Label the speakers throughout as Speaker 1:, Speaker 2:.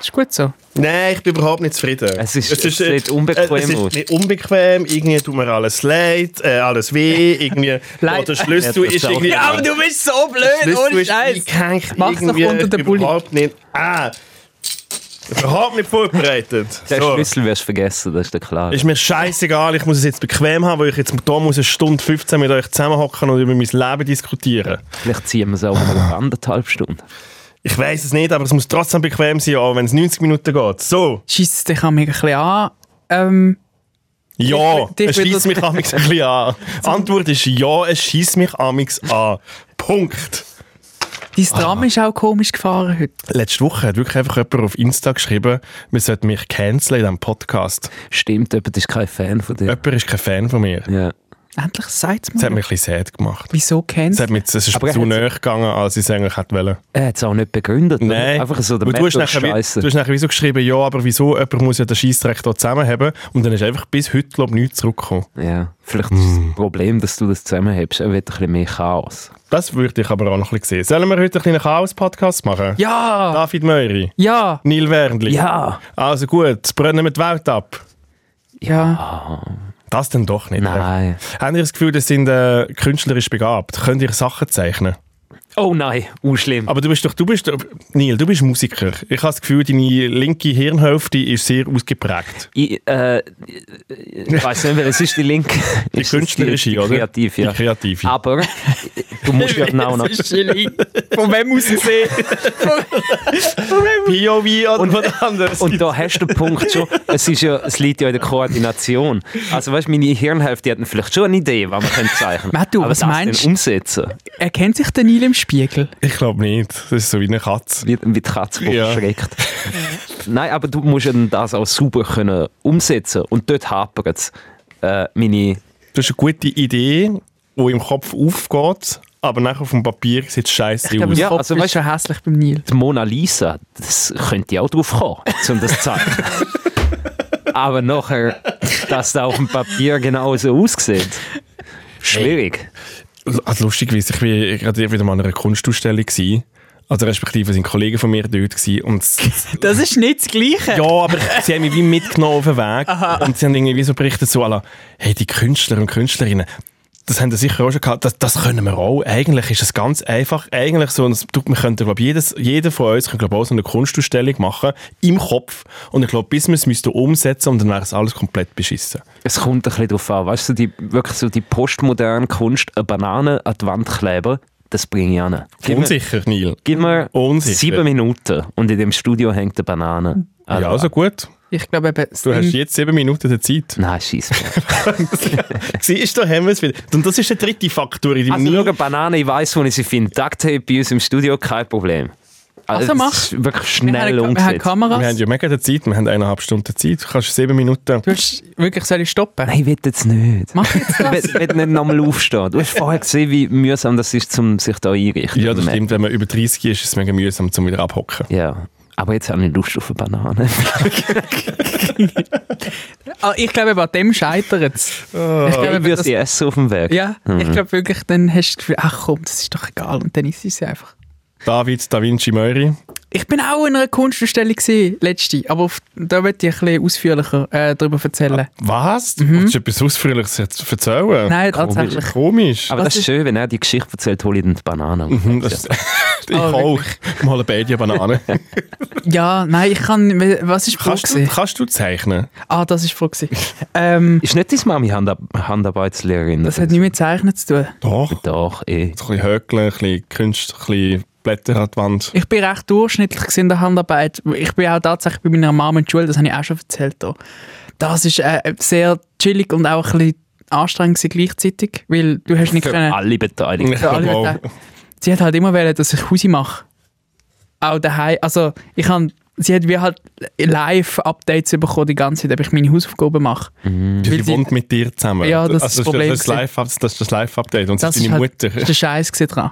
Speaker 1: Ist gut so.
Speaker 2: Nein, ich bin überhaupt nicht zufrieden.
Speaker 3: Es ist- es sieht unbequem
Speaker 2: äh, es ist
Speaker 3: aus.
Speaker 2: Nicht unbequem, irgendwie tut mir alles leid, äh, alles weh, irgendwie.
Speaker 1: Leid.
Speaker 2: Oder Schlüssel
Speaker 3: Ja, das
Speaker 2: ist
Speaker 3: ist auch
Speaker 2: irgendwie.
Speaker 3: nicht
Speaker 2: Aber du
Speaker 1: bist so
Speaker 2: Schlüssel
Speaker 1: blöd,
Speaker 2: ist eingehängt,
Speaker 1: Mach's doch
Speaker 2: irgendwie.
Speaker 1: unter
Speaker 2: Ich
Speaker 1: den
Speaker 2: bin
Speaker 1: Pulli.
Speaker 2: Überhaupt nicht. Ah, überhaupt nicht vorbereitet.
Speaker 3: Den
Speaker 2: So.
Speaker 3: Schlüssel wirst du vergessen, das ist dir klar.
Speaker 2: Ist mir scheißegal, ich muss es jetzt bequem haben, weil ich jetzt hier muss eine Stunde 15 mit euch zusammenhocken und über mein Leben diskutieren.
Speaker 3: Vielleicht ziehen wir es auch mal auf anderthalb Stunden.
Speaker 2: Ich weiß es nicht, aber es muss trotzdem bequem sein, auch wenn es 90 Minuten geht. So,
Speaker 1: Schießt dich an mich ein bisschen an. Ähm,
Speaker 2: ja,
Speaker 1: dich
Speaker 2: es
Speaker 1: will-
Speaker 2: schießt mich amigs ein bisschen an. Antwort ist ja, es schießt mich amigs an. Punkt.
Speaker 1: dein
Speaker 3: Ah.
Speaker 1: Drama ist auch komisch gefahren heute.
Speaker 2: Letzte Woche hat wirklich einfach jemand auf Insta geschrieben, man sollte mich canceln in diesem Podcast.
Speaker 3: Stimmt, jemand ist kein Fan von dir.
Speaker 2: Jemand ist kein Fan von mir.
Speaker 3: Ja.
Speaker 1: Endlich sagt's
Speaker 2: Das hat
Speaker 1: mal.
Speaker 2: mich ein bisschen sad gemacht.
Speaker 1: Wieso
Speaker 2: Das,
Speaker 1: kennst
Speaker 2: hat
Speaker 1: du?
Speaker 2: mich, das ist
Speaker 3: Aber
Speaker 2: mir
Speaker 3: er
Speaker 2: zu
Speaker 3: hat-
Speaker 2: näher gegangen, als ich es eigentlich hätte wollen.
Speaker 3: Er hat es auch nicht begründet. oder?
Speaker 2: Nein.
Speaker 3: Einfach so, der
Speaker 2: Weil du, hast
Speaker 3: Matthew ist
Speaker 2: nachher, wie-
Speaker 3: scheisse.
Speaker 2: du hast nachher wieso geschrieben, ja, aber wieso, jemand muss ja den Scheissdreck hier zusammenhaben und dann ist einfach bis heute, glaube ich, nichts zurückgekommen.
Speaker 3: Ja. Vielleicht
Speaker 2: Mm.
Speaker 3: ist das Problem, dass du das zusammenhebst. Er will ein bisschen mehr Chaos.
Speaker 2: Das würde ich aber auch noch ein bisschen sehen. Sollen wir heute einen kleinen Chaos-Podcast machen?
Speaker 1: Ja!
Speaker 2: David Meury,
Speaker 1: Ja!
Speaker 2: Neil Werndli.
Speaker 3: Ja!
Speaker 2: Also gut, brennen wir die Welt ab.
Speaker 1: Ja!
Speaker 2: Das dann doch nicht.
Speaker 3: Nein.
Speaker 2: Habt ihr das Gefühl, das sind äh, künstlerisch begabt? Könnt ihr Sachen zeichnen?
Speaker 3: Oh nein, oh schlimm.
Speaker 2: Aber du bist doch, du bist, doch- Neil, du bist Musiker. Ich habe das Gefühl, deine linke Hirnhälfte ist sehr ausgeprägt.
Speaker 3: Ich, äh, ich weiß nicht, weil es ist die linke.
Speaker 2: Die
Speaker 3: ist es
Speaker 2: künstlerische,
Speaker 3: die, die
Speaker 2: oder?
Speaker 3: Kreativ, ja.
Speaker 2: Die kreative.
Speaker 3: Aber du musst ja genau noch.
Speaker 1: Von wem aus gesehen?
Speaker 2: POV oder
Speaker 3: Und-
Speaker 2: was anderes.
Speaker 3: Und da hast du den Punkt schon. Es, ist ja, es liegt ja in der Koordination. Also weißt du, meine Hirnhälfte hat vielleicht schon eine Idee, was man könnte zeichnen
Speaker 1: Matthew,
Speaker 3: Aber
Speaker 1: was
Speaker 3: das
Speaker 1: meinst
Speaker 3: dann umsetzen.
Speaker 1: Erkennt sich der Nil im Spiegel?
Speaker 2: Ich glaube nicht. Das ist so wie eine Katze.
Speaker 3: Wie, wie die Katze
Speaker 2: Ja.
Speaker 3: ja. schreckt. Nein, aber du musst ja dann das auch sauber können umsetzen Und dort hapert es. Äh, meine
Speaker 2: Du hast eine gute Idee, die im Kopf aufgeht, aber nachher auf dem Papier sieht es scheiße
Speaker 1: Der
Speaker 2: aus.
Speaker 3: Ja,
Speaker 1: Kopf
Speaker 3: also
Speaker 1: ist
Speaker 3: weißt-
Speaker 1: schon hässlich beim Nil.
Speaker 3: die Mona Lisa, das könnte ich auch drauf kommen, um das zu zeichnen. aber nachher, dass das auf dem Papier genauso aussieht. Schwierig.
Speaker 2: Also lustig war, ich war gerade wieder mal an einer Kunstausstellung. Gewesen. Also respektive sind Kollegen von mir dort gewesen und s-
Speaker 1: Das ist nicht das Gleiche.
Speaker 2: ja, aber sie haben mich wie mitgenommen auf den Weg und sie haben irgendwie so berichtet so à la, hey, die Künstler und Künstlerinnen, das haben sie sicher auch schon gehabt, das, das können wir auch. Eigentlich ist es ganz einfach, eigentlich so, und das, du, wir könnten, glaube jedes, jeder von uns könnte, glaub, auch so eine Kunstausstellung machen, im Kopf und ich glaube, bis wir es müssten umsetzen und dann wäre es alles komplett beschissen.
Speaker 3: Es kommt ein bisschen drauf an. Weißt du, die, wirklich so die postmoderne Kunst, eine Banane an die Wand kleben, das bringe ich an. Gib mir,
Speaker 2: Unsicher, Neil.
Speaker 3: gib mir
Speaker 2: Unsicher.
Speaker 3: sieben Minuten und in dem Studio hängt eine Banane. Ah, an
Speaker 2: Ja,
Speaker 3: der
Speaker 2: also
Speaker 3: Wand.
Speaker 2: gut.
Speaker 1: Ich glaube eben, das
Speaker 2: Du hast
Speaker 1: Ding-
Speaker 2: jetzt sieben Minuten der Zeit.
Speaker 3: Nein, scheiß
Speaker 2: Siehst du, haben wir es wieder. Und das ist der dritte Faktor in deinem
Speaker 3: Also,
Speaker 2: Nie-
Speaker 3: schau, eine Banane, ich weiß, wo ich sie finde. Ducktape bei uns im Studio, kein Problem.
Speaker 1: Also
Speaker 3: das
Speaker 1: mach.
Speaker 3: ist
Speaker 1: wir
Speaker 3: wirklich
Speaker 1: haben,
Speaker 3: schnell
Speaker 1: wir haben
Speaker 3: umgesetzt.
Speaker 2: Wir haben
Speaker 1: Kameras.
Speaker 2: ja mega die Zeit, wir haben eineinhalb Stunden Zeit. Du kannst sieben Minuten.
Speaker 1: Du hast wirklich soll ich stoppen?
Speaker 3: Nein, ich will jetzt nicht.
Speaker 1: Mach jetzt
Speaker 3: Ich
Speaker 1: das.
Speaker 3: will, will nicht nochmal aufstehen. Du hast vorher gesehen, wie mühsam das ist, um sich da einrichten.
Speaker 2: Ja, das stimmt. Wenn man über 30 ist, ist es mega mühsam, zum wieder abhocken.
Speaker 3: Ja. Aber jetzt habe ich Lust auf eine Banane.
Speaker 1: Ah, Ich glaube, eben, an dem scheitert es. Ich
Speaker 3: Ich
Speaker 1: glaube,
Speaker 3: würde
Speaker 1: das,
Speaker 3: sie essen auf dem Weg.
Speaker 1: ja,
Speaker 2: Mhm.
Speaker 1: ich glaube wirklich, dann hast du das Gefühl, ach komm, das ist doch egal. Und dann ist es einfach.
Speaker 2: David Da Vinci Möri.
Speaker 1: Ich bin auch in einer Kunstausstellung gewesen, letzte, aber auf, da möchte ich ein bisschen ausführlicher äh, darüber erzählen.
Speaker 2: Was? Du willst etwas Ausführliches jetzt erzählen?
Speaker 1: Mhm. Nein,
Speaker 3: komisch.
Speaker 1: tatsächlich.
Speaker 2: Komisch.
Speaker 3: Aber
Speaker 1: Was
Speaker 3: das ist
Speaker 1: ist- Mhm.
Speaker 3: schön, wenn er die Geschichte erzählt, hole ich dann die Banane.
Speaker 2: Hm, das ich
Speaker 1: Ah,
Speaker 2: auch. Mal eine beide Banane.
Speaker 1: Ja, nein, ich kann, was ist Pro
Speaker 2: kannst, du,
Speaker 1: gewesen?
Speaker 2: kannst du zeichnen?
Speaker 1: Ah, das ist Pro gewesen. ähm,
Speaker 3: Ist nicht deine Mami Handar Handarbeitslehrerin?
Speaker 1: Das hat nichts mit Zeichnen zu tun.
Speaker 2: Doch.
Speaker 3: Doch, eh.
Speaker 2: So ein bisschen Höckeln, ein bisschen Kunst, ein bisschen Blätter an die Wand.
Speaker 1: Ich bin recht durchschnittlich gewesen in der Handarbeit. Ich bin auch tatsächlich bei meiner Mama in der Schule, das habe ich auch schon erzählt. Hier. Das ist äh, sehr chillig und auch ein bisschen anstrengend gewesen gleichzeitig, weil du hast nicht
Speaker 3: Für
Speaker 1: können...
Speaker 3: alle Beteiligten.
Speaker 2: Ich glaub
Speaker 1: alle
Speaker 2: auch.
Speaker 1: Leute- Sie hat halt immer wollen, dass ich Hausi mache. Auch daheim. Also ich habe... Sie hat wie halt Live-Updates bekommen die ganze Zeit, ob ich meine Hausaufgaben mache. Weil
Speaker 2: Mhm. Sie
Speaker 1: sie-
Speaker 2: wohnt mit dir zusammen.
Speaker 1: Ja, das ist
Speaker 2: also
Speaker 1: das Problem
Speaker 2: Das ist das Live- das ist das Live-Update und sie
Speaker 1: Das
Speaker 2: ist
Speaker 1: ist
Speaker 2: deine
Speaker 1: halt
Speaker 2: Mutter.
Speaker 1: das ist der Scheiß gewesen dran.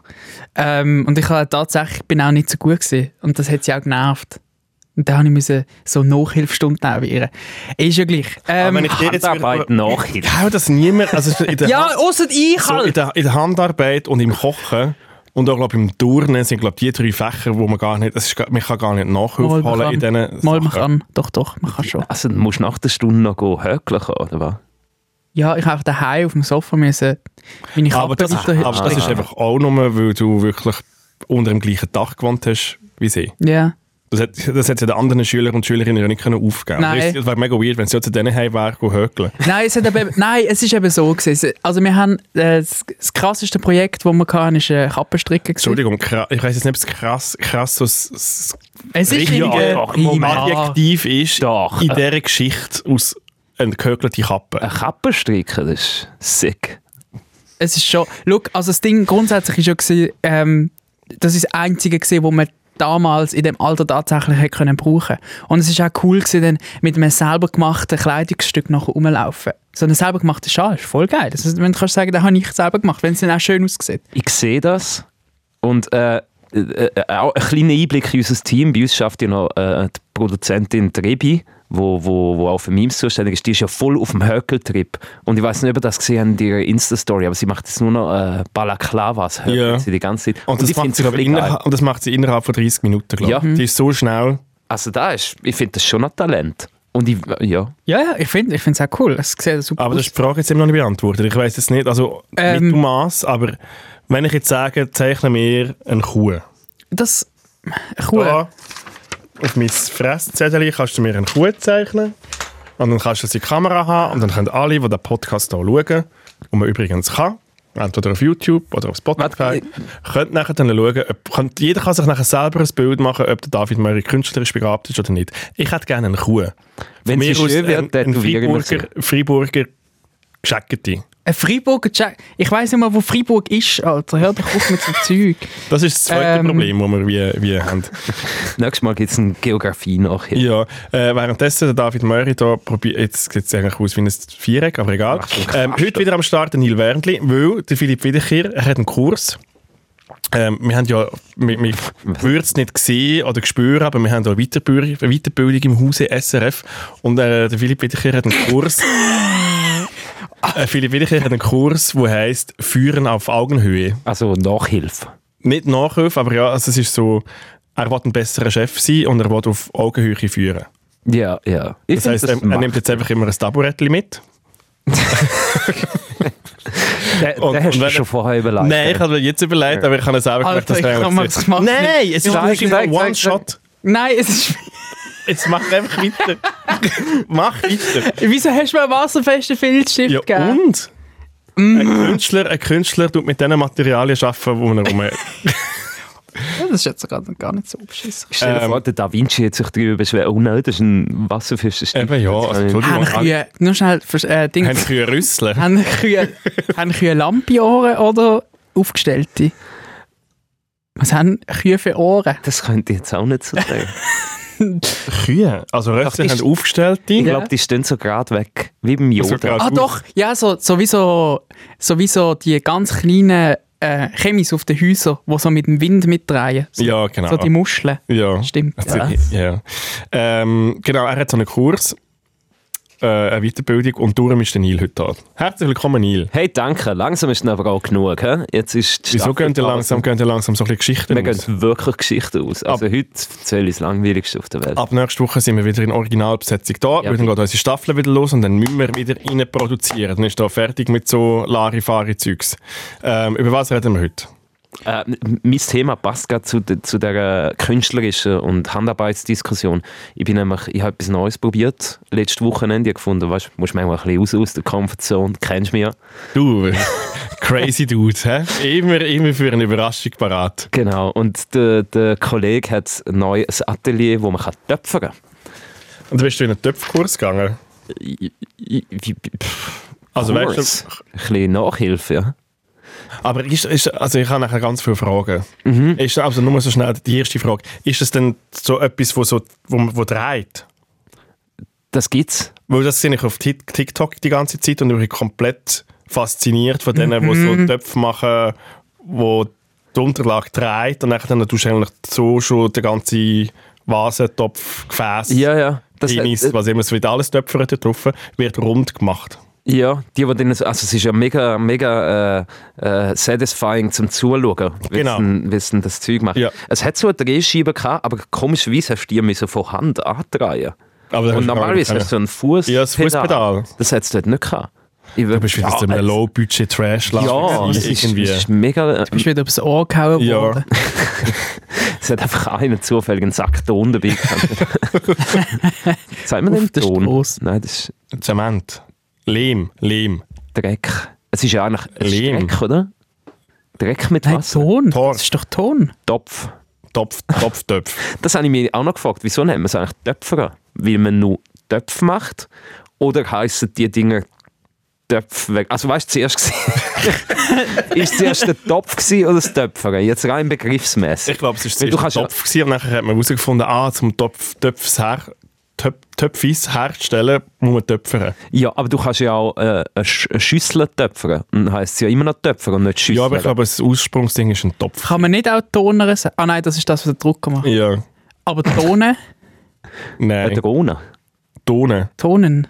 Speaker 1: Ähm, und ich habe tatsächlich, ich bin auch nicht so gut gewesen. Und das hat sie auch genervt. Und da musste ich so Nachhilfestunden nehmen bei ihr. Ist ja gleich.
Speaker 2: Aber Ah, wenn
Speaker 1: Ähm,
Speaker 2: ich dir jetzt
Speaker 3: Handarbeit
Speaker 2: würde-
Speaker 3: nachhilft.
Speaker 2: Genau, dass niemand, also in der,
Speaker 1: ja,
Speaker 2: Hand,
Speaker 1: außer ich
Speaker 2: so in,
Speaker 1: halt.
Speaker 2: der, in der Handarbeit und im Kochen, Und auch, glaube im Turnen sind, glaube die drei Fächer, wo man gar nicht, das ist, gar- man kann gar nicht Nachhilfe
Speaker 1: mach
Speaker 2: holen in
Speaker 1: an.
Speaker 2: diesen
Speaker 1: Mal mach
Speaker 2: Sachen.
Speaker 1: an. Doch, doch, man kann schon.
Speaker 3: Also, du musst nach der Stunde noch gehen, höckeln, oder was?
Speaker 1: Ja, ich habe daheim auf dem Sofa müssen meine Kappe
Speaker 2: Aber das,
Speaker 1: weiter-
Speaker 2: aber das ist einfach auch nur, weil du wirklich unter dem gleichen Dach gewohnt hast wie sie.
Speaker 1: Ja.
Speaker 2: Das hat, das hat ja den anderen Schüler und Schülerinnen ja nicht können aufgeben
Speaker 1: Nein.
Speaker 2: Das ist- Das wäre mega weird, wenn sie ja zu denen heim wäre, go hökeln.
Speaker 1: Nein, es, hat eben, nein, es ist eben so. Gewesen. Also wir haben äh, das, das krasseste Projekt, das wir hatten, ist äh, Kappenstricken. gewesen.
Speaker 2: Entschuldigung, kra- ich weiß jetzt nicht, ob es krass, krass so s- s-
Speaker 1: Es ist
Speaker 2: richtig
Speaker 1: irgendwie-
Speaker 2: ad-
Speaker 1: Prima.
Speaker 2: adjektiv ist
Speaker 3: Doch.
Speaker 2: in dieser Geschichte aus einer gehökelten Kappe.
Speaker 3: Ein Kappenstricken, das ist sick.
Speaker 1: Es ist schon. Look, also das Ding grundsätzlich ist ja gewesen, ähm, das ist das Einzige gewesen, wo man damals in dem Alter tatsächlich hätte können brauchen. Und es ist auch cool gewesen, dann mit einem selber gemachten Kleidungsstück nachher rumlaufen. So ein selber gemachter Schal ist voll geil. Das ist, wenn du kannst sagen, den habe ich selber gemacht, wenn es dann auch schön aussieht.
Speaker 3: Ich sehe das. Und äh, äh, äh, auch ein kleiner Einblick in unser Team. Bei uns schafft ja noch äh, die Produzentin Trebi, wo, wo, wo auch für Memes zuständig ist. Die ist ja voll auf dem Höckeltrip. Und ich weiß nicht, ob ihr das gesehen habt in ihrer Insta-Story, aber sie macht jetzt nur noch äh, Balaklavas, höckelt
Speaker 2: Ja.
Speaker 3: sie die ganze Zeit.
Speaker 2: Und das,
Speaker 3: ich
Speaker 2: macht
Speaker 3: find's
Speaker 2: sie, glaub,
Speaker 3: voll geil.
Speaker 2: innerhalb, und das macht sie innerhalb von 30 Minuten, glaube ich.
Speaker 3: Ja. Mhm.
Speaker 2: Die ist so schnell.
Speaker 3: Also da ist, ich finde das schon ein Talent. Und ich, ja,
Speaker 1: Ja, ja, ich finde es auch cool. Es sieht super
Speaker 2: Aber das
Speaker 1: aus.
Speaker 2: ist die Frage jetzt immer noch nicht beantwortet. Ich weiß es nicht, also
Speaker 1: Ähm.
Speaker 2: mit Maß, aber wenn ich jetzt sage, zeichne mir eine Kuh.
Speaker 1: Das cool.
Speaker 2: Da, auf mein Fresszettel kannst du mir eine Kuh zeichnen. Und dann kannst du sie in die Kamera haben und dann können alle, die den Podcast hier schauen, wo man übrigens kann, entweder auf YouTube oder auf Spotify,
Speaker 3: Warte,
Speaker 2: könnt nachher dann schauen, ob, könnt, jeder kann sich nachher selber ein Bild machen, ob der David Murray künstlerisch begabt ist oder nicht. Ich hätte gerne eine Kuh.
Speaker 3: wenn
Speaker 2: Mir
Speaker 3: es schön wird,
Speaker 2: ein, ein
Speaker 3: tätowiere ich mir sie.
Speaker 2: Freiburger, Freiburger Gescheckete.
Speaker 1: Ein Freiburger Jack. Ich weiß nicht mal, wo Freiburg ist, Alter. Hör doch auf mit so Zeug.
Speaker 2: Das ist das zweite
Speaker 1: Ähm.
Speaker 2: Problem, das wir wie, wie haben.
Speaker 3: Nächstes Mal gibt es eine Geografie nachher.
Speaker 2: Ja, äh, währenddessen der David Möri da probiert, jetzt sieht es eigentlich aus wie ein Viereck, aber egal.
Speaker 3: Ach, so krass,
Speaker 2: ähm, heute wieder am Start der Neil Wernli, weil der Philipp Wiederkehr, er hat einen Kurs. Ähm, wir haben ja, wir, wir würden es nicht sehen oder spüren, aber wir haben da eine Weiterbildung, eine Weiterbildung im Hause SRF und äh, der Philipp Wiederkehr hat einen Kurs. äh, Philipp Wiederkehr hat einen Kurs, der heisst «Führen auf Augenhöhe».
Speaker 3: Also Nachhilfe.
Speaker 2: Nicht Nachhilfe, aber ja, also es ist so, er will ein besserer Chef sein und er will auf Augenhöhe führen.
Speaker 3: Ja, ja. Ich
Speaker 2: Das
Speaker 3: find,
Speaker 2: heisst, er, er
Speaker 3: macht-
Speaker 2: nimmt jetzt einfach immer ein Taburettli mit.
Speaker 3: Den,
Speaker 2: und-
Speaker 3: den hast
Speaker 2: und
Speaker 3: du
Speaker 2: wenn-
Speaker 3: schon vorher überlegt.
Speaker 2: Nein, ich habe mir jetzt überlegt, aber Ah, ich kann es auch
Speaker 1: Alter,
Speaker 2: einfach
Speaker 1: ich kann mir das machen.
Speaker 2: Nein, es ist
Speaker 3: Zeig,
Speaker 2: wirklich
Speaker 3: zeig,
Speaker 2: nur
Speaker 3: zeig, zeig.
Speaker 2: One-Shot.
Speaker 1: Nein, es ist.
Speaker 2: Jetzt mach einfach weiter. mach weiter.
Speaker 1: Wieso hast du mir einen wasserfesten Filzstift
Speaker 2: Ja,
Speaker 1: gegeben?
Speaker 2: und? Ein, Künstler, ein Künstler tut mit den Materialien arbeiten, die man herum hat.
Speaker 1: Ja, Das ist jetzt gar, gar nicht so beschissen.
Speaker 3: Stell dir
Speaker 2: Ähm.
Speaker 3: vor, der Da Vinci hat sich darüber beschwert. Oh nein, das ist ein Wasserfisch.
Speaker 2: Eben ja, also,
Speaker 1: Haben
Speaker 2: Entschuldigung.
Speaker 1: Kühe, nur schnell, vers- äh, Ding,
Speaker 2: Haben Kühe Rüssel?
Speaker 1: haben Kühe, haben Kühe Lampiohren oder aufgestellte? Was haben Kühe für Ohren?
Speaker 3: Das könnte ich jetzt auch nicht so sagen.
Speaker 2: Kühe? Also Rössel
Speaker 3: ist-
Speaker 2: haben aufgestellte.
Speaker 3: Ich
Speaker 1: Ja.
Speaker 3: glaube, die stehen so gerade weg. Wie beim
Speaker 2: So
Speaker 3: Yoda.
Speaker 2: gerade
Speaker 1: Ah
Speaker 2: auf.
Speaker 1: doch, ja, so, sowieso, sowieso die ganz kleinen äh, Chemis auf den Häusern, die so mit dem Wind mitdrehen. So,
Speaker 2: Ja,
Speaker 1: so
Speaker 2: genau.
Speaker 1: die Muscheln.
Speaker 2: Ja.
Speaker 1: Stimmt.
Speaker 2: Also,
Speaker 1: Ja.
Speaker 2: ja. Ähm, genau, er hat so einen Kurs, äh, eine Weiterbildung und darum ist der Neil heute da. Herzlich willkommen, Neil.
Speaker 3: Hey, danke. Langsam ist es aber auch genug. He? Jetzt ist die
Speaker 2: Wieso
Speaker 3: Staffel
Speaker 2: gehen ihr
Speaker 3: draußen.
Speaker 2: langsam, gehen ihr langsam so ein bisschen Geschichten
Speaker 3: Wir
Speaker 2: aus?
Speaker 3: gehen wirklich Geschichten aus. Also heute erzähle ich das Langweiligste auf der Welt.
Speaker 2: Ab nächster Woche sind wir wieder in Originalbesetzung da, weil dann geht unsere Staffel wieder los und dann müssen wir wieder rein produzieren. Dann ist da fertig mit so Larifari-Zeugs. Ähm, über was reden wir heute?
Speaker 3: Äh, m- mein Thema passt gerade zu, de- zu der künstlerischen und Handarbeitsdiskussion. Ich bin nämlich, ich habe etwas Neues probiert. Letztes Wochenende Ich habe gefunden, weißt, du musst manchmal ein bisschen raus aus der Comfortzone, kennst mich ja.
Speaker 2: Du, crazy Dude, hä? Immer, immer für eine Überraschung parat.
Speaker 3: Genau, und der, der Kollege hat neu ein Atelier, wo man kann töpfern kann.
Speaker 2: Und dann bist du in einen Töpfkurs gegangen.
Speaker 3: Ich- ich- wie- pff,
Speaker 2: Also,
Speaker 3: Kurs.
Speaker 2: weißt du,
Speaker 3: Ein bisschen Nachhilfe, ja.
Speaker 2: Aber ist, ist, also ich habe nachher ganz viele Fragen.
Speaker 3: Mhm.
Speaker 2: Ist, also nur so schnell die erste Frage. Ist es denn so etwas, wo, so, wo, man- wo dreht?
Speaker 3: Das gibt's.
Speaker 2: Weil das sehe ich auf Tik- TikTok die ganze Zeit und ich bin komplett fasziniert von denen, die
Speaker 3: Mhm.
Speaker 2: so Töpfe machen, wo die Unterlage dreht und nachher dann tust du eigentlich so schon den ganzen Vasentopf, Gefäß,
Speaker 3: Ja, ja. Das,
Speaker 2: Penis,
Speaker 3: äh,
Speaker 2: was immer, es wird alles töpfert da drauf, wird rund gemacht.
Speaker 3: äh, Ja, die, die dann, so- also es ist ja mega, mega äh, äh, satisfying zum Zuschauen,
Speaker 2: Genau.
Speaker 3: wie sie das Zeug macht.
Speaker 2: Ja.
Speaker 3: Es hat so eine Drehscheibe gehabt, aber komischerweise hast du die müssen von Hand andrehen.
Speaker 2: Aber das hast du gar
Speaker 3: Und
Speaker 2: nicht
Speaker 3: normalerweise hast du so einen Fuß.
Speaker 2: Ja, das Fußpedal.
Speaker 3: Das hat es dort nicht gehabt. Ich
Speaker 2: Du bist wieder so einem Low-Budget-Trash-Lager.
Speaker 3: Ja, es ist,
Speaker 2: irgendwie.
Speaker 3: es ist mega. äh,
Speaker 1: Du bist wieder aufs Ohr gehauen
Speaker 2: Ja.
Speaker 1: worden.
Speaker 3: Es hat einfach einen zufälligen Sack Ton dabei gehabt. Sagt man
Speaker 1: Auf
Speaker 3: den
Speaker 1: der
Speaker 3: Ton?
Speaker 1: Strasse.
Speaker 3: Nein, das ist
Speaker 2: Zement. Lehm. Lehm.
Speaker 3: Dreck. Es ist ja eigentlich es ist
Speaker 2: Lehm.
Speaker 3: Dreck, oder? Dreck mit
Speaker 1: Nein,
Speaker 3: Wasser.
Speaker 1: Ton.
Speaker 2: Ton.
Speaker 1: Das ist doch Ton.
Speaker 3: Topf.
Speaker 2: Topf, Topf, Töpf.
Speaker 3: Das habe ich mich auch noch gefragt. Wieso nennt man es eigentlich Töpfer? Weil man nur Töpfe macht? Oder heissen die Dinger Töpfe weg? Also weißt du, zuerst war- ist zuerst der Topf gewesen oder das Töpfern? Jetzt rein begriffsmäßig.
Speaker 2: Ich glaube, es ist
Speaker 3: Weil
Speaker 2: zuerst
Speaker 3: du
Speaker 2: ein
Speaker 3: kannst ja-
Speaker 2: Topf gewesen, und nachher hat man herausgefunden, ah, zum Topf, Töpfs her, Töp, Töpfis herzustellen, muss man töpfern.
Speaker 3: Ja, aber du kannst ja auch äh, eine Sch- eine Schüssel töpfern. Dann heisst es ja immer noch Töpfer und nicht Schüssel.
Speaker 2: Ja, aber ich glaube, das Ursprungsding ist ein Topf.
Speaker 1: Kann man nicht auch Toner sagen? Ah nein, das ist das, was der Drucker macht.
Speaker 2: Ja.
Speaker 1: Aber Tonen?
Speaker 3: Eine
Speaker 2: Nein.
Speaker 3: Drohne.
Speaker 2: Tonen.
Speaker 1: Tonen?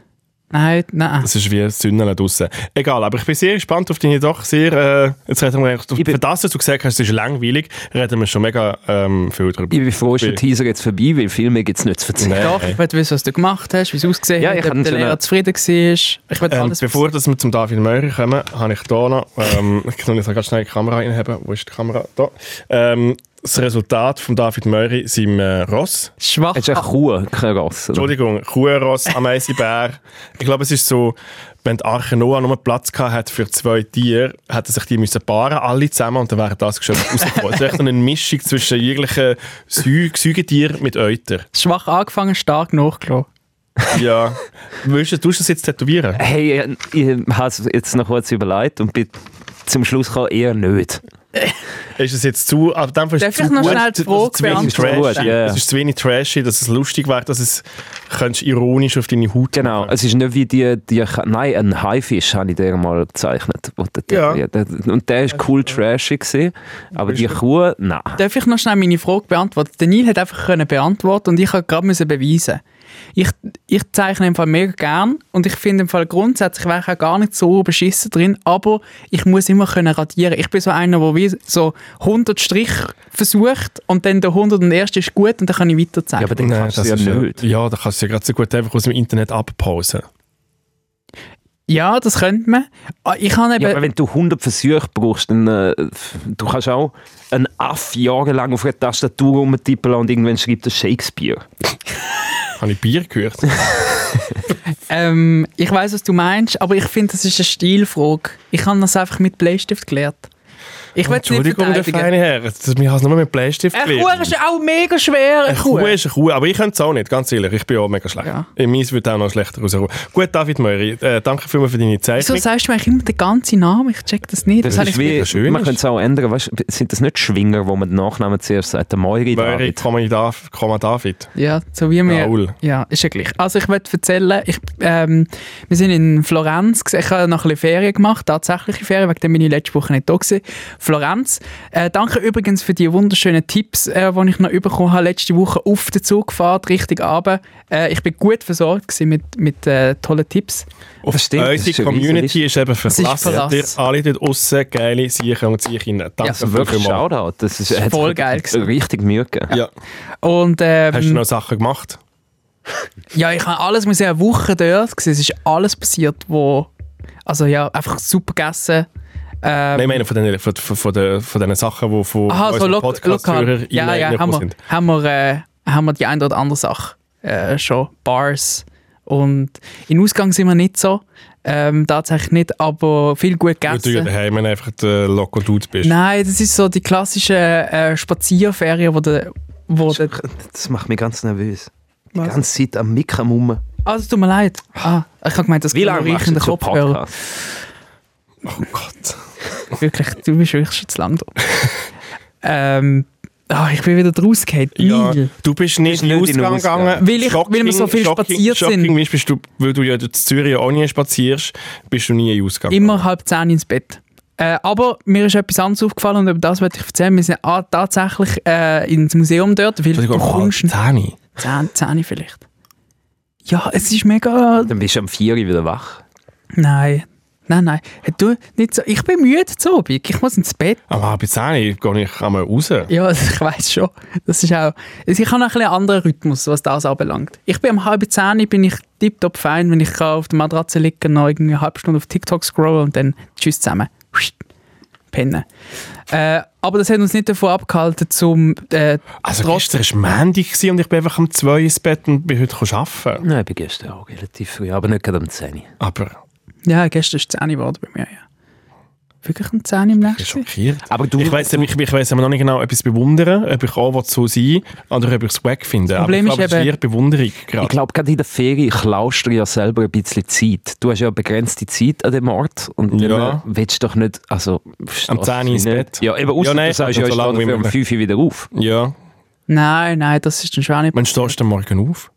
Speaker 1: Nein, nein.
Speaker 2: Das ist wie ein Zünneln draussen. Egal, aber ich bin sehr gespannt auf deine doch sehr... Äh, jetzt reden wir
Speaker 3: Ich
Speaker 2: eigentlich...
Speaker 3: bin-
Speaker 2: Für das, was du gesagt hast, es ist langweilig, reden wir schon mega ähm, viel drüber.
Speaker 3: Ich bin froh, ist der Teaser jetzt vorbei, weil viel mehr gibt es nicht zu erzählen.
Speaker 2: Nein.
Speaker 1: Doch, ich will wissen, was du gemacht hast, wie es ausgesehen
Speaker 3: Ja,
Speaker 1: hat,
Speaker 3: ich
Speaker 1: ob
Speaker 3: kann
Speaker 1: der
Speaker 3: schon
Speaker 1: Lehrer
Speaker 3: noch-
Speaker 1: zufrieden war. Ich will
Speaker 2: Ähm,
Speaker 1: alles
Speaker 2: bevor dass wir zum David Möhrer kommen, habe ich hier noch, ähm, ich kann jetzt ganz schnell die Kamera einheben. Wo ist die Kamera? Da. Ähm, das Resultat von David Möhrer, seinem äh, Ross.
Speaker 1: Schwach.
Speaker 3: Es ist eine Kuh, kein Ross. oder?
Speaker 2: Entschuldigung, Kuhross, Ameisenbär. Ich glaube, es ist so, wenn die Arche Noah nur Platz gehabt hat für zwei Tiere, hätten sich die müssen paaren, alle zusammen, und dann wäre das Geschöpf rausgekommen. Es ist echt eine Mischung zwischen jeglichen Sü Säugetieren mit Euter.
Speaker 1: Schwach angefangen, stark nachgelassen.
Speaker 2: Ja. Willst du, tust du das jetzt tätowieren?
Speaker 3: Hey, äh, ich habe es jetzt noch kurz überlegt und bin zum Schluss gekommen, eher nicht.
Speaker 2: Ist es jetzt zu. Aber dann ist
Speaker 1: Darf
Speaker 2: es zu
Speaker 1: ich noch
Speaker 2: gut,
Speaker 1: schnell die
Speaker 2: dass es
Speaker 1: Frage
Speaker 2: zu wenig
Speaker 3: beantworten?
Speaker 2: trashy.
Speaker 3: Ja, ja.
Speaker 2: Es ist zu wenig trashy, dass es lustig wäre, dass es könntest ironisch auf deine Haut
Speaker 3: Genau,
Speaker 2: machen.
Speaker 3: es ist nicht wie die, die nein, ein Haifisch habe ich dir mal gezeichnet. wo der-
Speaker 2: Ja.
Speaker 3: der- der- Und der ist cool trashy gewesen, aber die Kuh, nein.
Speaker 1: Darf ich noch schnell meine Frage beantworten? Der Neil hat einfach können beantworten und ich habe gerade müssen beweisen. Ich, ich zeichne im Fall mega gern und ich finde im Fall grundsätzlich wäre ich auch gar nicht so beschissen drin, aber ich muss immer können radieren. Ich bin so einer, der wie so 100 Strich versucht und dann der 101. ist gut und dann kann ich
Speaker 3: Ja,
Speaker 1: weiterzeichnen.
Speaker 3: aber den
Speaker 2: Nein,
Speaker 3: kannst du
Speaker 2: das
Speaker 3: ja
Speaker 2: ist ja-
Speaker 3: nicht.
Speaker 2: Ja, da kannst du ja gerade so gut einfach aus dem Internet abpausen.
Speaker 1: Ja, das könnte man. Ah, Ich habe eben...
Speaker 3: Ja, aber wenn du 100 Versuche brauchst, dann äh, du kannst auch einen Aff jahrelang auf einer Tastatur rumtippeln und irgendwann schreibt er Shakespeare.
Speaker 2: Habe ich Bier gehört?
Speaker 1: Ähm, ich weiß, was du meinst, aber ich finde, das ist eine Stilfrage. Ich habe das einfach mit Bleistift gelernt. Ich will nicht
Speaker 2: Entschuldigung, der
Speaker 1: verteidigen.
Speaker 2: feine Herr. das- Wir haben es nur mit Bleistift
Speaker 1: Eine Kuh
Speaker 2: gelernt.
Speaker 1: ist auch mega schwer. Eine Kuh.
Speaker 2: Kuh ist eine Kuh, aber ich könnte es auch nicht, ganz ehrlich. Ich bin auch mega schlecht.
Speaker 1: Ja.
Speaker 2: In Meins wird auch noch schlechter rauskommen. Gut, dus David Möri, äh, danke vielmals für deine
Speaker 1: Wieso
Speaker 2: Zeichnung.
Speaker 1: sagst du mir eigentlich immer den ganzen Namen? Ich check das nicht. Das, habe ich
Speaker 3: wie,
Speaker 2: das schön
Speaker 3: man
Speaker 2: ist.
Speaker 3: könnte es auch ändern. Weißt, du, sind das nicht Schwinger, wo man den Nachnamen zuerst sagt? Der Moiri
Speaker 2: Möri,
Speaker 3: David.
Speaker 2: Komma Dav- Komma David.
Speaker 1: Ja, so wie wir.
Speaker 2: Raoul.
Speaker 1: Ja, ist ja gleich. Also ich wollte erzählen, ich, ähm, wir sind in Florenz, gewesen. ich habe noch ein bisschen Ferien gemacht, tatsächliche Ferien, wegen dem bin ich letzte Woche nicht da gewesen. Florenz, äh, danke übrigens für die wunderschönen Tipps, äh, die ich noch bekommen habe letzte Woche auf der Zugfahrt, richtig Abend. Äh, ich bin gut versorgt gewesen mit, mit äh, tollen Tipps.
Speaker 3: Das stimmt, das ist
Speaker 2: Unsere
Speaker 3: eine
Speaker 2: Community ist eben verlassen. Ihr
Speaker 1: verlassen.
Speaker 2: alle dort aussen, geile Siechen und Siechinnen. Danke
Speaker 3: Also wirklich
Speaker 2: vielmals.
Speaker 3: Shoutout. Das ist, hat
Speaker 1: voll geil gewesen.
Speaker 3: Richtig Mühe gegeben.
Speaker 2: Ja.
Speaker 1: Und
Speaker 2: Hast du
Speaker 1: ähm,
Speaker 2: noch Sachen gemacht?
Speaker 1: ja, ich habe alles, wir sind eine Woche dort, gewesen. es ist alles passiert, wo, also ja, einfach super gegessen. Ähm,
Speaker 2: Nein, ich meine von den, von, von, von den, von den Sachen, die von
Speaker 1: Aha, so
Speaker 2: unseren
Speaker 1: lo lokal.
Speaker 2: Podcast-Hörern
Speaker 1: Ja, ja, haben
Speaker 2: reingekommen
Speaker 1: wir, haben, wir, äh, haben wir die eine oder andere Sache äh, schon. Bars. Und in Ausgang sind wir nicht so. Ähm, tatsächlich nicht, aber viel gut
Speaker 2: Weil du ja
Speaker 1: gegessen.
Speaker 2: daheim einfach der Loco-Dude bist.
Speaker 1: Nein, das ist so die klassische äh, Spazierferien, wo der. Wo der
Speaker 3: Das macht mich ganz nervös. Die
Speaker 1: Was?
Speaker 3: ganze Zeit am Mick am Mummen.
Speaker 1: also, tut mir leid. Ah, ich habe gemeint, das
Speaker 3: Wie lange machst du
Speaker 1: riechende
Speaker 3: den
Speaker 1: Kopfhörer.
Speaker 3: Podcast?
Speaker 2: Oh Gott.
Speaker 1: Wirklich, du bist wirklich schon zu lang da. ähm, ah, ich bin wieder rausgefallen.
Speaker 2: Ja,
Speaker 1: Neil.
Speaker 2: du bist nicht in den
Speaker 3: nicht in den
Speaker 2: Ausgang
Speaker 3: Ausgang.
Speaker 2: gegangen.
Speaker 1: Weil ich- weil wir so viel
Speaker 2: shocking,
Speaker 1: spaziert
Speaker 2: shocking
Speaker 1: sind.
Speaker 2: Bist, bist du, weil du ja in Zürich auch nie spazierst, bist du nie in den Ausgang.
Speaker 1: Immer halb zehn ins Bett. Äh, aber mir ist etwas anderes aufgefallen und über das wollte ich erzählen. Wir sind ah, tatsächlich äh, ins Museum dort, weil du
Speaker 2: Entschuldigung, oh,
Speaker 1: kommst
Speaker 2: Zähne.
Speaker 1: zehn, zehn vielleicht. Ja, es ist mega...
Speaker 3: Dann bist du am 4 Uhr um wieder wach.
Speaker 1: Nein. Nein, nein. Hey, Du, nicht so. Ich bin müde zu Abend. Ich muss ins Bett.
Speaker 2: Am halb zehn gehe ich einmal raus.
Speaker 1: Ja, also ich weiß schon. Das ist auch. Also ich habe noch ein bisschen einen anderen Rhythmus, was das anbelangt. Ich bin um halb zehn, bin ich tiptop fein, wenn ich auf der Matratze liege, noch irgendwie eine halbe Stunde auf TikTok scrollen und dann tschüss zusammen. Pennen. Äh, aber das hat uns nicht davon abgehalten, zum äh,
Speaker 2: Also
Speaker 1: trotz-
Speaker 2: gestern war Montag gewesen und ich bin einfach am 2 ins Bett und bin heute arbeiten.
Speaker 3: Nein, ich bin gestern auch relativ früh, aber nicht gerade um 10 Uhr.
Speaker 2: Aber
Speaker 1: Ja, gestern ist 10 Uhr geworden bei mir, ja. Wirklich ein 10 Uhr im
Speaker 2: ich bin
Speaker 1: nächsten?
Speaker 2: schockiert.
Speaker 3: Aber du-
Speaker 2: ich weiss ich, ich weiss aber noch nicht genau, ob ich es bewundere, ob ich auch so sein will oder ob ich es wack finde.
Speaker 1: Problem
Speaker 2: aber ich
Speaker 1: ist
Speaker 2: glaube, es
Speaker 1: eben-
Speaker 2: ist eher Bewunderung
Speaker 3: Ich
Speaker 2: gerade.
Speaker 3: glaube, gerade in der Ferie klaust du ja selber ein bisschen Zeit. Du hast ja eine begrenzte Zeit an dem Ort und
Speaker 2: Ja.
Speaker 3: ja. willst doch nicht, also...
Speaker 2: Am 10 Uhr ins Bett.
Speaker 3: Ja, eben,
Speaker 2: Ja,
Speaker 3: ausser
Speaker 2: nein,
Speaker 3: du sagst, ja,
Speaker 2: so
Speaker 3: ich
Speaker 2: lange
Speaker 3: stehe
Speaker 2: wie
Speaker 3: für um
Speaker 2: möglich.
Speaker 3: 5 Uhr wieder auf.
Speaker 2: Ja.
Speaker 1: Nein, nein, das ist dann schon auch nicht.
Speaker 2: Wann stehst du am morgen auf?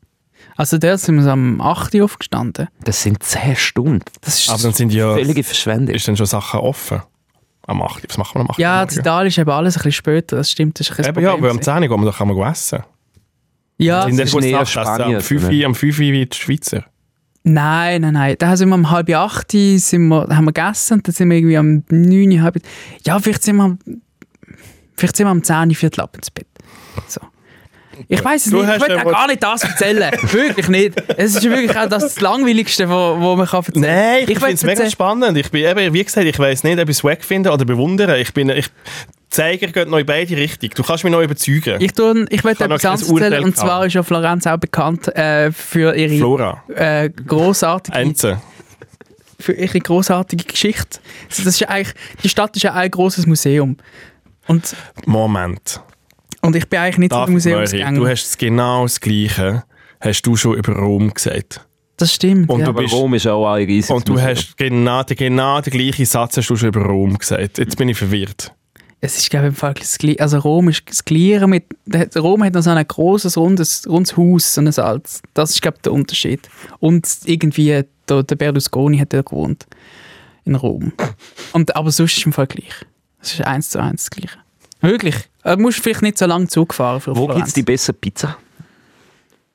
Speaker 1: Also, da sind wir so am 8 Uhr aufgestanden.
Speaker 3: Das sind 10 Stunden.
Speaker 1: Das ist
Speaker 2: Aber dann sind ja,
Speaker 3: Völlige Verschwendung.
Speaker 2: ist dann schon Sachen offen. Am 8. Uhr. Was machen wir am 8.
Speaker 1: ja,
Speaker 2: am
Speaker 1: in
Speaker 2: Morgen?
Speaker 1: Italien ist eben alles ein bisschen später, das stimmt. Das ist eh- ein
Speaker 2: Eben,
Speaker 1: bisschen
Speaker 2: ja, weil am 10 Uhr gehen wir doch einmal essen.
Speaker 1: ja,
Speaker 2: in der
Speaker 3: ist näher
Speaker 2: Schweiz essen.
Speaker 3: Spanien,
Speaker 2: Am 5
Speaker 3: oder?
Speaker 2: Uhr- am 5 Uhr wie die Schweizer.
Speaker 1: Nein, nein, nein. Da sind wir um halb acht sind wir, haben wir gegessen und dann sind wir irgendwie um neun, halb... Ja, vielleicht sind wir, am- vielleicht sind wir um zehn, viertel ab ins Bett. So. Ich weiß es
Speaker 2: Du
Speaker 1: nicht, ich
Speaker 2: hast
Speaker 1: will
Speaker 2: ja
Speaker 1: auch
Speaker 2: wohl-
Speaker 1: gar nicht das erzählen. wirklich nicht. Es ist wirklich auch das, das Langweiligste, was man kann erzählen
Speaker 2: Nein, ich,
Speaker 1: Ich
Speaker 2: finde
Speaker 1: weiss
Speaker 2: es mega
Speaker 1: jetzt, äh,
Speaker 2: spannend. Ich bin eben, wie gesagt, ich weiß nicht, ob ich es wack finde oder bewundere. Ich bin, ich, Zeiger geht noch in beide Richtungen. Du kannst mich noch überzeugen.
Speaker 1: Ich, tue, ich möchte
Speaker 2: habe noch
Speaker 1: etwas anderes
Speaker 2: kein Urteil
Speaker 1: erzählen und zwar
Speaker 2: gehabt.
Speaker 1: ist ja Florenz auch bekannt äh, für ihre
Speaker 2: Flora,
Speaker 1: äh, großartige
Speaker 2: Enze.
Speaker 1: für ihre großartige Geschichte. Also Das ist ja eigentlich, die Stadt ist ja ein großes Museum. Und,
Speaker 2: Moment.
Speaker 1: und ich bin eigentlich nicht so
Speaker 2: David
Speaker 1: ein
Speaker 2: Murray, du
Speaker 1: Museumsgänger.
Speaker 2: hast genau das Gleiche hast du schon über Rom gesagt.
Speaker 1: Das stimmt.
Speaker 2: Und
Speaker 1: ja.
Speaker 2: du
Speaker 3: Aber
Speaker 2: bist-
Speaker 3: Rom ist auch ein riesiges
Speaker 2: Und du
Speaker 3: Museum.
Speaker 2: hast genau, den- genau den gleichen Satz hast du schon über Rom gesagt. Jetzt bin ich verwirrt.
Speaker 1: Es ist, glaube ich, im Fall das Gleiche. Also Rom ist das Gleiche mit... Rom hat noch so ein grosses, rundes, rundes Haus, so ein altes. Das ist, glaube ich, der Unterschied. Und irgendwie, der, der Berlusconi hat da gewohnt. In Rom. Und, aber sonst ist es im Fall gleich. Es ist eins zu eins das Gleiche. Wirklich. Du musst vielleicht nicht so lange Zug fahren für
Speaker 3: Wo gibt
Speaker 1: Florenz.
Speaker 3: es die bessere Pizza?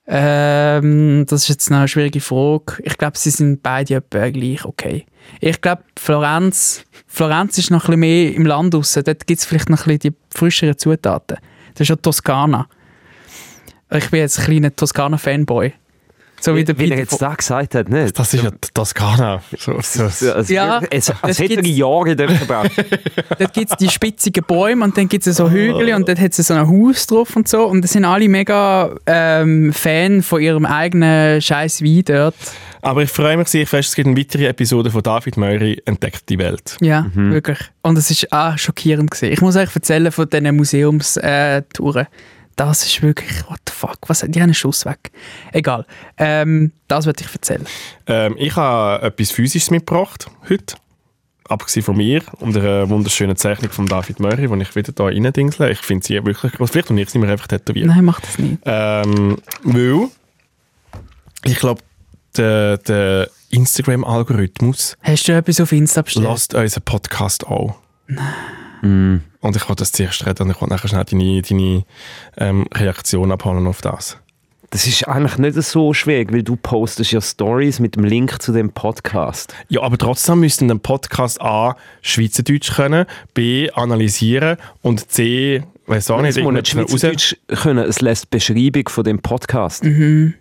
Speaker 1: Ähm, das ist jetzt noch eine schwierige Frage. Ich glaube, sie sind beide etwa gleich okay. Ich glaube, Florenz, Florenz ist noch ein bisschen mehr im Land draussen. Dort gibt es vielleicht noch ein bisschen die frischeren Zutaten. Das ist ja Toskana. Ich bin jetzt ein kleiner Toskana-Fanboy. So wie der
Speaker 3: Wie
Speaker 1: Peter
Speaker 3: er jetzt
Speaker 1: Fo-
Speaker 3: da gesagt hat, nicht?
Speaker 2: Das ist ja Toskana. So, so.
Speaker 3: Also,
Speaker 1: Ja,
Speaker 3: es,
Speaker 1: das
Speaker 3: als hätte er
Speaker 1: gibt's-
Speaker 3: Jahre dort verbracht.
Speaker 1: Dort gibt es die spitzigen Bäume und dann gibt es so Hügel und dort hat es so ein Haus drauf und so. Und das sind alle mega ähm, Fan von ihrem eigenen scheiß Wein dort.
Speaker 2: Aber ich freue mich sehr fest, es gibt eine weitere Episode von David Murray «Entdeckt die Welt».
Speaker 1: Ja,
Speaker 2: Mhm.
Speaker 1: wirklich. Und es ist auch schockierend gewesen. Ich muss euch erzählen von diesen Museumstouren. Das ist wirklich, what the fuck, was, die haben einen Schuss weg. Egal, ähm, das wollte ich erzählen.
Speaker 2: Ähm, ich habe etwas Physisches mitgebracht heute. Abgesehen von mir und einer wunderschönen Zeichnung von David Murray, die ich wieder hier reindingseln. Ich finde sie wirklich groß. Vielleicht und ich sie mir einfach tätowieren.
Speaker 1: Nein, mach das nicht.
Speaker 2: Ähm, weil ich glaube, der, der Instagram-Algorithmus
Speaker 1: Hast du etwas auf Insta bestellt?
Speaker 2: lässt unseren Podcast auch.
Speaker 3: Mm.
Speaker 2: Und ich wollte das zuerst reden und ich wollte nachher schnell deine, deine ähm, Reaktion abholen auf das.
Speaker 3: Das ist eigentlich nicht so schwierig, weil du postest ja Stories mit dem Link zu dem Podcast.
Speaker 2: Ja, aber trotzdem müssen den Podcast A Schweizerdeutsch können, B analysieren und C, weiß auch
Speaker 3: Und
Speaker 2: nicht,
Speaker 3: jetzt muss nicht
Speaker 2: irgendetwas raus-
Speaker 3: Schweizerdeutsch können, es lässt die Beschreibung von dem Podcast.
Speaker 2: Mhm.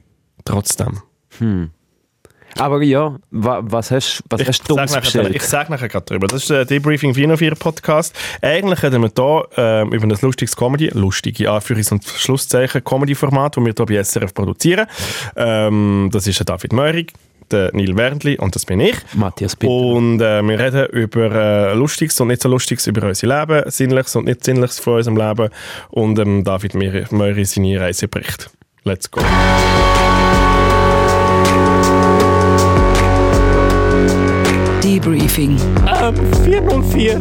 Speaker 2: Trotzdem.
Speaker 3: Aber ja, wa, was hast, was
Speaker 2: Ich
Speaker 3: hast du
Speaker 2: sage
Speaker 3: uns
Speaker 2: nachher, ich
Speaker 3: bestellt?
Speaker 2: sag nachher gerade drüber. Das ist der Debriefing 404 Podcast. Eigentlich reden wir hier ähm, über ein lustiges Comedy, lustige Anführungs- und Schlusszeichen Comedy-Format, das wir hier bei SRF produzieren. Ähm, das ist der David Meurig, der Neil Werndli und das bin ich.
Speaker 3: Matthias Bitter.
Speaker 2: Und äh, wir reden über äh, Lustiges und nicht so Lustiges, über unser Leben, Sinnliches und nicht Sinnliches von unserem Leben und ähm, David Mir- Meury seine Reise bricht. Let's go.
Speaker 4: Debriefing. 404.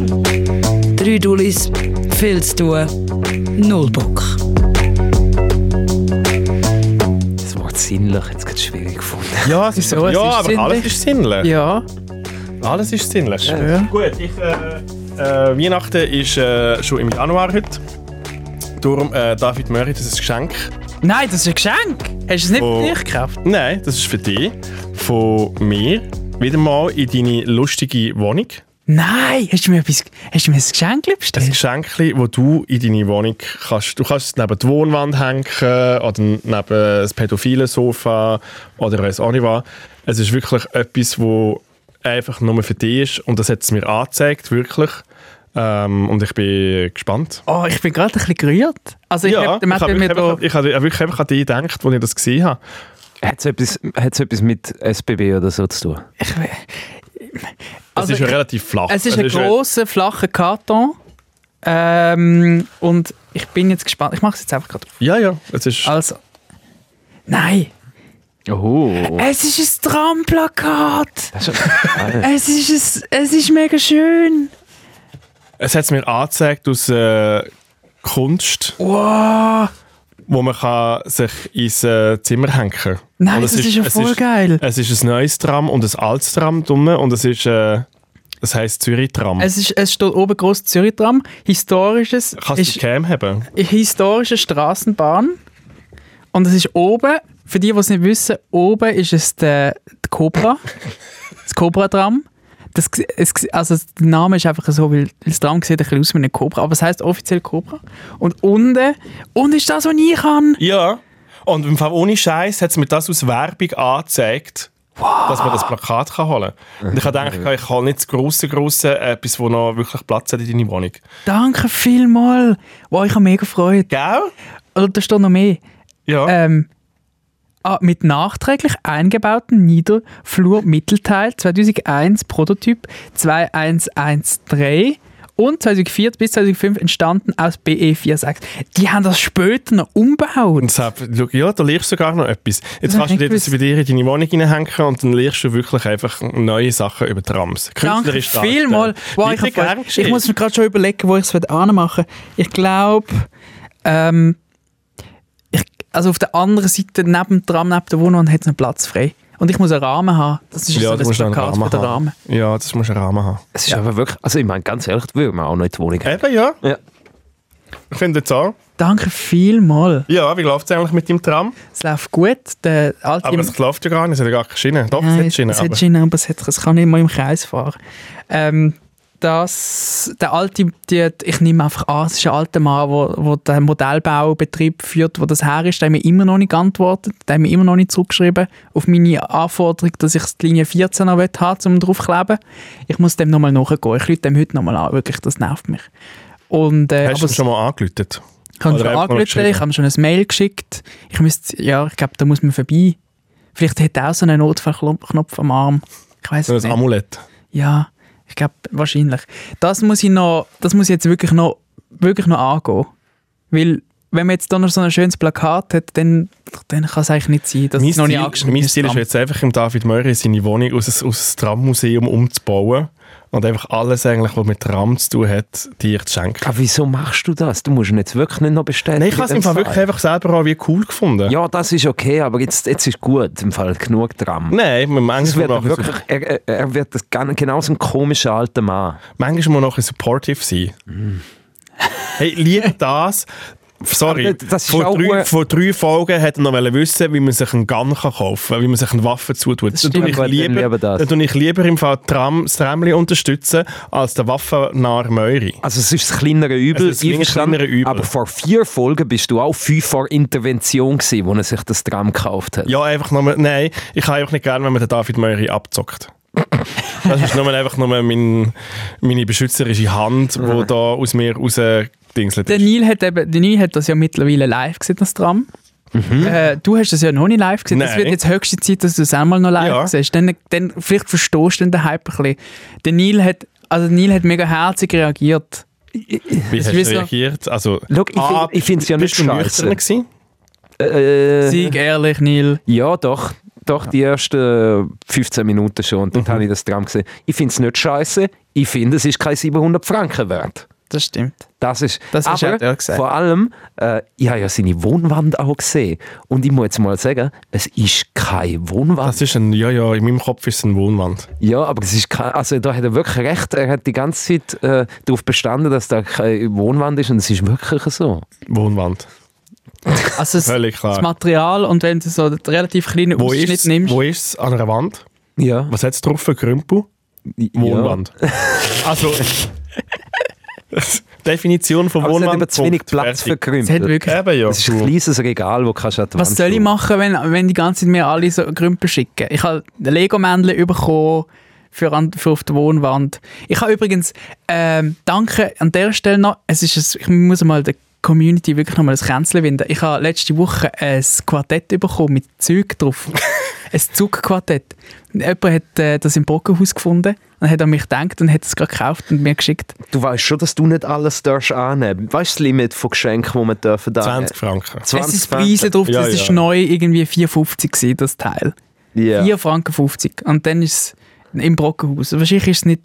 Speaker 4: Drei Dullis, viel zu tun, null Bock.
Speaker 3: Das Wort sinnlich hat es gerade schwierig gefunden.
Speaker 2: Ja, es
Speaker 1: Wieso? Es
Speaker 2: ja
Speaker 1: ist
Speaker 2: aber alles
Speaker 1: sinnlich.
Speaker 2: ist sinnlich.
Speaker 1: Ja,
Speaker 2: Alles ist sinnlich.
Speaker 1: Ja.
Speaker 2: Gut, ich, äh, äh, Weihnachten ist äh, schon im Januar heute. Darum, äh, David Murray, das ist ein Geschenk.
Speaker 1: nein, das ist ein Geschenk. Hast du es nicht
Speaker 2: Oh.
Speaker 1: für dich gekauft?
Speaker 2: Nein, das ist für dich. Von mir. wieder mal in deine lustige Wohnung.
Speaker 1: Nein, hast du mir, etwas, hast du mir ein Geschenk
Speaker 2: Ein
Speaker 1: bestellt?
Speaker 2: Geschenk, das du in deine Wohnung kannst. Du kannst es neben die Wohnwand hängen oder neben das pädophile Sofa oder weiss auch nicht was. Es ist wirklich etwas, wo einfach nur für dich ist und das hat es mir angezeigt, wirklich. Ähm, und ich bin gespannt.
Speaker 1: Oh, ich bin gerade ein bisschen gerührt. Also ich
Speaker 2: ja,
Speaker 1: hab,
Speaker 2: ich habe
Speaker 1: habe mir
Speaker 2: wirklich,
Speaker 1: da...
Speaker 2: einfach- ich hab wirklich einfach an dich gedacht, als ich das gesehen habe.
Speaker 3: Hat es etwas, hat's etwas mit SBB oder so zu tun?
Speaker 2: Es
Speaker 1: Also
Speaker 2: ist ja
Speaker 1: ich-
Speaker 2: relativ flach.
Speaker 1: Es ist ein
Speaker 2: Also ja-
Speaker 1: grosser, flacher Karton. Ähm, und ich bin jetzt gespannt. Ich mache es jetzt einfach gerade auf.
Speaker 2: Ja, ja. Es ist,
Speaker 1: Also... Nein!
Speaker 3: Oh.
Speaker 1: Es ist ein Tramplakat! Es ist, ein, es ist mega schön!
Speaker 2: es hat es mir angezeigt aus äh, Kunst.
Speaker 1: Wow!
Speaker 2: wo man kann sich ins äh, Zimmer hängen kann.
Speaker 1: Nein, das ist, ja
Speaker 2: Oh, es
Speaker 1: voll geil!
Speaker 2: Es ist ein neues Tram und ein altes Tram dumme und es ist, äh, es heisst Zürich Tram.
Speaker 1: Es, ist, es steht oben groß Zürich Tram, historisches,
Speaker 2: Kannst du die
Speaker 1: ist,
Speaker 2: Cam haben?
Speaker 1: historische Straßenbahn. Und es ist oben, für die, die es nicht wissen, oben ist es der, der Cobra, das Cobra-Tram. Das, g- es, g- also der Name ist einfach so, weil weil das Tram sieht ein bisschen aus wie ein Cobra, aber es heißt offiziell Cobra. Und unten, unten ist das, was ich kann.
Speaker 2: Ja. Und im Fall ohne Scheiß hat es mir das aus Werbung angezeigt, dass man das Plakat kann holen kann. Und ich habe gedacht, ich hole nicht das grosse, grosse, äh, etwas, wo noch wirklich Platz hat in deiner Wohnung.
Speaker 1: Danke vielmals. Wow, ich habe mega gefreut.
Speaker 2: Gell?
Speaker 1: Und da steht noch mehr.
Speaker 2: Ja.
Speaker 1: Ähm, ah, mit nachträglich eingebauten Niederflurmittelteil 2001 Prototyp 2113 und 2004 bis 2005 entstanden aus BE46. Die haben das später noch
Speaker 2: Und
Speaker 1: umgebaut.
Speaker 2: deshalb, schau, ja, da liegst du sogar noch etwas. Jetzt
Speaker 1: hab
Speaker 2: kannst du
Speaker 1: ich
Speaker 2: dir das
Speaker 1: gewusst.
Speaker 2: bei dir in deine Wohnung hineinhängen und dann lernst du wirklich einfach neue Sachen über Trams.
Speaker 1: Danke
Speaker 2: Künstlerisch
Speaker 1: vielmals.
Speaker 2: darstellen.
Speaker 1: Wow, ich,
Speaker 2: Bitte
Speaker 1: hab voll-
Speaker 2: gern geschehen.
Speaker 1: ich muss mir gerade schon überlegen, wo ich es anmachen will. Ich glaube, ähm, ich- also auf der anderen Seite neben dem Tram, neben der Wohnung, hat es einen Platz frei. Und ich muss einen Rahmen haben. Das ist
Speaker 2: ja,
Speaker 1: so
Speaker 2: du
Speaker 1: das
Speaker 2: musst einen
Speaker 1: Plakat für
Speaker 2: Rahmen
Speaker 1: den Rahmen.
Speaker 2: haben. Ja, das musst du einen Rahmen haben.
Speaker 3: Es ist aber wirklich, also ich meine, ganz ehrlich, das würde man auch noch in die Wohnung haben.
Speaker 2: Eben, ja.
Speaker 3: Ja.
Speaker 2: Ich finde jetzt auch.
Speaker 1: Danke vielmals.
Speaker 2: Ja, wie läuft es eigentlich mit dem Tram?
Speaker 1: Es läuft gut. Der alte
Speaker 2: Aber es läuft ja gar nicht, es hat ja gar keine Schiene. Doch,
Speaker 1: Nein,
Speaker 2: es hat Schiene.
Speaker 1: es hat
Speaker 2: aber-
Speaker 1: Schiene, aber es, hat, es kann nicht mal im Kreis fahren. Ähm, das, der alte, die, ich nehme einfach an, es ist ein alter Mann, wo, wo den Modellbaubetrieb führt, wo das her ist, der hat mir immer noch nicht geantwortet, der hat mir immer noch nicht zurückgeschrieben auf meine Anforderung, dass ich die Linie 14 noch will haben um draufkleben. Ich muss dem nochmal nachgehen. Ich rufe dem heute nochmal an, wirklich, das nervt mich. Und, äh,
Speaker 2: Hast du
Speaker 1: aber
Speaker 2: ihn schon mal angelötet?
Speaker 1: ich habe
Speaker 2: Oder
Speaker 1: schon
Speaker 2: einfach mal
Speaker 1: angerufen,
Speaker 2: geschrieben.
Speaker 1: ich habe schon ein Mail geschickt. Ich müsste, ja, ich glaube, da muss man vorbei. Vielleicht hat er auch so einen Notfallknopf am Arm. Ich weiß
Speaker 2: So
Speaker 1: es
Speaker 2: ein
Speaker 1: nicht.
Speaker 2: Amulett.
Speaker 1: Ja, ich glaube, wahrscheinlich. Das muss ich noch, das muss ich jetzt wirklich noch, wirklich noch angehen. Weil, wenn man jetzt da noch so ein schönes Plakat hat, dann, dann kann es eigentlich nicht sein, dass
Speaker 2: Mein
Speaker 1: es noch nicht
Speaker 2: Ziel,
Speaker 1: angeschnitten
Speaker 2: mein Ziel ist jetzt einfach, im David Möhrer seine Wohnung aus, aus dem Trammuseum umzubauen und einfach alles, eigentlich, was mit Tram zu tun hat, dir zu schenken.
Speaker 3: Aber wieso machst du das? Du musst ihn jetzt wirklich nicht noch bestätigen.
Speaker 2: Nein, ich habe es im Fall wirklich einfach selber auch wie cool gefunden.
Speaker 3: Ja, das ist okay, aber jetzt, jetzt ist gut, im Fall genug Tram.
Speaker 2: Nein, man-
Speaker 3: Es
Speaker 2: manchmal
Speaker 3: wird
Speaker 2: muss man
Speaker 3: wirklich, er, er- er wird das, gen- genau so ein komischer alter Mann.
Speaker 2: manchmal muss man noch ein supportive sein.
Speaker 3: Mm.
Speaker 2: Hey, lieber das. Sorry,
Speaker 3: Aber das ist
Speaker 2: vor
Speaker 3: auch
Speaker 2: drei,
Speaker 3: eine-
Speaker 2: vor drei Folgen hätte er noch wollen wissen, wie man sich einen Gun kann kaufen kann, wie man sich eine Waffe zutut.
Speaker 3: Das
Speaker 2: Dann tue
Speaker 3: stimmt,
Speaker 2: ich
Speaker 3: aber dann
Speaker 2: lieber,
Speaker 3: lieber das.
Speaker 2: dann tue ich lieber im Fall Tram, das Tramli unterstützen, als den Waffennahe Möri.
Speaker 3: Also es ist das kleinere Übel,
Speaker 2: Es ist das
Speaker 3: einverstanden,
Speaker 2: kleinere Übel.
Speaker 3: aber vor vier Folgen bist du auch fünf vor Intervention gewesen, wo er sich das Tram gekauft hat.
Speaker 2: Ja, einfach nur, nein, ich habe einfach nicht gerne, wenn man den David Möri abzockt. Das ist nur einfach nur mein, meine beschützerische Hand, die da aus mir raus dingselt
Speaker 1: Der
Speaker 2: ist.
Speaker 1: Neil, hat eben, der Neil hat das ja mittlerweile live gesehen, das Tram. Äh, du hast das ja noch nicht live gesehen. Es
Speaker 2: Mhm. Nein.
Speaker 1: wird jetzt höchste Zeit, dass du es einmal noch live
Speaker 2: Ja.
Speaker 1: siehst. Dann, dann vielleicht verstehst du dann den Hype ein bisschen. Der Neil hat, also der Neil hat mega herzig reagiert.
Speaker 2: Wie hast du
Speaker 1: wissen-
Speaker 2: reagiert? Also,
Speaker 3: Look, ich find-
Speaker 2: A,
Speaker 3: ich find's ja
Speaker 2: bist
Speaker 3: nicht
Speaker 2: du
Speaker 3: scheisse.
Speaker 2: nüchtern gewesen? Mhm.
Speaker 3: Äh,
Speaker 1: Sieg ehrlich, Neil.
Speaker 3: ja, doch. Doch, die ersten 15 Minuten schon. Und dann habe ich das Tram gesehen. Ich finde es nicht scheiße. Ich finde, es ist kein 700 Franken wert.
Speaker 1: Das stimmt.
Speaker 3: Das ist,
Speaker 1: Das hast
Speaker 3: aber
Speaker 1: du auch gesagt.
Speaker 3: vor allem, äh, ich habe ja seine Wohnwand auch gesehen. Und ich muss jetzt mal sagen, es ist keine Wohnwand.
Speaker 2: Das ist ein, ja, ja, in meinem Kopf ist es eine Wohnwand.
Speaker 3: Ja, aber es ist kein, also da hat er wirklich recht. Er hat die ganze Zeit äh, darauf bestanden, dass da keine Wohnwand ist und es ist wirklich so.
Speaker 2: Wohnwand.
Speaker 1: Also das,
Speaker 2: Völlig klar.
Speaker 1: das Material und wenn du so einen relativ kleinen
Speaker 2: Wo
Speaker 1: Ausschnitt
Speaker 2: ist
Speaker 1: nimmst.
Speaker 2: Wo ist es? An einer Wand?
Speaker 3: Ja.
Speaker 2: Was hat es drauf für Krümpel? Wohnwand. Also, Definition von
Speaker 3: Aber es hat
Speaker 2: Wohnwand.
Speaker 3: eben zu wenig
Speaker 2: Punkt.
Speaker 3: Platz für
Speaker 2: Fertig.
Speaker 1: Es hat
Speaker 3: Krümpel.
Speaker 1: wirklich...
Speaker 2: Eben, ja.
Speaker 3: Es ist ein
Speaker 2: Du.
Speaker 3: kleines Regal, das kannst du an die
Speaker 1: Was
Speaker 3: Wand
Speaker 1: soll ich
Speaker 3: tun.
Speaker 1: machen, wenn, wenn die ganze Zeit mir alle so Grümpel schicken? Ich habe Lego-Männchen bekommen für, an, für auf die Wohnwand. Ich habe übrigens, ähm, danke an der Stelle noch, es ist ein, ich muss mal der Community wirklich nochmal ein Kränzchen winden. Ich habe letzte Woche ein Quartett bekommen mit Zeug drauf. ein Zugquartett. Jemand hat äh, das im Brockenhaus gefunden und hat an mich gedacht und hat es gerade gekauft und mir geschickt.
Speaker 3: Du weißt schon, dass du nicht alles darfst annehmen darfst. Weißt du das Limit von Geschenken, die man dürfen da
Speaker 2: 20 Franken.
Speaker 3: 20
Speaker 1: es ist Preise drauf,
Speaker 2: Ja,
Speaker 1: das ist
Speaker 2: ja.
Speaker 1: neu irgendwie 4,50 gewesen, das Teil.
Speaker 3: Ja.
Speaker 1: 4,50 Franken. 50. Und dann ist es im Brockenhaus. Wahrscheinlich ist es nicht.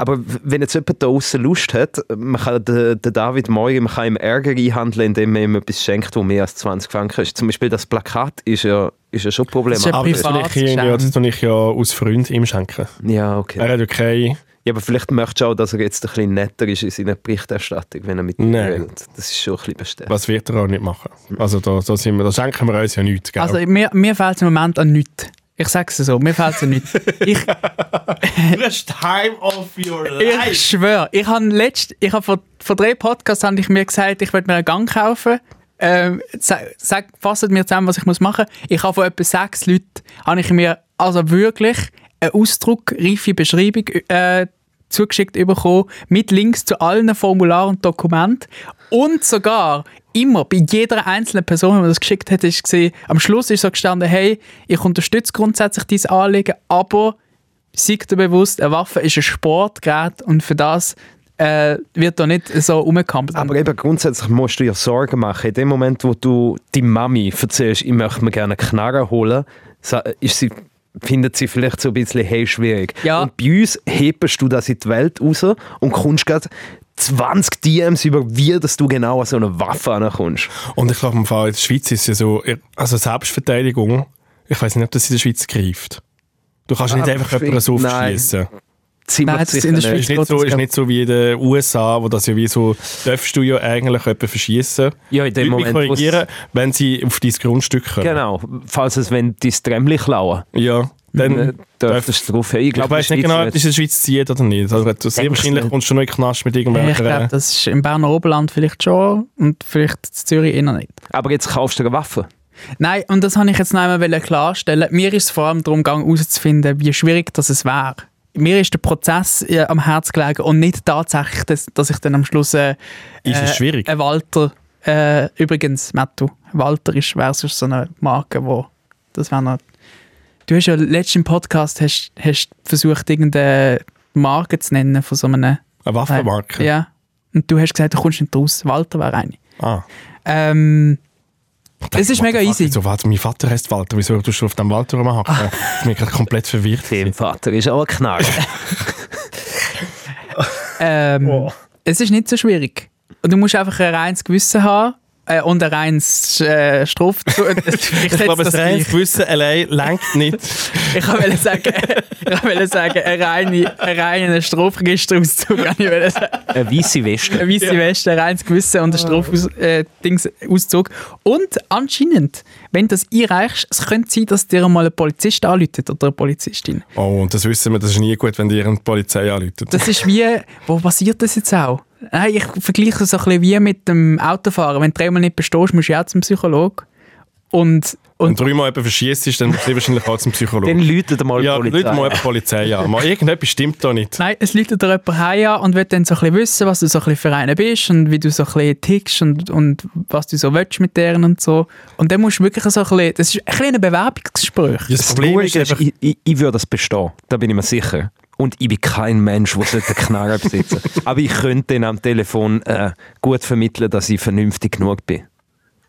Speaker 3: Aber w- wenn jetzt jemand da außen Lust hat, man kann den, den David Moyer, man kann ihm Ärger einhandeln, indem man ihm etwas schenkt, wo mehr als 20 Franken ist. Zum Beispiel das Plakat ist ja, ist ja schon problematisch.
Speaker 1: Das
Speaker 2: Aber das tue, ich irgendwie,
Speaker 1: Privatgeschenk.
Speaker 2: das tue ich ja aus Freunden ihm schenken.
Speaker 3: ja, okay.
Speaker 2: Er hat ja keine...
Speaker 3: Ja, aber vielleicht möchtest du auch, dass er jetzt ein bisschen netter ist in seiner Berichterstattung, wenn er mit dir
Speaker 2: Nein.
Speaker 3: redet. Das ist schon ein bisschen bestärkt.
Speaker 2: Was wird er auch nicht machen? Also da, da, sind wir, da schenken wir uns ja nichts, gell?
Speaker 1: Also mir, mir fehlt es im Moment an nichts. Ich sag's dir so, mir fehlt es an nichts. Ich,
Speaker 2: First time of your
Speaker 1: ich schwöre, ich habe letzt, ich habe vor, vor drei Podcasts habe ich mir gesagt, ich werde mir einen Gang kaufen. Ähm, sag, sag, fasset mir zusammen, was ich muss machen muss. Ich habe von etwa sechs Leuten, habe ich mir also wirklich einen Ausdruck, reife Beschreibung äh, zugeschickt bekommen, mit Links zu allen Formularen und Dokumenten. Und sogar immer, bei jeder einzelnen Person, die mir das geschickt hat, ist gesehen, am Schluss ist so gestanden, hey, ich unterstütze grundsätzlich dein Anliegen, aber sei dir bewusst, eine Waffe ist ein Sportgerät und für das äh, wird da nicht so umgekampft.
Speaker 3: Aber eben grundsätzlich musst du ja Sorgen machen. In dem Moment, wo du die Mami erzählst, ich möchte mir gerne einen Knarren holen, sa- ist sie, findet sie vielleicht so ein bisschen hey, schwierig.
Speaker 1: Ja.
Speaker 3: Und bei uns hebst du das in die Welt raus und kommst gerade 20 DMs über, wie dass du genau an so eine Waffe ankommst.
Speaker 2: Und ich glaube, im Fall in der Schweiz ist ja so, also Selbstverteidigung, ich weiß nicht, ob das in der Schweiz greift. Du kannst nicht
Speaker 3: Ah,
Speaker 2: einfach jemanden so
Speaker 3: nein.
Speaker 2: aufschießen.
Speaker 3: Ziemlich
Speaker 1: Nein, das
Speaker 3: sicher
Speaker 1: in der
Speaker 3: nicht.
Speaker 1: Schweiz-
Speaker 2: Ist nicht, so, ist nicht so wie in den USA, wo das ja wie so, darfst du ja eigentlich jemanden verschießen.
Speaker 3: Ja, in dem
Speaker 2: Leute mich
Speaker 3: Moment, wo's-
Speaker 2: korrigieren, wenn sie auf dein Grundstück kommen.
Speaker 3: Genau, falls es wenn die Stremli klauen,
Speaker 2: Ja,
Speaker 1: Mhm.
Speaker 2: dann
Speaker 3: äh, dürftest du drauf hin. Ich
Speaker 2: Ich
Speaker 3: glaube,
Speaker 2: weiß nicht genau, ob das in der Schweiz zieht oder nicht. Also, du sehr
Speaker 3: Denkst
Speaker 2: wahrscheinlich
Speaker 3: nicht.
Speaker 2: kommst du noch in den Knast mit
Speaker 1: ich
Speaker 2: irgendwelchen.
Speaker 1: glaube, das ist im Berner Oberland vielleicht schon und vielleicht in Zürich eher nicht.
Speaker 3: Aber jetzt kaufst du eine Waffe.
Speaker 1: Nein, und das wollte ich jetzt noch einmal wollen klarstellen. Mir ist es vor allem darum gegangen, herauszufinden, wie schwierig das es wäre. Mir ist der Prozess äh, am Herz gelegen und nicht tatsächlich, dass, dass ich dann am Schluss äh,
Speaker 2: Ist es
Speaker 1: äh,
Speaker 2: schwierig?
Speaker 1: Ein Walter, äh, übrigens, Mattu, Walter ist versus so eine Marke, wo das wäre noch. Du hast ja letztens im Podcast hast, hast versucht, irgendeine Marke zu nennen von so einem.
Speaker 2: Eine Waffenmarke.
Speaker 1: Ja. Und du hast gesagt, du kommst nicht raus. Walter wäre eine.
Speaker 2: Ah.
Speaker 1: Ähm, es ist
Speaker 2: What
Speaker 1: mega
Speaker 2: the fuck?
Speaker 1: easy. Ah.
Speaker 2: So, warte, mein Vater heißt Walter. Wieso tust du auf dem Walter rumhacken? Ich bin gerade komplett verwirrt.
Speaker 3: Dem Vater ist auch ein Knarre.
Speaker 1: Ähm, Es ist nicht so schwierig. Und Du musst einfach ein reines Gewissen haben äh, und ein reines äh, Straf. ich
Speaker 2: Ich glaube,
Speaker 1: das
Speaker 2: das reine
Speaker 1: gleich.
Speaker 2: Gewissen allein lenkt nicht.
Speaker 1: Ich wollte sagen, ich wollte sagen, ein reiner reine Strafregisterauszug. habe ich wollte sagen.
Speaker 3: eine weiße Weste.
Speaker 1: Eine weiße Weste, ein reines Gewissen und ein Strafauszug. Äh, Dings- Auszug. und anscheinend, wenn du das einreichst, es könnte sein, dass dir mal ein Polizist anläutet oder eine Polizistin.
Speaker 2: Oh, und das wissen wir, das ist nie gut, wenn dir die Polizei anruft.
Speaker 1: Das ist wie, wo passiert das jetzt auch? Nein, ich vergleiche es so ein bisschen wie mit dem Autofahren. Wenn du dreimal nicht bestehst, musst du ja auch zum Psychologen. Und,
Speaker 2: Wenn
Speaker 1: und
Speaker 2: du dreimal jemanden verschießt, dann musst du wahrscheinlich auch zum
Speaker 3: Dann
Speaker 2: Psychologen.
Speaker 3: läutet mal die
Speaker 2: Ja,
Speaker 3: Polizei.
Speaker 2: nicht mal jemand die Polizei an. Mal irgendetwas stimmt da nicht.
Speaker 1: nein, es läutet dir jemand heim an und will dann so ein bisschen wissen, was du so ein bisschen für einen bist und wie du so ein bisschen tickst und, und was du so willst mit deren und so. Und dann musst du wirklich so ein bisschen, das ist ein bisschen ein Bewerbungsgespräch.
Speaker 2: Ja, Das
Speaker 3: Das
Speaker 2: Problem ist
Speaker 3: Traurige ist,
Speaker 2: einfach,
Speaker 3: ich, ich, ich würde das bestehen, da bin ich mir sicher. Und ich bin kein Mensch, der sollte einen Knarren besitzen Aber ich könnte ihnen am Telefon äh, gut vermitteln, dass ich vernünftig genug bin.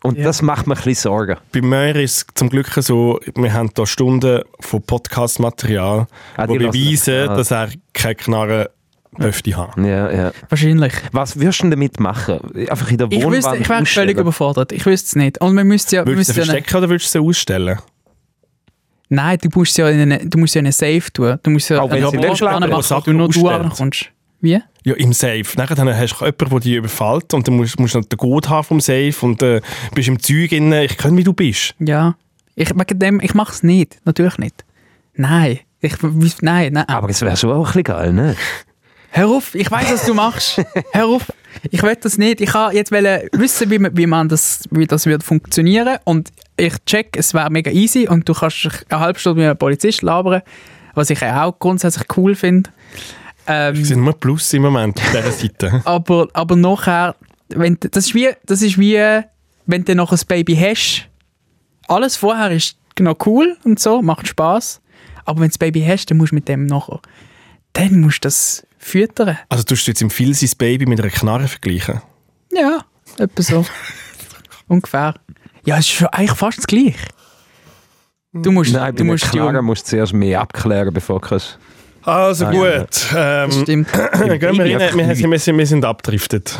Speaker 3: Und
Speaker 1: Ja.
Speaker 3: das macht mir ein bisschen Sorgen.
Speaker 2: bei mir ist es zum Glück so, wir haben da Stunden von Podcast-Material,
Speaker 3: Ah,
Speaker 2: wo
Speaker 3: die lassen
Speaker 2: beweisen,
Speaker 3: das. Ah.
Speaker 2: dass er keine Knarre dürfte haben.
Speaker 3: Ja, ja.
Speaker 1: Wahrscheinlich.
Speaker 3: Was würdest du denn damit machen? Einfach in der
Speaker 1: Ich,
Speaker 3: Wohnwand
Speaker 1: wüsste, ich wäre
Speaker 3: ausstellen?
Speaker 1: völlig überfordert. Ich wüsste es nicht. Und man müsste ja...
Speaker 2: Willst du
Speaker 1: müsste
Speaker 2: sie
Speaker 1: ja eine-
Speaker 2: verstecken oder willst du sie ausstellen?
Speaker 1: Nein, du musst ja in eine, du musst ja in eine Safe tun. Du musst ja
Speaker 3: Auch wenn
Speaker 1: eine
Speaker 3: sie
Speaker 1: Bohrpfanne
Speaker 3: nicht
Speaker 2: schleppen, aber
Speaker 1: machen, wo
Speaker 2: Sachen
Speaker 1: du nur du
Speaker 2: ausstellt.
Speaker 1: ankommst. Wie?
Speaker 2: Ja, im Safe. Nachher dann hast du jemanden, der dich überfällt und dann musst, musst du noch den Gut haben vom Safe und äh, bist im Zeug inne. Ich kenne, wie du bist.
Speaker 1: Ja. Ich, wegen dem, ich mache es nicht. Natürlich nicht. Nein. Ich, nein, nein.
Speaker 3: Aber es wäre schon auch ein bisschen geil, ne?
Speaker 1: Hör auf, ich weiß, was du machst. Hör auf, ich will das nicht. Ich wollte jetzt wollen wissen, wie, man- wie, man das, wie das wird funktionieren und ich check, es wäre mega easy und du kannst eine halbe Stunde mit einem Polizist labern, was ich auch grundsätzlich cool finde. Ähm,
Speaker 2: Es sind nur Plus im Moment auf dieser Seite.
Speaker 1: aber, aber nachher, wenn, d- das, ist wie, das ist wie, äh, wenn du noch ein Baby hast. Alles vorher ist noch cool und so, macht Spaß. Aber wenn du das Baby hast, dann musst du mit dem nachher. Dann musst du das füttern.
Speaker 2: Also tust du jetzt im Phil sein Baby mit einer Knarre vergleichen?
Speaker 1: Ja, etwa so. Ungefähr. Ja, es ist schon eigentlich fast das Gleiche. Du musst,
Speaker 3: Nein,
Speaker 1: du
Speaker 3: bei
Speaker 1: musst die
Speaker 3: Klaren
Speaker 1: um-
Speaker 3: musst du zuerst mehr abklären, bevor du kannst.
Speaker 2: Also
Speaker 3: Ah, ja.
Speaker 2: gut. Ähm,
Speaker 1: Stimmt.
Speaker 2: gehen wir
Speaker 3: Baby
Speaker 2: rein. Wir,
Speaker 3: einfach
Speaker 2: sind- wir, sind, wir sind abgedriftet.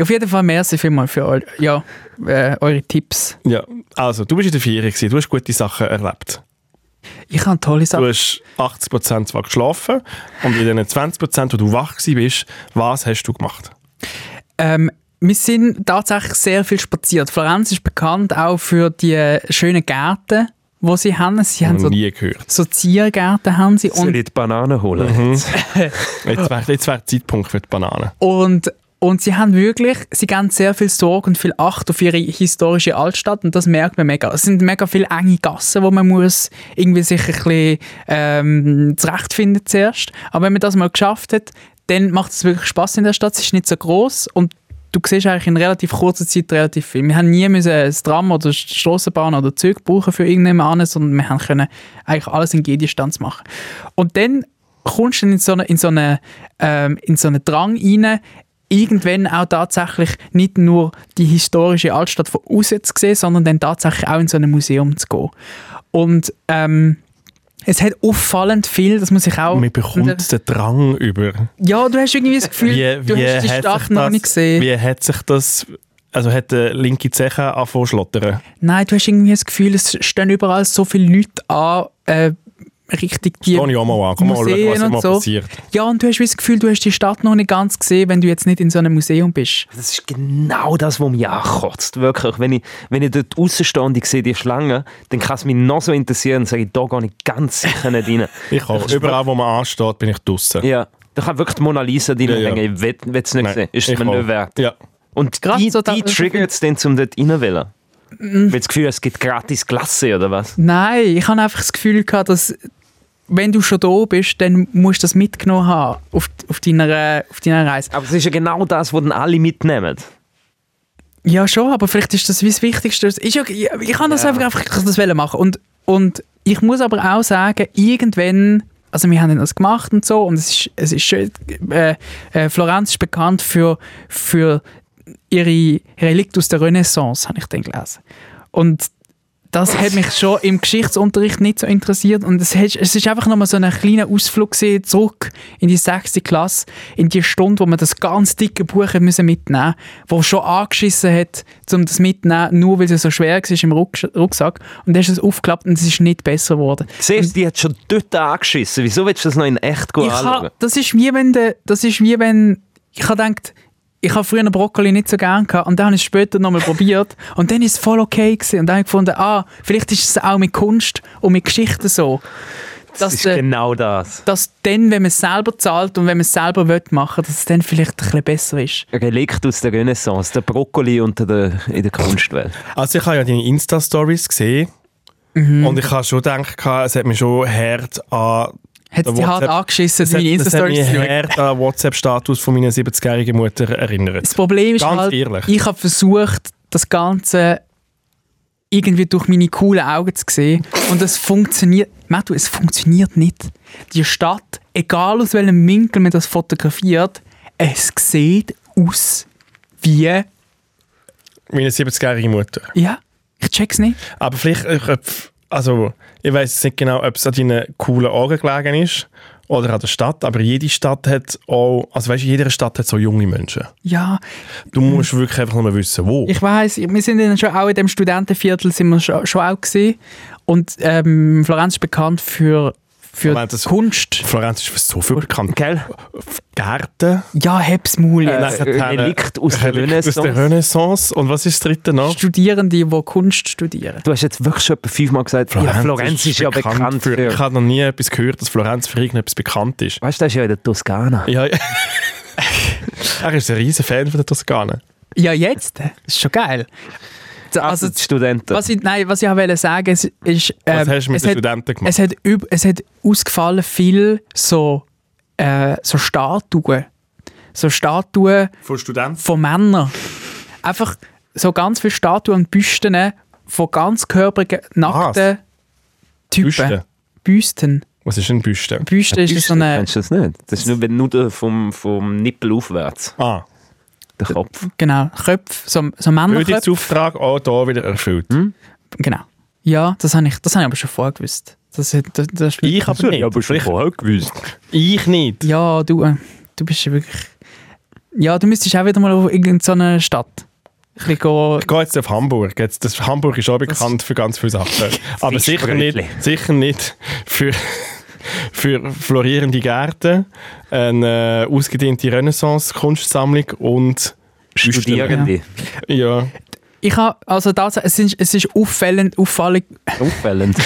Speaker 1: Auf jeden Fall, merci vielmals für eu ja, äh, eure Tipps.
Speaker 2: Ja. Also, du bist in der Ferien, gewesen, du hast gute Sachen erlebt.
Speaker 1: Ich habe tolle
Speaker 2: Du
Speaker 1: Sachen.
Speaker 2: hast 80% zwar geschlafen und in den 20%, wo du wach gewesen bist, was hast du gemacht?
Speaker 1: Ähm, wir sind tatsächlich sehr viel spaziert. Florenz ist bekannt auch für die äh, schönen Gärten, die sie haben. Sie haben
Speaker 2: Noch
Speaker 1: so,
Speaker 2: nie gehört.
Speaker 1: so Ziergärten haben sie.
Speaker 3: Soll
Speaker 1: Und,
Speaker 3: ich die Bananen holen?
Speaker 2: Jetzt wäre jetzt wär der Zeitpunkt für die Bananen.
Speaker 1: und, und sie haben wirklich, sie geben sehr viel Sorge und viel Acht auf ihre historische Altstadt und das merkt man mega. Es sind mega viele enge Gassen, wo man muss irgendwie sich ein bisschen ähm, zurechtfinden zuerst. Aber wenn man das mal geschafft hat, dann macht es wirklich Spaß in der Stadt. Sie ist nicht so groß und du siehst eigentlich in relativ kurzer Zeit relativ viel. Wir haben nie müssen ein Tram oder Strassenbahn oder Zug brauchen für irgendjemanden, sondern wir haben können eigentlich alles in Gehdistanz machen. Und dann kommst du in so einen in so eine, ähm, in so eine Drang rein, irgendwann auch tatsächlich nicht nur die historische Altstadt von außen zu sehen, sondern dann tatsächlich auch in so ein Museum zu gehen. Und ähm, es hat auffallend viel, das muss ich auch...
Speaker 2: Man bekommt den Drang über.
Speaker 1: Ja, du hast irgendwie das Gefühl, du hast die
Speaker 2: hat
Speaker 1: Stadt
Speaker 2: sich
Speaker 1: noch
Speaker 2: das-
Speaker 1: nicht gesehen.
Speaker 2: Wie hat sich das... Also hat der linke Zeche angefangen zu schlottern?
Speaker 1: Nein, du hast irgendwie das Gefühl, es stehen überall so viele Leute an, äh, richtig die...
Speaker 2: Toni auch mal an, komm mal schauen, was
Speaker 1: Museen und
Speaker 2: mal
Speaker 1: so.
Speaker 2: passiert.
Speaker 1: Ja, und du hast wie das Gefühl, du hast die Stadt noch nicht ganz gesehen, wenn du jetzt nicht in so einem Museum bist.
Speaker 3: Das ist genau das, was mich ankotzt. Wirklich. Wenn ich, wenn ich dort rausstehe und sehe die Schlange, dann kann es mich noch so interessieren und sage, ich, da gehe ich ganz sicher nicht rein.
Speaker 2: Ich auch.
Speaker 3: Das ist
Speaker 2: Überall, wo man ansteht, bin ich draussen.
Speaker 3: Ja. Da kann wirklich die Mona Lisa drin
Speaker 2: Ja, ja.
Speaker 3: hängen. Ich will es nicht
Speaker 2: Nein,
Speaker 3: sehen. Ist
Speaker 2: ich
Speaker 3: mir
Speaker 2: auch.
Speaker 3: nicht wert.
Speaker 2: Ja.
Speaker 3: Und
Speaker 1: Krass,
Speaker 3: die,
Speaker 1: so da- Mhm.
Speaker 3: die triggert es dann, um dort reinzuwählen. Weil das Gefühl, es gibt gratis Klasse oder was?
Speaker 1: Nein, ich habe einfach das Gefühl gehabt, dass wenn du schon da bist, dann musst du das mitgenommen haben auf, auf, deiner, auf deiner Reise.
Speaker 3: Aber es ist ja genau das, was dann alle mitnehmen.
Speaker 1: Ja, schon, aber vielleicht ist das wie das Wichtigste. Ist ja, ich, ich kann das
Speaker 3: Ja.
Speaker 1: einfach, einfach ich kann das wollen machen. Und, und ich muss aber auch sagen, irgendwann, also wir haben das gemacht und so, und es ist, es ist schön, äh, äh, Florenz ist bekannt für, für ihre Relikte aus der Renaissance, habe ich dann gelesen. Und das hat mich schon im Geschichtsunterricht nicht so interessiert. Und es hat- es ist einfach nochmal so ein kleiner Ausflug gewesen, zurück in die 6. Klasse, in die Stunde, wo man das ganz dicke Buch hat müssen mitnehmen wo schon angeschissen hat, um das mitzunehmen, nur weil es so schwer war im Rucksch- Rucksack. Und dann ist es aufgeklappt und es ist nicht besser geworden.
Speaker 3: Siehst du, die hat schon dort angeschissen. Wieso willst du das noch in echt gut
Speaker 1: Ich ha,
Speaker 3: anschauen?
Speaker 1: das ist wie wenn de, das ist wie wenn ich habe gedacht, ich habe früher Brokkoli nicht so gern gehabt und dann habe ich es später nochmal probiert und dann ist es voll okay gewesen. und dann habe ich gefunden, ah, vielleicht ist es auch mit Kunst und mit Geschichten so,
Speaker 3: Das
Speaker 1: dass
Speaker 3: ist
Speaker 1: de,
Speaker 3: genau das.
Speaker 1: dass dann, wenn man es selber zahlt und wenn man es selber will machen, dass es dann vielleicht ein bisschen besser ist.
Speaker 3: Relikt aus der Renaissance, der Brokkoli unter der, in der Kunstwelt.
Speaker 2: Also ich habe ja deine Insta-Stories gesehen
Speaker 1: Mhm.
Speaker 2: und ich habe schon gedacht, es hat mich schon hart an...
Speaker 1: Hat es
Speaker 2: der
Speaker 1: dich hart
Speaker 2: WhatsApp-
Speaker 1: angeschissen,
Speaker 2: Es hat,
Speaker 1: deine
Speaker 2: es hat
Speaker 1: Insta-Stories
Speaker 2: mich
Speaker 1: zu schauen?
Speaker 2: hart an den WhatsApp-Status von meiner 70-jährigen Mutter
Speaker 1: Das
Speaker 2: erinnert.
Speaker 1: Problem ist
Speaker 2: Ganz
Speaker 1: halt,
Speaker 2: ehrlich.
Speaker 1: ich habe versucht, das Ganze irgendwie durch meine coolen Augen zu sehen. Und es funktioniert. Matthew, es funktioniert nicht. Die Stadt, egal aus welchem Winkel man das fotografiert, es sieht aus wie.
Speaker 2: Meine 70-jährige Mutter.
Speaker 1: Ja, ich check's nicht.
Speaker 2: Aber vielleicht, äh, ob- also ich weiß jetzt nicht genau, ob es an deinen coolen Augen gelegen ist oder an der Stadt, aber jede Stadt hat auch, also weißt du, jede Stadt hat so junge Menschen.
Speaker 1: Ja,
Speaker 2: Du
Speaker 3: Mhm.
Speaker 2: musst wirklich einfach nur wissen, wo.
Speaker 1: ich weiß, wir sind ja schon auch in dem Studentenviertel sind wir schon, schon auch gewesen. und ähm, Florenz ist bekannt für für
Speaker 2: Moment, das-
Speaker 1: Kunst.
Speaker 2: Florenz ist für so viel bekannt.
Speaker 3: Gell?
Speaker 2: Gärten.
Speaker 1: Ja, hab's Maul
Speaker 3: Äh,
Speaker 1: jetzt.
Speaker 2: nachher-
Speaker 3: Relikt aus der
Speaker 2: Relikt Aus der
Speaker 3: Renaissance.
Speaker 2: Renaissance. Und was ist das dritte noch?
Speaker 1: Studierende, die Kunst studieren.
Speaker 3: Du hast jetzt wirklich schon etwa fünfmal gesagt, ja, Florenz ist ja bekannt für...
Speaker 2: Ich habe noch nie etwas gehört, dass Florenz für irgendetwas bekannt ist.
Speaker 3: Weißt du, das ist ja in der Toskana.
Speaker 2: Ja. er ist ein riesen Fan von der Toskana.
Speaker 1: Ja, jetzt? Das ist schon geil. So,
Speaker 2: Ah,
Speaker 1: Also,
Speaker 3: Also die Studenten.
Speaker 1: was ich, nein, was ich auch wollte sagen es ist,
Speaker 2: Was
Speaker 1: ähm,
Speaker 2: hast du mit
Speaker 1: es,
Speaker 2: den
Speaker 1: hat,
Speaker 2: Studenten gemacht?
Speaker 1: es, hat, üb- es hat ausgefallen viel so, äh, so Statuen. So Statuen
Speaker 2: Von Studenten?
Speaker 1: von Männern. Einfach so ganz viele Statuen und Büsten von ganz körperigen, nackten Typen.
Speaker 2: Büsten?
Speaker 1: Büsten.
Speaker 2: Was ist ein Büste?
Speaker 1: Büsten ist so eine...
Speaker 3: Kennst du das nicht? Das ist nur, wenn nur der vom, vom Nippel aufwärts,
Speaker 2: Ah,
Speaker 3: der Kopf.
Speaker 1: Genau, Köpfe, so, so Männerköpfe.
Speaker 2: Bildungsauftrag auch hier wieder erfüllt.
Speaker 1: Genau. Ja, das habe ich, das habe ich aber schon vorgewusst. Das, hat- das, das spielt-
Speaker 2: Ich aber nicht. Vielleicht-
Speaker 3: vorher gewusst.
Speaker 2: ich nicht.
Speaker 1: Ja, du, äh, du bist ja wirklich... Ja, du müsstest auch wieder mal auf irgendeine Stadt ein bisschen gehen.
Speaker 2: Ich gehe jetzt auf Hamburg. Jetzt, das, Hamburg ist auch bekannt für ganz viele Sachen. Aber sicher nicht,
Speaker 3: Fischbrötli.
Speaker 2: sicher nicht für, für florierende Gärten, eine äh, ausgedehnte Renaissance-Kunstsammlung und
Speaker 3: Studierende.
Speaker 2: ja,
Speaker 1: Ich habe, also das, es ist, es ist auffällend, auffallend,
Speaker 3: Auffällend.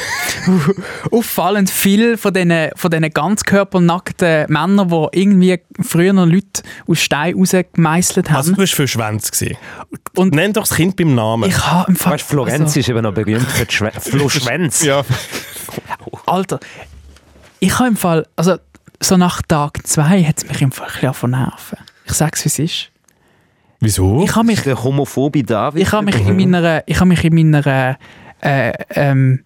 Speaker 1: auffallend viel von diesen von diesen ganzkörpernackten Männern, die irgendwie früher noch Leute aus Stein rausgemeißelt haben.
Speaker 2: also du warst für Schwänze. gewesen.
Speaker 1: Hm? Und-
Speaker 2: Nenn doch das Kind beim Namen.
Speaker 1: ich habe im Fall...
Speaker 3: Weißt du, Florenz
Speaker 1: also-
Speaker 3: ist eben noch berühmt für die Schwä- Flo Schwänz.
Speaker 2: ja,
Speaker 1: Alter, ich habe im Fall, also so nach Tag zwei hat es mich im Fall ein bisschen von nerven. Ich sag's wie es ist.
Speaker 2: wieso?
Speaker 1: Ich habe mich,
Speaker 3: Der homophobe David.
Speaker 1: ich habe mich in meiner, ich habe mich in meiner, äh, ähm,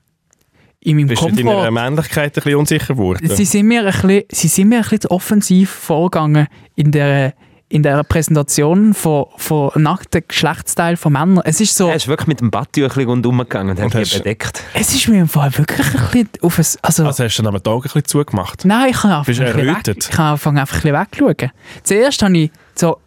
Speaker 1: in meinem
Speaker 2: Bist du in deiner
Speaker 1: Komfort.
Speaker 2: Männlichkeit ein bisschen unsicher geworden?
Speaker 1: Sie sind mir ein bisschen, sie sind mir ein bisschen zu offensiv vorgegangen in der in der Präsentation von, von nackten Geschlechtsteilen von Männern. Es ist so,
Speaker 3: Er ist wirklich mit dem Badtüchli rundherum gegangen und hat
Speaker 2: Und
Speaker 3: ihn
Speaker 2: hast-
Speaker 3: bedeckt.
Speaker 1: es ist mir im Fall wirklich ein bisschen auf ein, also,
Speaker 2: Also hast du dann am Tag ein bisschen zugemacht?
Speaker 1: Nein, ich kann
Speaker 2: Bist
Speaker 1: anfangen, ein
Speaker 2: du
Speaker 1: bisschen weg,
Speaker 2: errötet?
Speaker 1: ich kann anfangen einfach ein bisschen wegzuschauen. Zuerst habe ich so,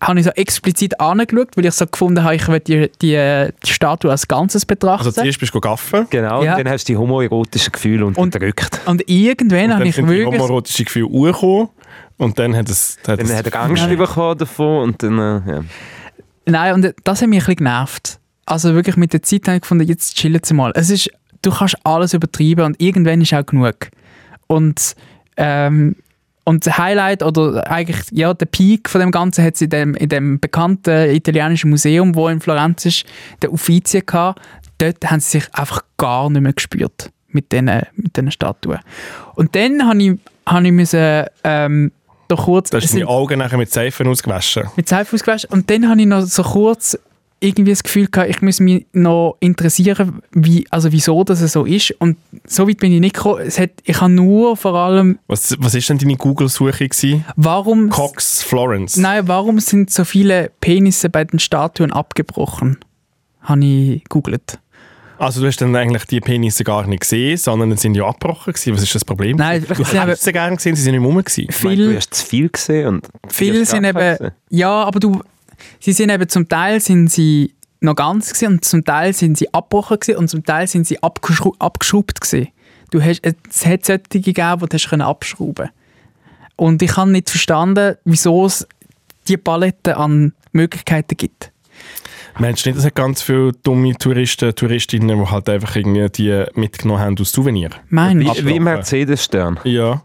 Speaker 1: habe ich so explizit angeschaut, weil ich so gefunden habe, ich will die, die, die Statue als Ganzes betrachten.
Speaker 2: Also zuerst bist du gaffen
Speaker 3: Genau,
Speaker 1: Ja.
Speaker 3: und dann hast du die homoerotischen Gefühle unterdrückt.
Speaker 1: und irgendwann habe
Speaker 2: dann
Speaker 1: ich
Speaker 2: sind die
Speaker 1: wirklich...
Speaker 2: homoerotischen Gefühle hochgekommen und dann hat es... Hat
Speaker 3: Dann
Speaker 2: es-
Speaker 3: hat er Angst bekommen davon und dann, äh, ja.
Speaker 1: Nein, und das hat mich ein bisschen genervt. Also wirklich mit der Zeit habe ich gefunden, jetzt chillen Sie mal. Es ist, du kannst alles übertreiben und irgendwann ist auch genug. Und, ähm, und das Highlight oder eigentlich ja, der Peak von dem Ganzen hat es in dem, in dem bekannten italienischen Museum, wo in Florenz ist, der Uffizien gehabt. Dort haben sie sich einfach gar nicht mehr gespürt mit diesen mit diesen Statuen. Und dann habe ich, habe ich müssen, ähm, doch kurz...
Speaker 2: Da
Speaker 1: es
Speaker 2: hast du
Speaker 1: sind-
Speaker 2: deine Augen nachher mit Seifen ausgewaschen.
Speaker 1: mit Seife ausgewaschen. Und dann habe ich noch so kurz irgendwie das Gefühl gehabt, ich muss mich noch interessieren, wie, also wieso das so ist. Und so weit bin ich nicht gekommen. Es hat, ich habe nur vor allem,
Speaker 2: Was, was ist denn deine Google-Suche gewesen?
Speaker 1: warum,
Speaker 2: Cox Florence.
Speaker 1: nein, warum sind so viele Penisse bei den Statuen abgebrochen? Habe ich gegoogelt.
Speaker 2: Also du hast dann eigentlich die Penisse gar nicht gesehen, sondern sie sind ja abgebrochen gewesen. Was ist das Problem?
Speaker 1: Nein,
Speaker 2: du
Speaker 1: sie haben-
Speaker 2: hast sie gerne gesehen, sie sind nicht mehr rum gewesen.
Speaker 3: Ich meine, du
Speaker 1: Viel,
Speaker 3: hast zu viel gesehen. Und
Speaker 1: viel
Speaker 3: hast gar
Speaker 1: sind
Speaker 3: keinen
Speaker 1: eben,
Speaker 3: gesehen.
Speaker 1: ja, aber du, sie sind eben zum Teil sind sie noch ganz gewesen, und zum Teil sind sie abgebrochen gewesen, und zum Teil sind sie abgeschru abgeschraubt gewesen. Du hast, äh, es hat solche gegeben, die du hast können abschrauben Und ich habe nicht verstanden, wieso es diese Palette an Möglichkeiten gibt.
Speaker 2: Meinst du nicht, es hat ganz viele dumme Touristen, Touristinnen, die halt einfach irgendwie die mitgenommen haben aus Souvenir?
Speaker 1: Meinst du?
Speaker 2: Ab-
Speaker 3: Wie, wie im Mercedes-Stern.
Speaker 2: Ja.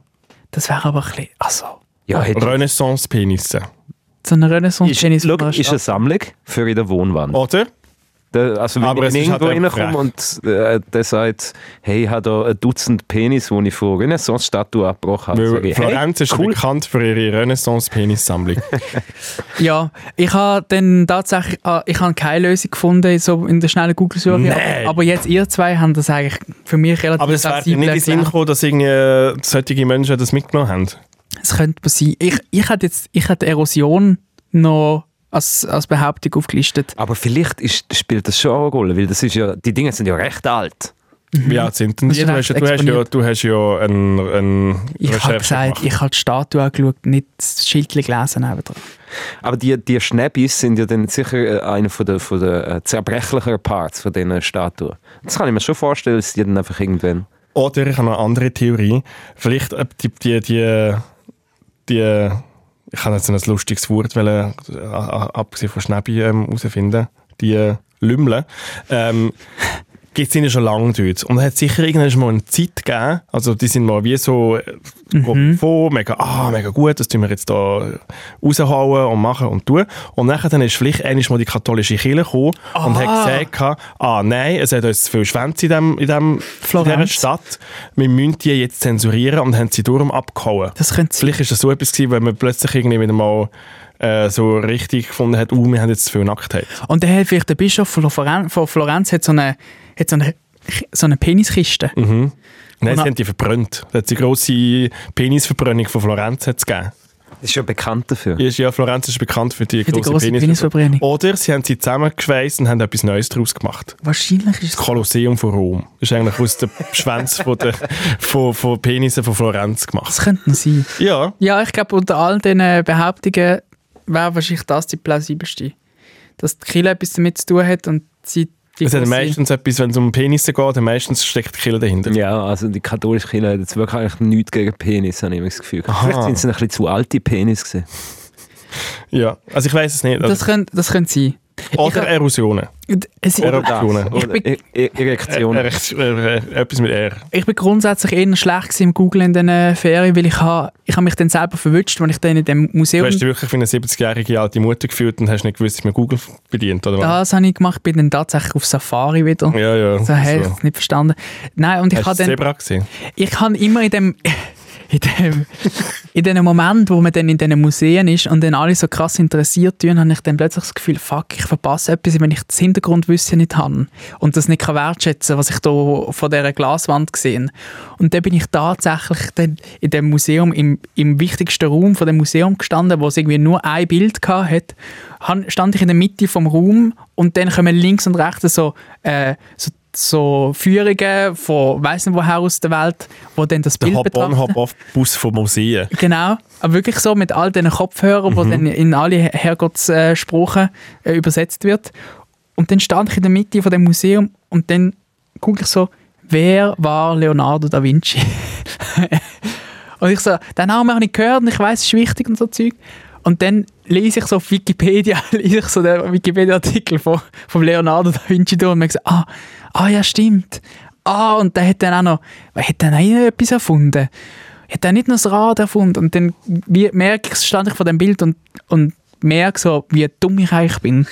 Speaker 1: Das wäre aber ein bisschen, also,
Speaker 3: Ja, hätte-
Speaker 2: Renaissance-Penisse.
Speaker 1: so eine Renaissance-Genie
Speaker 3: ist, schau, ist eine Sammlung für in der Wohnwand.
Speaker 2: Oder?
Speaker 3: Da, also wenn
Speaker 2: Oh. Aber
Speaker 3: ich
Speaker 2: es
Speaker 3: in
Speaker 2: ist
Speaker 3: irgendwo
Speaker 2: halt einfach
Speaker 3: reinkomme und äh, der sagt, hey, ich habe da ein Dutzend Penis, die ich von Renaissance-Statue abgebrochen habe. Sag
Speaker 2: Weil
Speaker 3: ich,
Speaker 2: Florenz ist
Speaker 3: cool.
Speaker 2: bekannt für ihre Renaissance-Penissammlung.
Speaker 1: Ja, ich habe dann tatsächlich ah, ich habe keine Lösung gefunden so in der schnellen Google-Suche.
Speaker 2: Nein.
Speaker 1: Aber, aber jetzt ihr zwei haben das eigentlich für mich relativ
Speaker 2: Aber es wäre dir
Speaker 1: sensibel
Speaker 2: nicht in den Sinn
Speaker 1: erklärt.
Speaker 2: gekommen, dass irgendwie äh, solche Menschen das mitgenommen haben.
Speaker 1: Es könnte sein. Ich, ich hätte jetzt ich hätte Erosion noch als, als Behauptung aufgelistet.
Speaker 3: Aber vielleicht ist, spielt das schon auch eine Rolle, weil das ist ja, die Dinge sind ja recht alt.
Speaker 2: Wie alt sind denn
Speaker 1: Mhm. Das
Speaker 2: die?
Speaker 1: ist
Speaker 2: Du hast,
Speaker 1: recht
Speaker 2: ja-
Speaker 1: exponiert.
Speaker 2: du, hast ja, du hast ja einen, einen
Speaker 1: Ich habe
Speaker 2: Recherche
Speaker 1: gesagt,
Speaker 2: gemacht.
Speaker 1: ich habe die Statue angeschaut, nicht das Schild gelesen nebenan.
Speaker 3: Aber die, die Schnäppis sind ja dann sicher äh, einer von der, von der äh, zerbrechlicheren Parts von diesen Statuen. Das kann ich mir schon vorstellen, dass die dann einfach irgendwann...
Speaker 2: Oder ich habe noch eine andere Theorie. Vielleicht ob die, die, die, die ich habe jetzt ein lustiges Wort, weil, äh, abgesehen von Schnäbi, ähm, herausfinden. Die äh, Lümmel. Ähm, gibt es schon lange dort. Und es hat sicher irgendwann mal eine Zeit gegeben, also die sind mal wie so mhm. vor, mega, ah, mega gut, das tun wir jetzt da raushauen und machen und tun. Und nachher dann ist vielleicht einmal mal die katholische Kirche gekommen und hat gesagt, ah nein, es hat uns zu viel Schwänze in, dem, in, dem, in dieser Stadt, wir müssen die jetzt zensurieren und haben sie darum abgehauen.
Speaker 1: Das könnte
Speaker 2: Vielleicht ist das so etwas gewesen, wenn man plötzlich irgendwie wieder mal äh, so richtig gefunden hat, oh, wir haben jetzt zu viel Nacktheit.
Speaker 1: Und dann hat vielleicht der Bischof von Florenz, von Florenz hat so eine, hat so eine, so eine Peniskiste.
Speaker 2: Mhm. Nein, sie haben die verbrannt. Es hat die grosse Penisverbrennung von Florenz hat's gegeben.
Speaker 3: Ist ja bekannt dafür.
Speaker 2: Ist, ja, Florenz ist bekannt für die
Speaker 1: Für die
Speaker 2: grosse,
Speaker 1: grosse
Speaker 2: Penisverbrennung.
Speaker 1: Penisverbrennung.
Speaker 2: Oder sie haben sie zusammengeschweißt und haben etwas Neues daraus gemacht.
Speaker 1: Wahrscheinlich ist
Speaker 2: Das
Speaker 1: es...
Speaker 2: Kolosseum von Rom. Ist eigentlich aus dem Schwänz von, der, von, von Penissen von Florenz
Speaker 1: Das
Speaker 2: gemacht.
Speaker 1: könnte sein.
Speaker 2: Ja,
Speaker 1: Ja, ich glaube, unter all diesen Behauptungen wäre wahrscheinlich das die plausibelste. Dass die Kirche etwas damit zu tun hat und sie... Die
Speaker 2: es hat
Speaker 1: grosse-
Speaker 2: meistens etwas, wenn es um Penisse geht, dann meistens steckt die Kille dahinter.
Speaker 3: Ja, also die katholische Kirche hat jetzt wirklich eigentlich nichts gegen Penis, habe ich immer das Gefühl.
Speaker 2: Aha.
Speaker 3: Vielleicht sind sie ein bisschen zu alte Penis gewesen.
Speaker 2: Ja, also ich weiß es nicht.
Speaker 1: Das
Speaker 2: Also,
Speaker 1: könnte, das könnte sein.
Speaker 2: oder äh,
Speaker 1: ich,
Speaker 2: Erosionen.
Speaker 1: es,
Speaker 2: Oder- Erektionen.
Speaker 3: Das, Oder
Speaker 1: Ich
Speaker 3: e e Erektionen.
Speaker 2: Rechts- äh, äh, etwas mit R.
Speaker 1: ich bin grundsätzlich eher schlecht gewesen im Googlen in diesen äh, Ferien, weil ich, ha, ich hab mich dann selber verwünscht, wenn ich dann in dem
Speaker 2: Du
Speaker 1: Museum...
Speaker 2: hast dich wirklich wie eine 70-jährige alte Mutter gefühlt und hast nicht gewusst, dass man Google bedient, oder was?
Speaker 1: Das habe ich gemacht, bin dann tatsächlich auf Safari wieder.
Speaker 2: Ja, ja.
Speaker 1: So, hey, ich
Speaker 2: So.
Speaker 1: hab's nicht verstanden. Nein, und ich habe
Speaker 2: Hast du das
Speaker 1: dann,
Speaker 2: Zebra gesehen?
Speaker 1: ich habe immer in dem, in dem, in dem Moment, wo man dann in diesen Museen ist und dann alle so krass interessiert tun, habe ich dann plötzlich das Gefühl, fuck, ich verpasse etwas, wenn ich das Hintergrundwissen nicht habe und das nicht kann wertschätzen, was ich da von dieser Glaswand gesehen. Und dann bin ich tatsächlich dann in dem Museum, im, im wichtigsten Raum von dem Museum gestanden, wo es irgendwie nur ein Bild gehabt hat, han- stand ich in der Mitte vom Raum und dann kommen links und rechts so, äh, so so Führungen von weiss nicht woher aus der Welt, wo dann das
Speaker 2: Der
Speaker 1: Bild
Speaker 2: Hop-on,
Speaker 1: betrachten.
Speaker 2: Hop-off-Bus von Museen.
Speaker 1: Genau, aber wirklich so mit all diesen Kopfhörern, wo dann in alle Herrgottssprachen äh, übersetzt wird. Und dann stand ich in der Mitte von dem Museum und dann gucke ich so, wer war Leonardo da Vinci? und ich so, den Namen habe ich gehört und ich weiß, es ist wichtig und so Zeug. Und dann lese ich so auf Wikipedia, lese ich so den Wikipedia-Artikel von, von Leonardo da Vinci durch und merke so, ah, ah ja, stimmt. Ah, und der hat dann auch noch, wer hat dann auch noch etwas erfunden? hat er nicht noch das Rad erfunden? Und dann wie, merke ich, stand ich vor dem Bild und, und merke so, wie dumm ich eigentlich bin.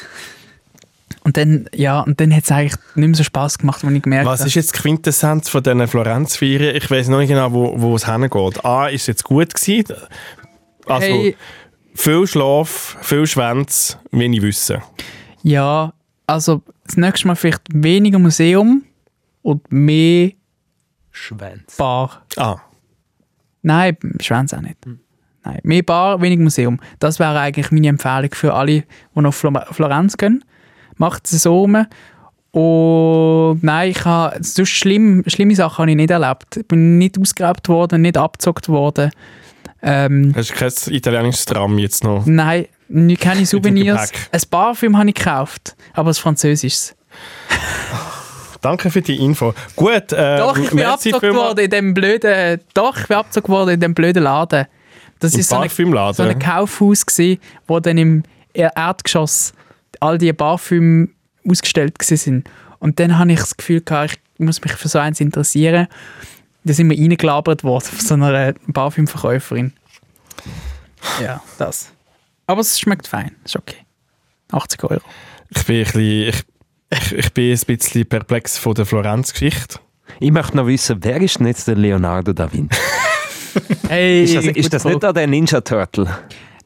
Speaker 1: Und dann, ja, und dann hat es eigentlich nicht mehr so Spass gemacht, wenn ich gemerkt
Speaker 2: Was
Speaker 1: habe.
Speaker 2: ist jetzt die Quintessenz von diesen Florenz-Feiern? Ich weiß noch nicht genau, wo, wo es hingeht. A, ist es jetzt gut gewesen? Also,
Speaker 1: hey,
Speaker 2: viel Schlaf, viel Schwänz, wenig Wissen.
Speaker 1: ja, also das nächste Mal vielleicht weniger Museum und mehr
Speaker 3: Schwänz.
Speaker 1: Bar.
Speaker 2: Ah,
Speaker 1: Nein, Schwänze auch nicht. Nein, mehr Bar, weniger Museum. Das wäre eigentlich meine Empfehlung für alle, die nach Flor Florenz gehen. Macht es so rum. Und nein, ich habe, sonst schlimm, schlimme Sachen habe ich nicht erlebt. Ich bin nicht ausgeraubt worden, nicht abgezockt worden. Ähm,
Speaker 2: hast du kein italienisches Tram jetzt noch?
Speaker 1: nein, nicht, keine Souvenirs.
Speaker 2: Gepäck.
Speaker 1: Ein Parfüm habe ich gekauft, aber ein französisches.
Speaker 2: Danke für die Info. Gut, äh,
Speaker 1: Doch, ich bin
Speaker 2: merci
Speaker 1: abgezockt
Speaker 2: vielmals.
Speaker 1: worden in dem blöden, doch, ich bin abgezockt worden in dem blöden Laden. Das
Speaker 2: Im
Speaker 1: ist so eine
Speaker 2: Parfümladen.
Speaker 1: so ein Kaufhaus gsi, wo dann im E- Erdgeschoss all die Parfüme ausgestellt gsi sind. Und dann habe ich das Gefühl gehabt, ich muss mich für so eins interessieren. Da sind wir reingelabert worden von so einer Parfümverkäuferin. Ja, das. Aber es schmeckt fein, ist okay. 80 Euro.
Speaker 2: Ich bin, ein bisschen, ich, ich, ich bin ein bisschen perplex von der Florenz-Geschichte.
Speaker 3: Ich möchte noch wissen, wer ist denn jetzt der Leonardo da Vinci?
Speaker 1: Hey,
Speaker 3: Ist das, ist das nicht auch der Ninja Turtle?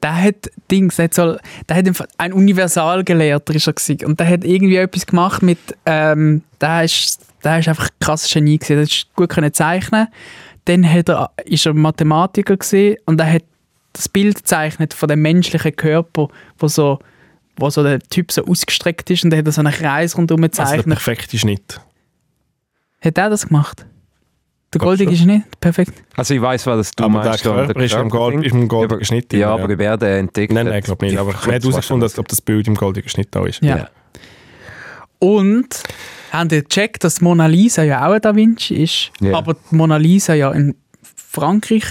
Speaker 1: der hat Dings, der hat, so, der hat im Fall- ein Universalgelehrter ist er gewesen. und der hat irgendwie etwas gemacht mit, ähm, der ist, der ist einfach krass Genie gewesen, der ist gut können zeichnen. Dann hat er, ist er Mathematiker gewesen und er hat das Bild gezeichnet von dem menschlichen Körper, wo so, wo so der Typ so ausgestreckt ist und dann hat er so einen Kreis rundherum
Speaker 2: Also der
Speaker 1: gezeichnet.
Speaker 2: perfekte Schnitt.
Speaker 1: hat er das gemacht? Der
Speaker 2: Glaub
Speaker 1: Goldig
Speaker 2: schon.
Speaker 1: ist nicht perfekt.
Speaker 3: Also ich weiß, was du
Speaker 2: aber der
Speaker 3: meinst. da,
Speaker 2: Körper ist im Gold,
Speaker 3: Körperding.
Speaker 2: ist im Gold
Speaker 3: Aber-
Speaker 2: geschnitten.
Speaker 3: Ja, aber wer den entdeckt
Speaker 2: Nein,
Speaker 3: hat,
Speaker 2: nein, ich glaube nicht.
Speaker 3: die-
Speaker 2: Aber ich habe herausgefunden, dass- ob das Bild im goldigen Schnitt da ist.
Speaker 1: Ja.
Speaker 3: Ja.
Speaker 1: Und haben ihr gecheckt, dass die Mona Lisa ja auch ein Da Vinci ist,
Speaker 3: Ja.
Speaker 1: aber die Mona Lisa ja in Frankreich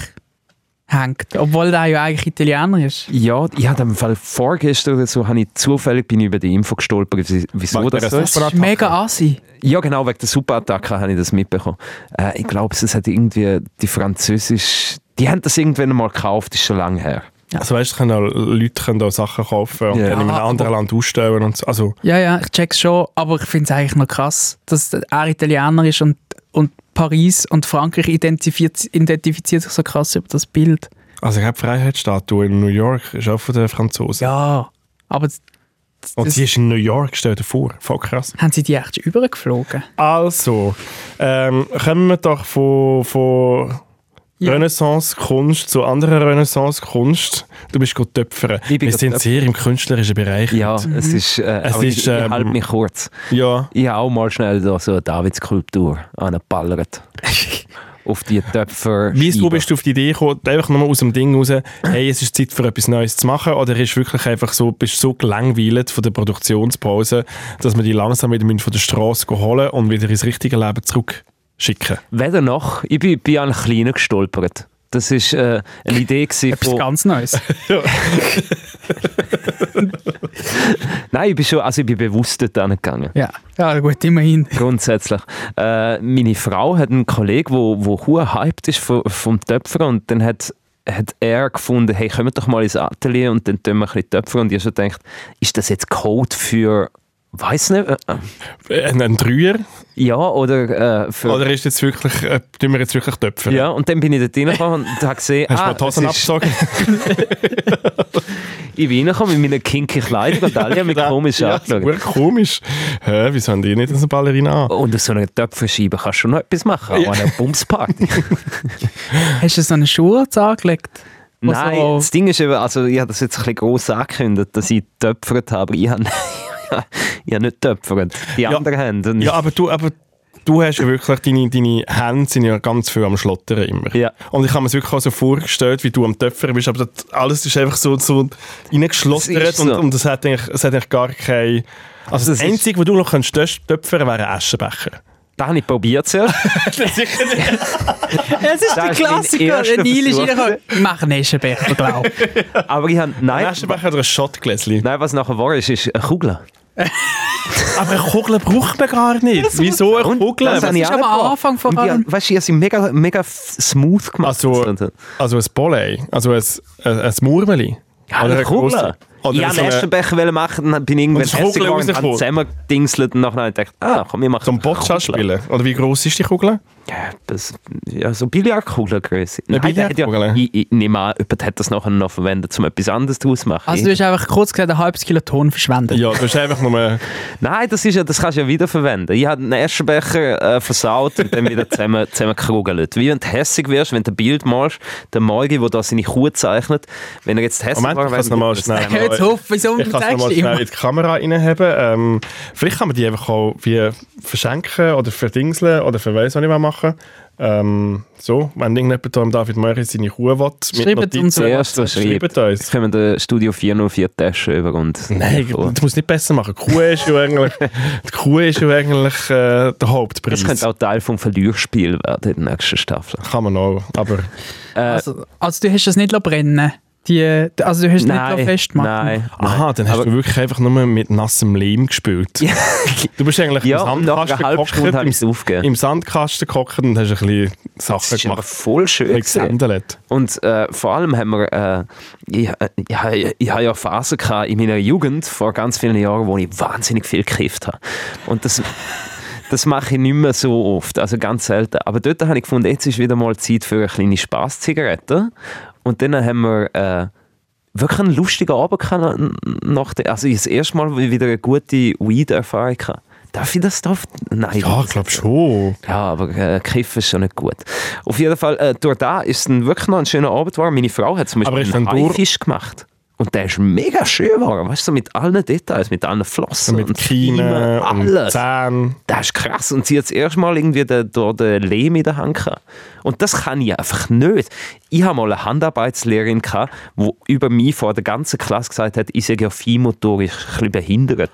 Speaker 1: hängt, obwohl der ja eigentlich Italiener ist.
Speaker 3: Ja, ich habe im Fall vorgestern oder so, habe ich zufällig bin ich über die Info gestolpert, wie- wieso
Speaker 2: Wegen
Speaker 3: das
Speaker 2: der
Speaker 3: so
Speaker 1: Das
Speaker 3: ist.
Speaker 1: ist mega assi.
Speaker 3: Ja, genau, wegen der Superattacke habe ich das mitbekommen. Äh, ich glaube, es hat irgendwie die französisch, die haben das irgendwann mal gekauft, ist schon lange her.
Speaker 2: Also weißt du, können auch Leute können auch Sachen kaufen und
Speaker 3: Ja.
Speaker 2: dann in einem
Speaker 1: Ah,
Speaker 2: anderen
Speaker 1: aber-
Speaker 2: Land ausstellen und so. Also,
Speaker 1: Ja, ja, ich check's schon, aber ich find's eigentlich noch krass, dass er Italiener ist und, und Paris und Frankreich identifiziert, identifiziert sich so krass über das Bild.
Speaker 2: also ich habe Freiheitsstatue in New York, ist auch von den Franzosen.
Speaker 1: Ja. Aber z-
Speaker 2: und
Speaker 1: das-
Speaker 2: sie ist in New York, stell dir vor. Voll krass.
Speaker 1: haben sie die echt übergeflogen?
Speaker 2: Also, ähm, kommen wir doch von, von
Speaker 1: Ja.
Speaker 2: Renaissance-Kunst zu anderer Renaissance-Kunst. Du bist gut töpfern.
Speaker 3: Ich bin
Speaker 2: Wir
Speaker 3: gut
Speaker 2: sind
Speaker 3: töpfern.
Speaker 2: sehr im künstlerischen Bereich.
Speaker 3: Ja, es ist, äh,
Speaker 2: Mhm. Es
Speaker 3: aber
Speaker 2: ist,
Speaker 3: ich, ich
Speaker 2: ähm,
Speaker 3: halte mich kurz.
Speaker 2: ja.
Speaker 3: Ich habe auch mal schnell da so eine Davidskulptur angeballert. Auf die Töpfer.
Speaker 2: Weißt du, wo bist du auf die Idee gekommen? Einfach nur aus dem Ding raus, hey, es ist Zeit für etwas Neues zu machen? Oder ist wirklich einfach so, bist du so gelangweilt von der Produktionspause, dass man die langsam wieder müssen von der Straße holen und wieder ins richtige Leben zurückschicken?
Speaker 3: Weder noch, ich bin, bin an einen kleinen gestolpert. Das war äh, eine Idee gewesen
Speaker 1: Etwas
Speaker 3: von.
Speaker 1: ganz Neues.
Speaker 3: Nein, ich bin schon, also ich bin bewusst dort angegangen.
Speaker 1: ja. ja, gut, immerhin.
Speaker 3: Grundsätzlich. Äh, meine Frau hat einen Kollegen, wo wo hure hyped ist vom, vom Töpfer und dann hat, hat er gefunden, hey, kommen doch mal ins Atelier und dann tun wir ein bisschen Töpfer und ich habe schon gedacht, ist das jetzt Code für, weiß nicht, äh, äh,
Speaker 2: Äh, Ein, ein Dreier?
Speaker 3: ja oder äh, für
Speaker 2: Oder ist jetzt wirklich, äh, tun wir jetzt wirklich töpfern?
Speaker 3: Ja, und dann bin ich dort reingekommen und habe gesehen,
Speaker 2: Hast du
Speaker 3: ah,
Speaker 2: mal die Hosen
Speaker 3: es ist-
Speaker 2: abgezogen?
Speaker 3: ich bin reingekommen mit meiner kinky Kleidung und alle haben mich komisch
Speaker 2: ja,
Speaker 3: angeschaut.
Speaker 2: super komisch. Hä, wieso haben die nicht so eine Ballerina an?
Speaker 3: Und aus so einer Töpferscheibe kannst du schon noch etwas machen, auch an einer Bumsparty.
Speaker 1: Hast du so eine Schuhe angelegt? Wo
Speaker 3: Nein,
Speaker 1: so-
Speaker 3: das Ding ist eben, also ich habe das jetzt ein bisschen gross angekündigt, dass ich getöpfert habe, aber ich habe, ich habe nicht getöpfert. Die anderen haben. Und
Speaker 2: Ja, aber du, aber du hast ja wirklich, deine, deine Hände sind ja ganz viel am Schlottern immer.
Speaker 3: Ja.
Speaker 2: Und ich habe mir es wirklich auch so vorgestellt, wie du am Töpfern bist, aber das, alles ist einfach so, so
Speaker 3: Es
Speaker 2: reingeschlottert
Speaker 3: ist
Speaker 2: und,
Speaker 3: so.
Speaker 2: und es, hat eigentlich, es hat eigentlich gar keine... Also das,
Speaker 3: Das ist-
Speaker 2: Einzige, was du noch könntest töpfern könntest, wäre ein Aschenbecher.
Speaker 3: da habe ich probiert zuerst.
Speaker 1: Es ist
Speaker 3: Das
Speaker 1: der
Speaker 3: ist mein
Speaker 1: Klassiker,
Speaker 3: erster
Speaker 1: der Nil ist
Speaker 3: Versuch.
Speaker 1: reingekommen. Mach einen Eschenbecher, glaube ich.
Speaker 3: Aber ich habe,
Speaker 2: Ein
Speaker 3: nein,
Speaker 2: Aschenbecher oder ein Schottgläschen.
Speaker 3: nein, was nachher war, ist, ist eine Kugel.
Speaker 2: Aber eine Kugel braucht man gar nicht. Wieso eine Kugel?
Speaker 3: das
Speaker 1: das
Speaker 3: habe ich
Speaker 1: ist
Speaker 3: auch
Speaker 1: aber am
Speaker 3: nicht
Speaker 1: Anfang vor
Speaker 3: Und die
Speaker 1: allem.
Speaker 3: haben- Weißt du, ich habe sie mega, mega f- smooth gemacht.
Speaker 2: Also, also ein Polei, also ein, ein, ein Murmeli.
Speaker 3: Ja, oder eine Kugel.
Speaker 2: grosse- Oder
Speaker 3: ich wollte
Speaker 2: so
Speaker 3: einen
Speaker 2: eine,
Speaker 3: Aschenbecher wollen machen, dann bin ich irgendwann
Speaker 2: Und das
Speaker 3: hässlich
Speaker 2: Kugel
Speaker 3: geworden, habe
Speaker 2: rausgekommen.
Speaker 3: zusammengedingselt und nachher dachte ich, ah, komm, wir machen
Speaker 2: so ein Boccia spielen. Oder wie gross ist die Kugel?
Speaker 3: Ja, das, ja, so Billardkugelgröße.
Speaker 2: Eine
Speaker 3: Nein, der hat Ja,
Speaker 2: Billardkugel?
Speaker 3: ich, ich nehme an, jemand hat das nachher noch verwendet, um etwas anderes daraus zu machen.
Speaker 1: Also du hast einfach kurz gesagt, ein halbes Kilo Ton verschwendet.
Speaker 2: Ja, du hast einfach nur...
Speaker 3: Nein, das, ist ja, das kannst du ja wiederverwenden. Ich habe einen Aschenbecher äh, versaut und dann wieder zusammen, zusammen gekugelt. Wie wenn du hässig wirst, wenn du ein Bild malst, der Morgi, der da seine Kuh zeichnet, wenn er jetzt hässig
Speaker 2: Moment, ich kann es
Speaker 3: wäre,
Speaker 2: nochmal
Speaker 3: wäre das-
Speaker 2: schnell...
Speaker 1: Hör jetzt auf, wieso
Speaker 2: Ich kann es
Speaker 1: zeigst
Speaker 2: nochmal
Speaker 1: du
Speaker 2: schnell
Speaker 1: immer?
Speaker 2: in die Kamera reinheben. Ähm, vielleicht kann man die einfach auch wie verschenken oder verdingseln oder für weiss, was ich machen will. ähm, So, wenn irgendjemand da am David Möri seine Kuh will,
Speaker 1: Schreibt uns
Speaker 3: Zuerst, was
Speaker 2: schreibt
Speaker 3: schreibt.
Speaker 2: uns.
Speaker 3: Jetzt kommen die Studio 404 Taschen über und...
Speaker 2: Nein,
Speaker 3: Oh.
Speaker 2: du musst nicht besser machen. Die Kuh ist ja eigentlich, die Kuh ist ja eigentlich äh, der Hauptpreis.
Speaker 3: Das könnte auch Teil vom Verlierspiel werden in der nächsten Staffel.
Speaker 2: Kann man auch, aber
Speaker 1: Also, also du hast das nicht brennen die, Also du hast es nicht festmachen
Speaker 3: nein.
Speaker 2: aha, dann hast
Speaker 3: Aber-
Speaker 2: du wirklich einfach nur mit nassem Lehm gespielt.
Speaker 3: Ja.
Speaker 2: Du bist eigentlich
Speaker 3: Ja,
Speaker 2: im
Speaker 3: und nach einer
Speaker 2: Sandkasten
Speaker 3: halben Stunde
Speaker 2: gehockt,
Speaker 3: habe ich es
Speaker 2: im,
Speaker 3: aufgegeben.
Speaker 2: im Sandkasten gehockt und hast ein bisschen
Speaker 3: Das
Speaker 2: Sachen
Speaker 3: ist aber
Speaker 2: gemacht.
Speaker 3: voll schön.
Speaker 2: Ein
Speaker 3: gewesen.
Speaker 2: gesendet.
Speaker 3: Und äh, vor allem haben wir, äh, ich, äh, ich, ha- ich habe ja Phasen gehabt in meiner Jugend vor ganz vielen Jahren, wo ich wahnsinnig viel gekifft habe. Und das, das mache ich nicht mehr so oft, also ganz selten. Aber dort habe ich gefunden, jetzt ist wieder mal Zeit für eine kleine Spaßzigarette. Und dann haben wir äh, wirklich einen lustigen Abend gehabt. n- Nach der, also ich das erste Mal wieder eine gute Weed-Erfahrung gehabt. Darf ich das drauf? Nein.
Speaker 2: Ja, ich glaube schon.
Speaker 3: Ja, aber äh, Kiffen ist schon nicht gut. Auf jeden Fall, äh, durch da ist es dann wirklich noch ein schöner Abend war. Meine Frau hat zum
Speaker 2: Aber
Speaker 3: Beispiel
Speaker 2: ist
Speaker 3: einen
Speaker 2: dann durch-
Speaker 3: Haifisch gemacht. Und der ist mega schön geworden, weißt du, so mit allen Details, mit allen Flossen
Speaker 2: Mit Kiemen und
Speaker 3: alles.
Speaker 2: Zähnen.
Speaker 3: Das ist krass. Und sie hat das erste Mal irgendwie den, den, den Lehm in der Hand gehabt. Und das kann ich einfach nicht. Ich habe mal eine Handarbeitslehrerin gehabt, die über mich vor der ganzen Klasse gesagt hat, ich sei ja feinmotorisch ein bisschen behindert.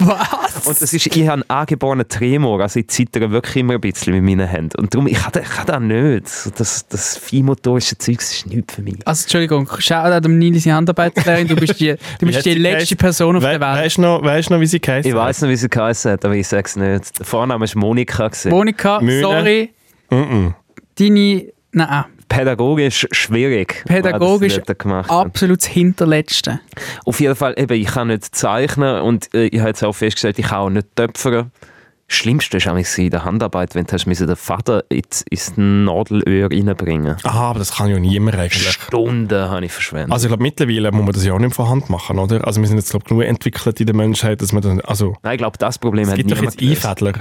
Speaker 1: Was?
Speaker 3: Und das ist, ich habe einen angeborenen Tremor, also ich zittere wirklich immer ein bisschen mit meinen Händen. Und darum, ich kann, das- ich kann das nicht. So Das, das feinmotorische Zeug das ist nichts für mich.
Speaker 1: Also, Entschuldigung, Shoutout an Nils Handarbeiterin, du bist die, du bist die letzte Person auf der Welt.
Speaker 2: Weißt du noch, weißt du noch, wie sie heißt?
Speaker 3: Ich weiß nicht, wie sie geheißen hat, aber ich sage es nicht. Der Vorname war Monika. gewesen.
Speaker 1: Monika,
Speaker 2: Mühle.
Speaker 1: sorry, deine, nein,
Speaker 3: Pädagogisch schwierig.
Speaker 1: Pädagogisch
Speaker 3: hat er gemacht.
Speaker 1: absolut das Hinterletzte.
Speaker 3: Auf jeden Fall, eben, ich kann nicht zeichnen und äh, ich habe jetzt auch festgestellt, ich kann auch nicht töpfern. Das Schlimmste war eigentlich in der Handarbeit, wenn du hast müssen den Vater ins, ins Nadelöhr reinbringen
Speaker 2: Aha, aber das kann ja niemand eigentlich.
Speaker 3: Stunden habe ich verschwendet.
Speaker 2: Also ich glaube, mittlerweile muss man das ja auch nicht von Hand machen, oder? Also wir sind jetzt, glaube ich, genug entwickelt in der Menschheit, dass man dann, also
Speaker 3: Nein, ich glaube, das Problem
Speaker 2: es
Speaker 3: hat
Speaker 2: gibt doch
Speaker 3: niemand
Speaker 2: jetzt Einfädler.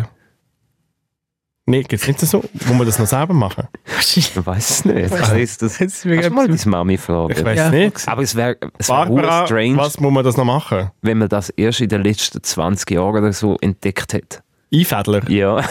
Speaker 2: Nee, gibt es nicht so, wo man das noch selber machen?
Speaker 3: Ich weiß es nicht. Was ist das?
Speaker 1: Jetzt
Speaker 3: Kannst
Speaker 1: bin ich
Speaker 3: du mal
Speaker 1: etwas-
Speaker 3: deine Mami
Speaker 2: Ich
Speaker 3: fragen?
Speaker 2: weiß
Speaker 1: Ja.
Speaker 2: nicht.
Speaker 3: Aber es wäre es wär
Speaker 2: Barbara,
Speaker 3: verdammt strange,
Speaker 2: was muss man das noch machen?
Speaker 3: wenn man das erst in den letzten 20 Jahren oder so entdeckt hätte.
Speaker 2: Einfädler?
Speaker 3: Ja.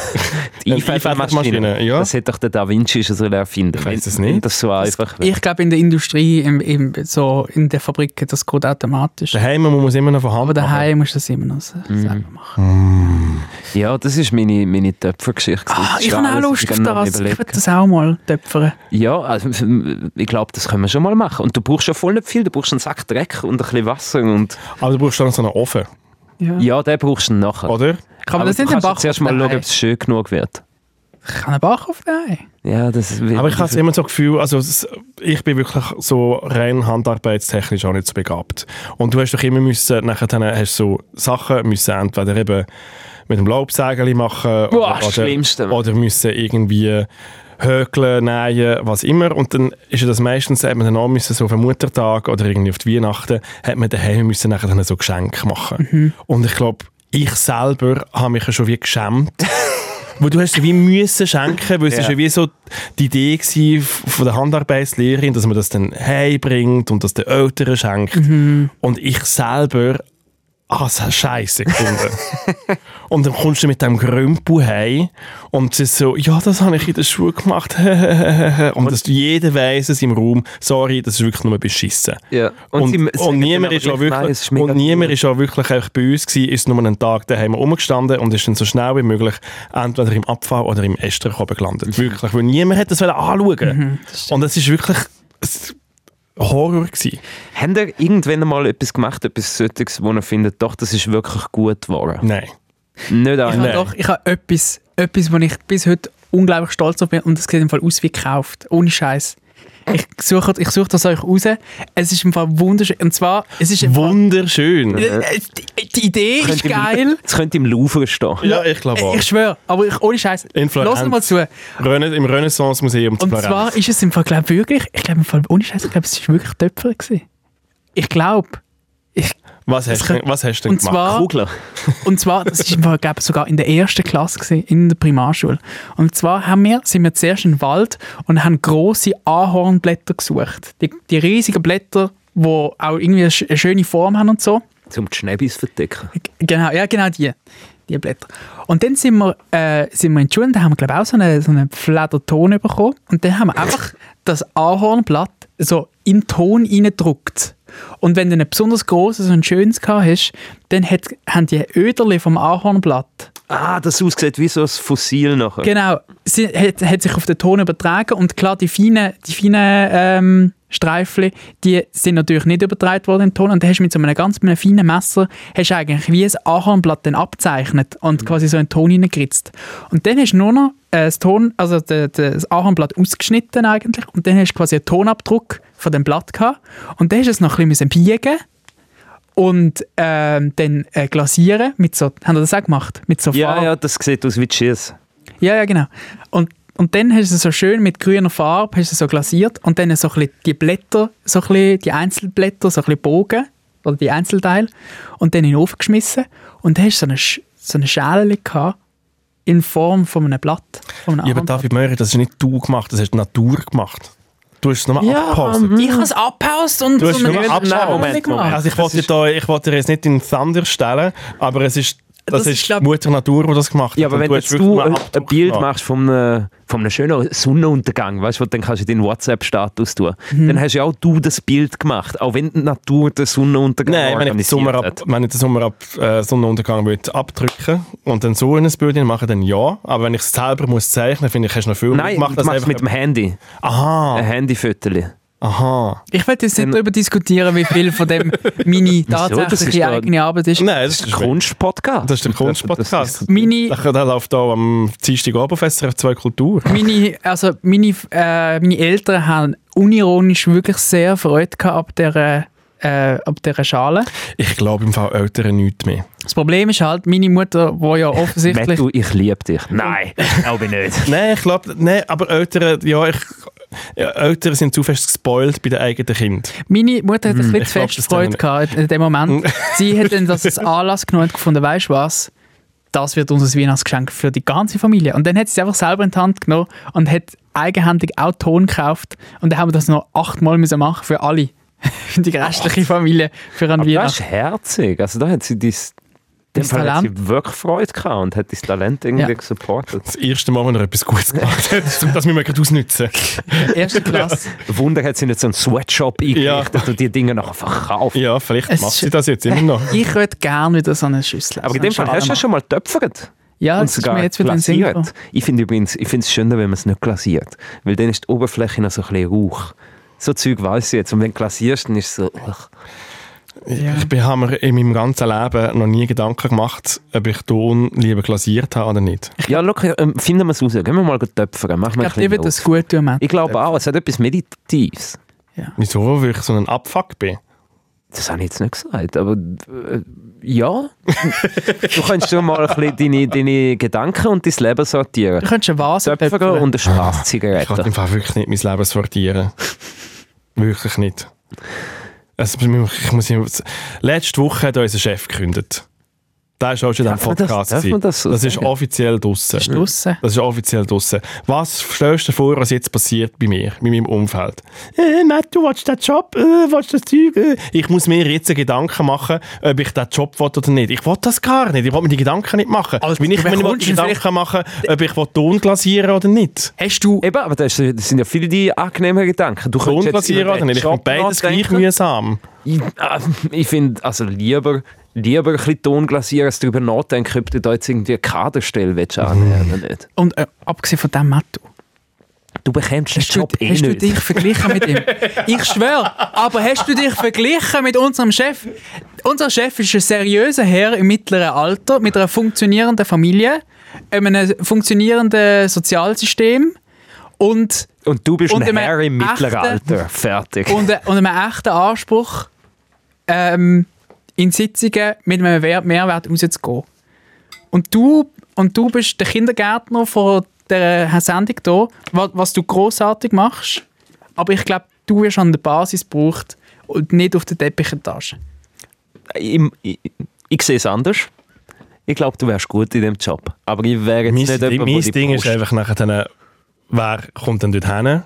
Speaker 3: Die
Speaker 2: Eine Einfädelmaschine, ja.
Speaker 3: Das hätte doch der Da Vinci schon so erfinden
Speaker 2: Ich weiss es
Speaker 3: Wenn-
Speaker 2: nicht.
Speaker 3: wenn Das so einfach. wäre.
Speaker 1: Ich glaube, in der Industrie, im, im, so in der Fabrik, das geht automatisch.
Speaker 2: Daheim muss man es immer noch von Hand
Speaker 1: Aber
Speaker 2: machen.
Speaker 1: daheim musst du das immer noch se-
Speaker 3: Mhm.
Speaker 1: selber machen.
Speaker 3: Ja, das ist meine, meine Töpfergeschichte.
Speaker 1: Ah,
Speaker 3: Das ist
Speaker 1: ich
Speaker 3: schon
Speaker 1: habe auch
Speaker 3: alles,
Speaker 1: Lust
Speaker 3: was
Speaker 1: auf
Speaker 3: ich noch
Speaker 1: das. Ich
Speaker 3: überlegt
Speaker 1: würde das auch mal töpfern.
Speaker 3: habe. Ja, also, ich glaube, das können wir schon mal machen. Und du brauchst ja voll nicht viel. Du brauchst einen Sack Dreck und ein bisschen Wasser. Und
Speaker 2: Aber du brauchst dann so einen Ofen,
Speaker 1: Ja.
Speaker 3: ja, den brauchst du nachher.
Speaker 2: oder?
Speaker 1: Kann man das
Speaker 3: du
Speaker 1: nicht im
Speaker 3: kannst ja
Speaker 1: Bach
Speaker 3: zuerst mal schauen,
Speaker 1: daheim?
Speaker 3: ob es schön genug wird.
Speaker 1: Ich kann einen Bach auf daheim.
Speaker 3: Ja, das wird
Speaker 2: Aber ich habe immer so das Gefühl, also es- ich bin wirklich so rein handarbeitstechnisch auch nicht so begabt. Und du hast doch immer müssen, nachher dann hast du so Sachen müssen entweder eben mit dem Laubsägeli machen
Speaker 3: Boah, das Schlimmste, Mann.
Speaker 2: oder müssen irgendwie hökeln, nähen, was immer. Und dann ist ja das meistens, hat man dann auch müssen, so auf den Muttertag oder irgendwie auf die Weihnachten, hat man daheim müssen nachher dann so Geschenke machen.
Speaker 3: Mhm.
Speaker 2: Und ich glaube, ich selber habe mich ja schon wie geschämt, wo du hast sie wie müssen schenken, weil es
Speaker 3: Ja.
Speaker 2: ist ja wie so die Idee gsi f- von der Handarbeitslehrerin, dass man das dann heimbringt und das den Eltern schenkt.
Speaker 3: Mhm.
Speaker 2: Und ich selber habe es scheiße gefunden. und dann kommst du mit dem Grümpel heim und es ist so, ja, das habe ich in der Schule gemacht. und dass jeder weiss es im Raum, sorry, das ist wirklich nur beschissen.
Speaker 3: Ja.
Speaker 2: Und, und,
Speaker 3: sie sagen
Speaker 2: niemand
Speaker 3: dann
Speaker 2: ist
Speaker 3: aber
Speaker 2: auch
Speaker 3: gleich,
Speaker 2: wirklich,
Speaker 3: nein, es ist mega
Speaker 2: und niemand
Speaker 3: cool.
Speaker 2: ist auch wirklich auch bei uns gewesen, ist nur einen Tag daheim rumgestanden und ist dann so schnell wie möglich entweder im Abfall oder im Esterkorb gelandet.
Speaker 3: Mhm.
Speaker 2: Wirklich, weil niemand hat das wollen anschauen. und es ist wirklich ein Horror gewesen.
Speaker 3: Habt ihr irgendwann mal etwas gemacht, etwas Sötiges, wo ihr findet, doch, das ist wirklich gut geworden?
Speaker 2: Nein.
Speaker 3: Nicht
Speaker 1: Ich
Speaker 3: auch.
Speaker 1: habe
Speaker 2: Nein.
Speaker 1: doch ich habe etwas, etwas, wo ich bis heute unglaublich stolz auf bin und das sieht im Fall aus wie gekauft. Ohne Scheiß. Ich suche, ich suche das euch raus. Es ist im Fall wunderschön. Und zwar, es ist im Fall,
Speaker 2: Wunderschön.
Speaker 1: Äh, die, die Idee ist
Speaker 3: Könnte im-
Speaker 1: geil.
Speaker 3: Es könnte im Louvre stehen.
Speaker 2: Ja, ich glaube auch.
Speaker 1: Ich schwöre, aber ich, ohne Scheiß.
Speaker 2: In Florenz.
Speaker 1: Lass mal zu.
Speaker 2: Rena- Im Renaissance-Museum zu
Speaker 1: Und
Speaker 2: Florenz.
Speaker 1: zwar ist es im Fall, glaube ich, wirklich, ich glaube, im Fall, ohne Scheiß, ich glaube, es war wirklich Töpfer. Gewesen. Ich glaube. Ich,
Speaker 2: was, hast
Speaker 1: es
Speaker 2: du,
Speaker 1: kann-
Speaker 2: was hast du denn
Speaker 1: und
Speaker 2: gemacht?
Speaker 1: zwar,
Speaker 3: Kugler.
Speaker 1: und zwar, das ist im Fall, glaube ich, sogar in der ersten Klasse gewesen, in der Primarschule. Und zwar haben wir, sind wir zuerst im Wald und haben große Ahornblätter gesucht. Die, die riesigen Blätter, die auch irgendwie eine sch- eine schöne Form haben und so.
Speaker 3: Zum Um die Schnäbis verdecken.
Speaker 1: Genau, ja, genau die. Die Blätter. Und dann sind wir, äh, sind wir in die Schule und da haben wir, glaube ich, auch so einen, so einen Flederton bekommen. Und dann haben wir einfach das Ahornblatt so in den Ton reingedruckt. Und wenn du ein besonders grosses und schönes gehabt hast, dann hat, haben die Öderli vom Ahornblatt,
Speaker 3: Ah, das aussieht wie so ein Fossil nachher.
Speaker 1: genau, sie, hat, hat sich auf den Ton übertragen. Und klar, die feinen, die feinen ähm, Streifchen, die sind natürlich nicht übertragen worden im Ton. Und dann hast du mit so einem ganz einem feinen Messer, hast du eigentlich wie ein Ahornblatt dann abzeichnet
Speaker 3: Mhm.
Speaker 1: und quasi so einen Ton hineingeritzt. Und dann hast du nur noch äh, das, Ton, also de, de, das Ahornblatt ausgeschnitten eigentlich. Und dann hast du quasi einen Tonabdruck von dem Blatt gehabt. Und dann hast du es noch ein bisschen biegen und ähm, dann äh, glasieren mit so, haben wir das auch gemacht? Mit so
Speaker 3: Ja,
Speaker 1: Farbe.
Speaker 3: ja, das sieht aus wie Cheers.
Speaker 1: Ja, ja, genau. Und, und dann hast du es so schön mit grüner Farbe hast du es so glasiert und dann so ein bisschen die Blätter, so ein bisschen die Einzelblätter, so ein bisschen Bogen oder die Einzelteile und dann in den Ofen geschmissen und dann hast du so eine, Sch- so eine Schale gehabt in Form von einem Blatt. Von einem
Speaker 2: ja, aber
Speaker 1: Ahornblatt.
Speaker 2: David Möhrer, das hast nicht du gemacht, das hast die Natur gemacht. Du hast es nochmal
Speaker 3: Ja,
Speaker 2: abgepauset.
Speaker 1: mhm. Ich habe es abgepaust und
Speaker 2: Du hast
Speaker 1: und-
Speaker 2: nur
Speaker 1: und-
Speaker 2: abgeschnitten.
Speaker 1: und-
Speaker 3: Moment, Moment.
Speaker 2: Also ich wollte da, ich wollte dir jetzt nicht in den Thunder stellen, aber es ist, das,
Speaker 1: Das ist,
Speaker 2: ist
Speaker 1: glaub-
Speaker 2: Mutter Natur, die das gemacht hat.
Speaker 3: Ja, aber
Speaker 2: Und
Speaker 3: wenn
Speaker 2: du
Speaker 3: jetzt
Speaker 2: hast wirklich
Speaker 3: du
Speaker 2: mal
Speaker 3: ein, ein
Speaker 2: Abdruck
Speaker 3: Bild
Speaker 2: gemacht.
Speaker 3: machst von einem, von einem schönen Sonnenuntergang, weißt du, dann kannst du deinen WhatsApp-Status tun.
Speaker 2: Mhm.
Speaker 3: Dann hast ja auch du das Bild gemacht, auch wenn die Natur den Sonnenuntergang
Speaker 2: Nein, wenn ich den
Speaker 3: organisiert
Speaker 2: Sommer ab,
Speaker 3: hat.
Speaker 2: wenn ich den Sommer ab äh, Sonnenuntergang würde abdrücken und dann so ein Bild machen, dann ja. Aber wenn ich es selber muss zeichnen, finde ich, hast du noch viel
Speaker 3: Nein,
Speaker 2: gemacht,
Speaker 3: du
Speaker 2: als
Speaker 3: machst es mit dem Handy. Ein
Speaker 2: Aha,
Speaker 3: Handyfotos.
Speaker 2: aha.
Speaker 1: Ich will jetzt nicht
Speaker 3: Ähm,
Speaker 1: darüber diskutieren, wie viel von dem meine
Speaker 3: das ist
Speaker 1: tatsächliche
Speaker 3: ja-
Speaker 1: eigene Arbeit ist.
Speaker 2: Nein, das, ist der
Speaker 3: Kunst-Podcast.
Speaker 2: das ist der Kunst-Podcast.
Speaker 1: Meine,
Speaker 2: Der der läuft hier am Dienstagabend fest auf zwei Kultur.
Speaker 1: meine, also meine, äh, meine Eltern haben unironisch wirklich sehr Freude gehabt ab dieser, äh, ab dieser Schale.
Speaker 2: Ich glaube im Fall Älteren nichts mehr.
Speaker 1: Das Problem ist halt, meine Mutter, die ja offensichtlich...
Speaker 3: Matthew, ich liebe dich. Nein, glaube ich nicht.
Speaker 2: Nein, ich glaube, nein, aber Eltern, ja, ich, ja, Eltern sind zu fest gespoilt bei den eigenen Kindern.
Speaker 1: Meine Mutter hat ein bisschen
Speaker 2: Hm, ich Hm.
Speaker 1: zu
Speaker 2: glaub,
Speaker 1: fest
Speaker 2: das
Speaker 1: Freude
Speaker 2: tun
Speaker 1: gehabt in dem Moment. Sie hat dann das als Anlass genommen und gefunden, weißt du was, das wird unser Weihnachtsgeschenk für die ganze Familie. Und dann hat sie es einfach selber in die Hand genommen und hat eigenhändig auch Ton gekauft. Und dann haben wir das noch achtmal müssen machen für alle. Für die restliche Familie für einen
Speaker 3: Aber das
Speaker 1: Weihnachten.
Speaker 3: ist herzig. Also da hat sie dies, dem
Speaker 1: Das
Speaker 3: Fall hat
Speaker 1: Talent.
Speaker 3: sie wirklich Freude gehabt und hat das Talent irgendwie
Speaker 1: Ja.
Speaker 3: supportet.
Speaker 2: Das erste Mal, wenn er etwas Gutes gemacht hat, das müssen wir gerade ausnutzen.
Speaker 1: Erste Klasse.
Speaker 3: Wunder hat sie nicht so einen Sweatshop eingerichtet und die Dinge nachher verkauft.
Speaker 2: Ja, vielleicht
Speaker 1: Es
Speaker 2: macht
Speaker 1: ist-
Speaker 2: sie das jetzt immer noch.
Speaker 1: Ich würde gerne wieder so eine Schüssel.
Speaker 3: Aber in dem Fall hast du ja schon mal getöpfert.
Speaker 1: Ja,
Speaker 3: und
Speaker 1: das ist
Speaker 3: sogar
Speaker 1: mir jetzt wieder in den Sinn gekommen.
Speaker 3: glasiert. Ich finde übrigens, ich finde es schöner, wenn man es nicht glasiert. Weil dann ist die Oberfläche noch so ein bisschen rauch. So Zeug weiss ich jetzt. Und wenn du glasierst, dann ist es so... ach.
Speaker 1: Ja.
Speaker 2: Ich bin- habe mir in meinem ganzen Leben noch nie Gedanken gemacht, ob ich Ton lieber glasiert habe oder nicht.
Speaker 3: Ja, schau, ähm, finden wir es raus. Gehen wir mal töpfern. Machen
Speaker 1: Ich
Speaker 3: wir
Speaker 1: glaube, dir
Speaker 3: ein
Speaker 1: wird das
Speaker 3: bisschen
Speaker 1: gut tun, Matt.
Speaker 3: Ich glaube auch, es hat etwas Meditatives.
Speaker 2: Wieso? Weil ich so ein Abfuck bin.
Speaker 3: Das habe ich jetzt nicht gesagt, aber äh, ja. du könntest schon mal ein bisschen deine, deine Gedanken und dein Leben
Speaker 1: Du
Speaker 3: sortieren.
Speaker 1: könntest eine Vase
Speaker 3: Töpfer
Speaker 1: töpfern.
Speaker 3: und eine
Speaker 2: Ich kann
Speaker 3: Straßzigarette.
Speaker 2: im Fall wirklich nicht mein Leben sortieren. wirklich nicht. Also, ich muss jetzt- Letzte Woche hat unser Chef gekündigt. Der ist auch schon in diesem
Speaker 3: Darf man das-
Speaker 2: Podcast.
Speaker 3: darf man
Speaker 2: gewesen.
Speaker 3: das so
Speaker 2: das ist
Speaker 3: sagen?
Speaker 2: offiziell draussen.
Speaker 1: Schlussen.
Speaker 2: Das ist offiziell draussen. Was stellst du dir vor, was jetzt passiert bei mir, bei meinem Umfeld? Äh, Matt, du willst den Job, äh, willst das Zeug? Äh. Ich muss mir jetzt Gedanken machen, ob ich diesen Job will oder nicht. Ich will das gar nicht. Ich will mir die Gedanken nicht machen.
Speaker 3: Also,
Speaker 1: Alter,
Speaker 2: Wenn ich
Speaker 1: wer
Speaker 2: mir
Speaker 1: kommst
Speaker 2: nicht
Speaker 1: denn
Speaker 2: Gedanken machen, ob ich will Ton glasieren oder nicht.
Speaker 1: Hast du
Speaker 3: Eben, aber das ist- das sind ja viele die angenehmen Gedanken. Du
Speaker 2: Ton
Speaker 3: könntest jetzt
Speaker 2: glasieren
Speaker 3: über
Speaker 2: oder
Speaker 3: den
Speaker 2: nicht. Ich
Speaker 3: Job
Speaker 2: finde beides gleich
Speaker 3: nachdenken.
Speaker 2: mühsam.
Speaker 3: Ich, äh, ich finde, also lieber, lieber ein bisschen Ton glasieren, als darüber nachdenken, ob du da jetzt irgendwie eine Kaderstelle willst annehmen oder nicht.
Speaker 1: Und äh, abgesehen von dem Matto,
Speaker 3: Du bekommst den
Speaker 1: hast, du,
Speaker 3: Job eh
Speaker 1: hast du
Speaker 3: nicht.
Speaker 1: dich verglichen mit ihm? Ich schwöre, aber hast du dich verglichen mit unserem Chef? Unser Chef ist ein seriöser Herr im mittleren Alter mit einer funktionierenden Familie, einem äh, funktionierenden Sozialsystem und,
Speaker 3: Und du bist
Speaker 1: Und
Speaker 3: ein
Speaker 1: einem
Speaker 3: Herr im mittleren
Speaker 1: echten-
Speaker 3: Alter. Fertig.
Speaker 1: und, äh, und einem echten Anspruch, ähm, in Sitzungen mit einem Wer- Mehrwert rauszugehen. Und du, und du bist der Kindergärtner von der Sendung hier, was, was du großartig machst. Aber ich glaube, du wirst an der Basis gebraucht und nicht auf der Teppichetage.
Speaker 3: ich, ich, ich sehe es anders. Ich glaube, du wärst gut in dem Job. Aber ich wäre jetzt
Speaker 2: Mein,
Speaker 3: nicht
Speaker 2: Ding-
Speaker 3: jemand,
Speaker 2: mein
Speaker 3: der die
Speaker 2: Ding ist
Speaker 3: Brust-
Speaker 2: einfach nachher, dann, wer kommt denn dort hin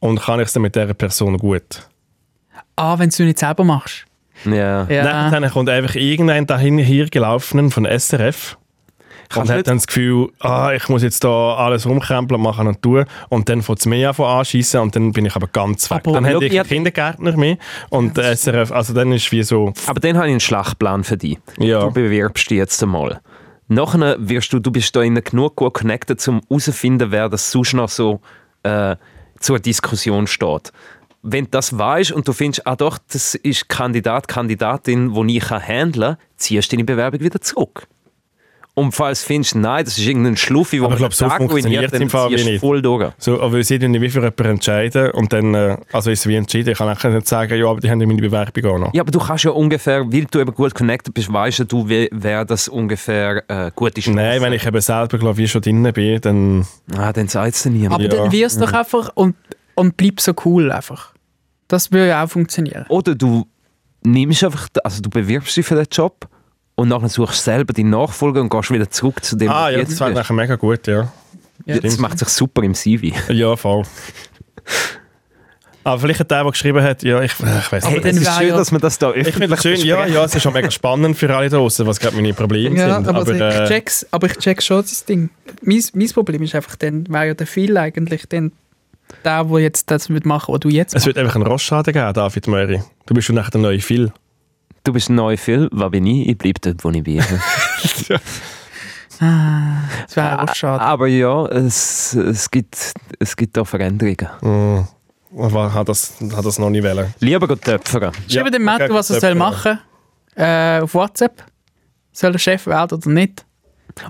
Speaker 2: und kann ich es dann mit dieser Person gut?
Speaker 1: Ah, wenn du es nicht selber machst.
Speaker 3: Ja.
Speaker 1: Ja.
Speaker 2: Nachher kommt einfach irgendein dahin hier gelaufenen von SRF
Speaker 3: Kannst
Speaker 2: und
Speaker 3: nicht-
Speaker 2: hat dann das Gefühl, ah, ich muss jetzt da alles rumkrempeln, machen und tun. Und dann fängt es mich an anschießen und dann bin ich aber ganz weg.
Speaker 1: Aber-
Speaker 2: dann
Speaker 1: aber
Speaker 2: hätte
Speaker 3: schau,
Speaker 2: ich
Speaker 3: ihr-
Speaker 2: keinen Kindergärtner mehr und der SRF, also dann ist wie so,
Speaker 3: Aber dann habe ich einen Schlachtplan für dich.
Speaker 2: Ja.
Speaker 3: Du bewirbst dich jetzt einmal. Nachher wirst du, du bist da innen genug gut connected, um herauszufinden, wer das sonst noch so äh, zur Diskussion steht. Wenn du das weißt und du findest, ah doch, das ist Kandidat, Kandidatin, die ich kann handeln kann, ziehst du deine Bewerbung wieder zurück. Und falls du findest, nein, das ist irgendein Schluffi, wo
Speaker 2: Aber ich
Speaker 3: man
Speaker 2: glaube, so
Speaker 3: den Tag
Speaker 2: funktioniert's
Speaker 3: dann
Speaker 2: im Fall
Speaker 3: ziehst
Speaker 2: wie
Speaker 3: du
Speaker 2: nicht.
Speaker 3: voll durch.
Speaker 2: so aber sie tun nicht wie für jemanden entscheiden und dann, äh, also ist es wie entschieden. Ich kann nachher nicht sagen, ja, aber die haben ja meine Bewerbung auch noch.
Speaker 3: Ja, aber du kannst ja ungefähr, weil du eben gut connected bist, weißt du, we- wer das ungefähr äh, gut ist.
Speaker 2: Nein, wenn ich eben selber, glaube ich, schon drinnen bin, dann...
Speaker 3: Ah, dann sagt es dir niemand.
Speaker 1: Aber
Speaker 2: Ja.
Speaker 1: dann wirst du doch einfach und, und bleib so cool einfach. Das würde ja auch funktionieren.
Speaker 3: Oder du nimmst einfach, also du bewirbst dich für den Job und nachher suchst selber die Nachfolger und gehst wieder zurück zu dem,
Speaker 2: Ah,
Speaker 3: was
Speaker 2: ja,
Speaker 3: jetzt
Speaker 2: das wäre
Speaker 3: bist.
Speaker 2: nachher mega gut, ja.
Speaker 3: Das macht sich super im CV.
Speaker 2: Ja, voll. Aber vielleicht hat der, der geschrieben hat, ja, eh, ich, ich weiß
Speaker 1: Hey, eh,
Speaker 2: nicht.
Speaker 1: dann
Speaker 3: es ist
Speaker 1: wäre
Speaker 3: schön,
Speaker 1: ja-
Speaker 3: dass man das da öffentlich
Speaker 2: Ich finde es schön, ja, ja, es ist schon mega spannend für alle draußen, was gerade meine Probleme
Speaker 1: Ja,
Speaker 2: sind.
Speaker 1: aber, also
Speaker 2: Aber,
Speaker 1: ich,
Speaker 2: äh,
Speaker 1: check's, aber ich check schon das Ding. Mein, mein Problem ist einfach, dann wäre ja der Phil eigentlich dann der, der jetzt das würde machen, was du jetzt
Speaker 2: es wird einfach einen Rostschaden geben, David eh, Möri. Du bist schon nach der neue Phil.
Speaker 3: Du bist ein neuer Film, was bin ich? Ich bleibe dort, wo ich bin.
Speaker 1: machst. Das wäre auch schade.
Speaker 3: Aber ja, es, es, gibt, es gibt da Veränderungen.
Speaker 2: Mhm. Aber hat das, hat das noch nie wollen.
Speaker 3: Lieber gehen töpfern.
Speaker 1: Schreibe
Speaker 2: Ja,
Speaker 1: dem Matthew,
Speaker 2: okay,
Speaker 1: was er
Speaker 2: gut,
Speaker 1: soll machen soll. Äh, auf WhatsApp. Soll er Chef werden oder nicht?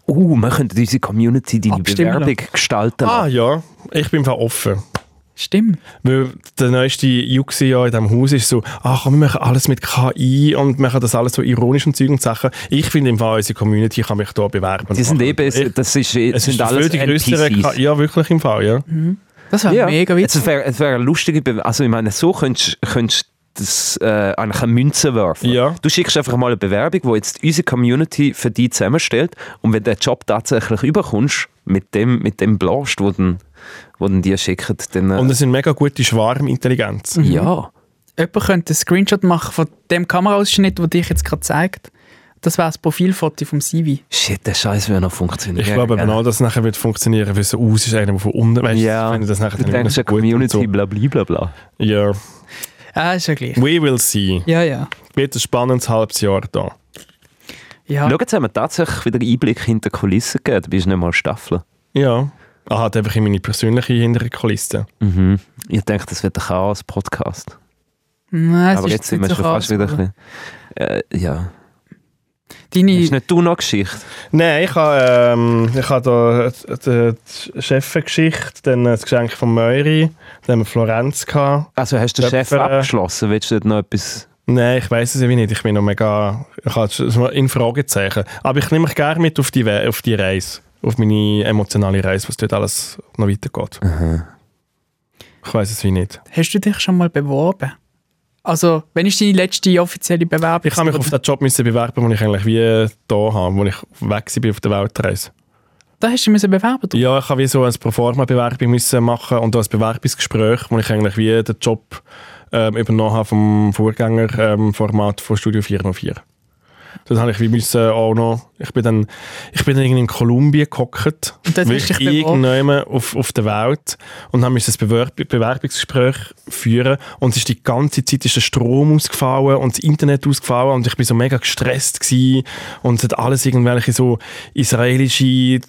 Speaker 3: Uh, wir könnten unsere Community deine
Speaker 1: Abstimmen lassen.
Speaker 3: Bewerbung gestalten.
Speaker 2: Ah
Speaker 3: lassen.
Speaker 2: ja, ich bin im Fall offen.
Speaker 1: Stimmt.
Speaker 2: Weil der neueste Juxi ja in diesem Haus ist so, ach komm, wir machen alles mit KI und machen das alles so ironisch und Zeug und Sachen. Ich finde im Fall, unsere Community kann mich da bewerben.
Speaker 3: Die sind
Speaker 2: Machen.
Speaker 3: eben, es,
Speaker 2: Ich-
Speaker 3: das ist, es
Speaker 2: es
Speaker 3: sind
Speaker 2: ist
Speaker 3: alles
Speaker 2: alles die größere
Speaker 3: NPCs.
Speaker 2: KI. Ja, wirklich im Fall, ja.
Speaker 1: Das wäre
Speaker 3: Ja.
Speaker 1: mega
Speaker 3: Es
Speaker 1: witzig.
Speaker 3: wäre es wäre eine lustige Be Also ich meine, so könntest könntest das äh, eigentlich eine Münze werfen.
Speaker 2: Ja.
Speaker 3: Du schickst einfach mal eine Bewerbung, die jetzt unsere Community für dich zusammenstellt und wenn du den Job tatsächlich überkommst, mit dem, mit dem Blast, wo den, wo den die schicken, dann... äh,
Speaker 2: Und Mhm. es sind mega gute
Speaker 3: Mhm.
Speaker 2: Schwarmintelligenz.
Speaker 3: ja.
Speaker 1: Jemand könnte einen Screenshot machen von dem Kameraausschnitt, der dich jetzt gerade zeigt. Das wäre das Profilfoto vom Sivi.
Speaker 3: Shit, der Scheiß würde noch funktionieren.
Speaker 2: Ich glaube
Speaker 3: gell?
Speaker 2: genau, dass es nachher wird funktionieren, weil so aus ist einer, von unten, weißt
Speaker 3: Ja,
Speaker 2: wenn du das nachher
Speaker 3: du
Speaker 2: dann immer
Speaker 3: denkst
Speaker 2: so
Speaker 3: ja
Speaker 2: gut und
Speaker 3: Community,
Speaker 2: so.
Speaker 3: bla bla bla bla.
Speaker 2: Ja,
Speaker 1: Ah, ist ja gleich.
Speaker 2: we will see.
Speaker 1: Ja, ja.
Speaker 2: Wird ein spannendes halbes Jahr da.
Speaker 1: ja.
Speaker 2: Ah.
Speaker 3: Schau, jetzt haben wir tatsächlich wieder Einblick hinter die Kulissen gegeben, du bist nicht mal Staffel.
Speaker 2: Ja. Ah, hat einfach in meine persönliche hintere Kulisse.
Speaker 3: Mhm. Ich denke, das wird ein Chaos-Podcast.
Speaker 1: Nein, es
Speaker 3: Aber
Speaker 1: ist
Speaker 3: jetzt sind wir
Speaker 1: nicht so
Speaker 3: schon fast wieder ein
Speaker 1: krass.
Speaker 3: bisschen... Äh, ja. Ist
Speaker 1: Deine,
Speaker 3: nicht du noch Geschichte?
Speaker 2: Nein, ich habe ähm, ich habe da die- die, die Chefengeschichte, dann das Geschenk von Möri, dann haben wir Florenz gehabt.
Speaker 3: Also hast du den Chef
Speaker 2: Töpfer, äh,
Speaker 3: abgeschlossen? Willst du dort noch etwas...
Speaker 2: Nein, ich weiß es irgendwie nicht. Ich bin noch mega ich habe es mal in Fragezeichen. Aber ich nehme mich gerne mit auf die, We- auf die Reise, auf meine emotionale Reise, was dort alles noch weitergeht. Ich weiß es wie nicht.
Speaker 1: hast du dich schon mal beworben? Also, wenn ist deine letzte offizielle Bewerbung?
Speaker 2: Ich habe mich auf den Job müssen bewerben, den ich eigentlich wie da habe, wo ich weg war auf der Weltreise.
Speaker 1: Da hast du müssen bewerben. drauf.
Speaker 2: Ja, ich habe wie so eine Proforma-Bewerbung müssen machen und auch ein Bewerbungsgespräch, wo ich eigentlich wie den Job ähm, übernommen habe vom Vorgängerformat ähm, Format von Studio 404. Dann habe ich wie müssen auch noch, ich bin dann, ich bin dann irgendwie in Kolumbien gehockt,
Speaker 1: Und dort hast du dich
Speaker 2: wirklich
Speaker 1: beworben.
Speaker 2: irgendwann auf, auf der Welt und haben müssen ein Bewerb Bewerbungsgespräch führen und es ist die ganze Zeit ist der Strom ausgefallen und das Internet ausgefallen und ich bin so mega gestresst gewesen und es hat alles irgendwelche so israelische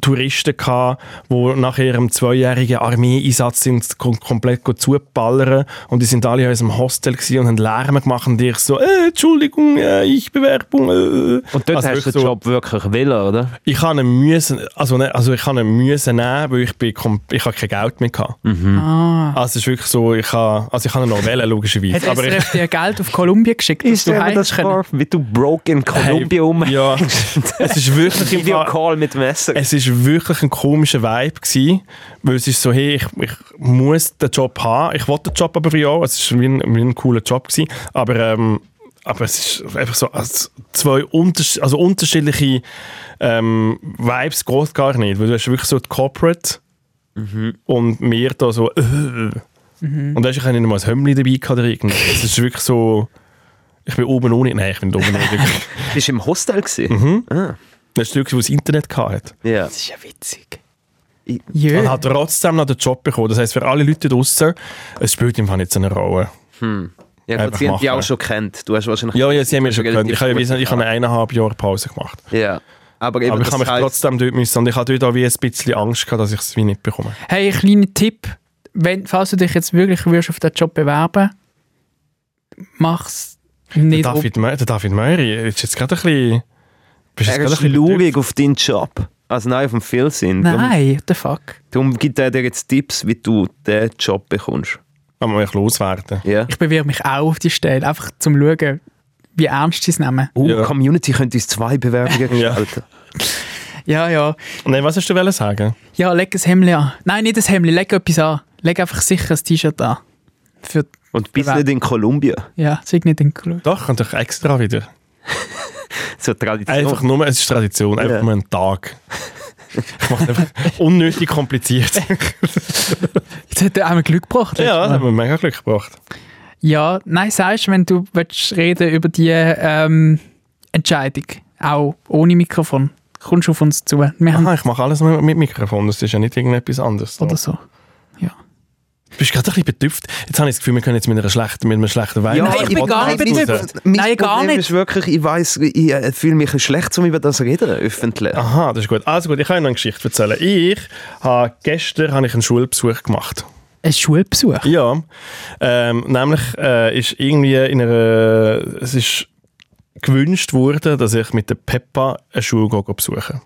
Speaker 2: Touristen gehabt, die nach ihrem zweijährigen Armeeeinsatz sind kom komplett go zuballern und die sind alle in unserem Hostel gewesen und haben Lärm gemacht und ich so äh, Entschuldigung, äh, ich Bewerbung. Äh.
Speaker 3: Und dort
Speaker 2: Also
Speaker 3: hast du
Speaker 2: wirklich
Speaker 3: den
Speaker 2: so-
Speaker 3: Job wirklich willen, oder?
Speaker 2: Ich kann ihn müssen, also, ne, also ich kann ihn müssen nehmen, weil ich bin kom- ich habe kein Geld mehr gehabt.
Speaker 1: Ah.
Speaker 2: Also es ist wirklich so, ich kann, also ich kann ihn noch wählen
Speaker 1: Hat
Speaker 2: logischerweise, aber ich,
Speaker 1: SRF dir Geld auf Kolumbien geschickt, dass du heimst können?
Speaker 3: wie du broke in Kolumbien um...
Speaker 2: ja, es ist wirklich im Fall- Äh,
Speaker 3: Videocall mit Messer.
Speaker 2: Es ist wirklich ein komischer Vibe gewesen, weil es ist so, hey, ich, ich muss den Job haben, ich wollte den Job aber wie auch, es ist wie ein, wie ein cooler Job gewesen, aber, ähm, aber es ist einfach so, also zwei unters also unterschiedliche ähm, Vibes geht gar nicht, weil du hast wirklich so die Corporate und mir da so, äh, und da hast du nicht mal ein Hemmli dabei gehabt oder irgendwie. Es ist wirklich so, ich bin oben ohne, nein, ich bin nicht oben ohne.
Speaker 3: Bist du im Hostel gewesen?
Speaker 2: Mhm. Das ist wirklich, wo das Internet gehabt hat.
Speaker 3: Ja.
Speaker 1: Das ist ja witzig.
Speaker 3: Ich-
Speaker 2: Und
Speaker 1: Jö.
Speaker 2: hat trotzdem noch den Job bekommen. Das heisst, für alle Leute draußen, es spielt im Fall nicht so eine Rolle.
Speaker 3: Ja, gut,
Speaker 2: Einfach
Speaker 3: sie haben die
Speaker 2: machen.
Speaker 3: auch schon kennt. Du hast wahrscheinlich...
Speaker 2: Ja, ja, sie haben mir
Speaker 3: hast
Speaker 2: schon
Speaker 3: relativ
Speaker 2: gehört. Ich habe ja
Speaker 3: gut
Speaker 2: wissen, ich habe eineinhalb Jahre Pause gemacht.
Speaker 3: Ja. Aber, eben,
Speaker 2: Aber ich
Speaker 3: das
Speaker 2: habe mich
Speaker 3: heisst-
Speaker 2: trotzdem dort müssen. Und ich hatte dort auch wie ein bisschen Angst gehabt, dass ich es wie nicht bekomme.
Speaker 1: Hey, ein kleiner Tipp. Wenn, falls du dich jetzt wirklich würdest auf den Job bewerben mach's nicht. um-
Speaker 2: Der David, Mö- der David Möri ist jetzt gerade ein bisschen... Bist
Speaker 3: Er ist schlurig auf deinen Job. Also nein, auf dem Phil sind.
Speaker 1: ob- Nein, what the fuck.
Speaker 3: Darum gibt er dir jetzt Tipps, wie du den Job bekommst.
Speaker 2: Man muss loswerden.
Speaker 3: Ja.
Speaker 1: Ich bewirb mich auch auf die Stelle, einfach zum schauen, wie ernst sie es nehmen.
Speaker 3: Oh,
Speaker 2: Ja.
Speaker 3: Community könnte uns zwei Bewerbungen gestalten.
Speaker 1: Ja, ja.
Speaker 2: Nein, was hast du wollen sagen?
Speaker 1: Ja, leg ein Hemdli an. Nein, nicht ein Hemdli, leg etwas an. Leg einfach sicher ein T-Shirt an. Für,
Speaker 3: Und bist
Speaker 1: Bewerb-
Speaker 3: nicht in Kolumbien.
Speaker 1: ja, zeig nicht den Club.
Speaker 2: Doch, und doch extra wieder.
Speaker 3: So Tradition.
Speaker 2: Einfach nur, es ist Tradition, einfach
Speaker 3: Ja.
Speaker 2: nur einen Tag. Ich mache es einfach unnötig kompliziert.
Speaker 1: Jetzt Das hat einem Glück gebracht. letztes
Speaker 2: Ja, das
Speaker 1: Mal.
Speaker 2: hat mir mega Glück gebracht.
Speaker 1: Ja, nein, sagst wenn du willst reden über die ähm, Entscheidung, auch ohne Mikrofon, kommst du auf uns zu. Wir haben
Speaker 2: Aha, ich mache alles mit, mit Mikrofon, das ist ja nicht irgendetwas anderes.
Speaker 1: oder so.
Speaker 2: Du bist gerade ein bisschen betüpft. Jetzt habe ich das Gefühl, wir können jetzt mit einer schlechten, mit einem schlechten Wein.
Speaker 1: Ja,
Speaker 2: aus
Speaker 1: ich
Speaker 2: dem
Speaker 1: bin gar
Speaker 2: Podcast
Speaker 1: nicht
Speaker 2: raus.
Speaker 1: betüpft.
Speaker 5: Mein
Speaker 1: Nein, gar
Speaker 5: Problem
Speaker 1: nicht.
Speaker 5: ist wirklich, ich weiss, ich äh, fühle mich ein bisschen schlecht, um über das zu reden, öffentlich.
Speaker 2: Aha, das ist gut. Also gut, ich kann Ihnen eine Geschichte erzählen. Ich habe gestern habe ich einen Schulbesuch gemacht.
Speaker 1: Ein Schulbesuch.
Speaker 2: Ja, ähm, nämlich äh, ist irgendwie in einer, es ist gewünscht worden, dass ich mit der Peppa eine Schule gehe, gehe besuche.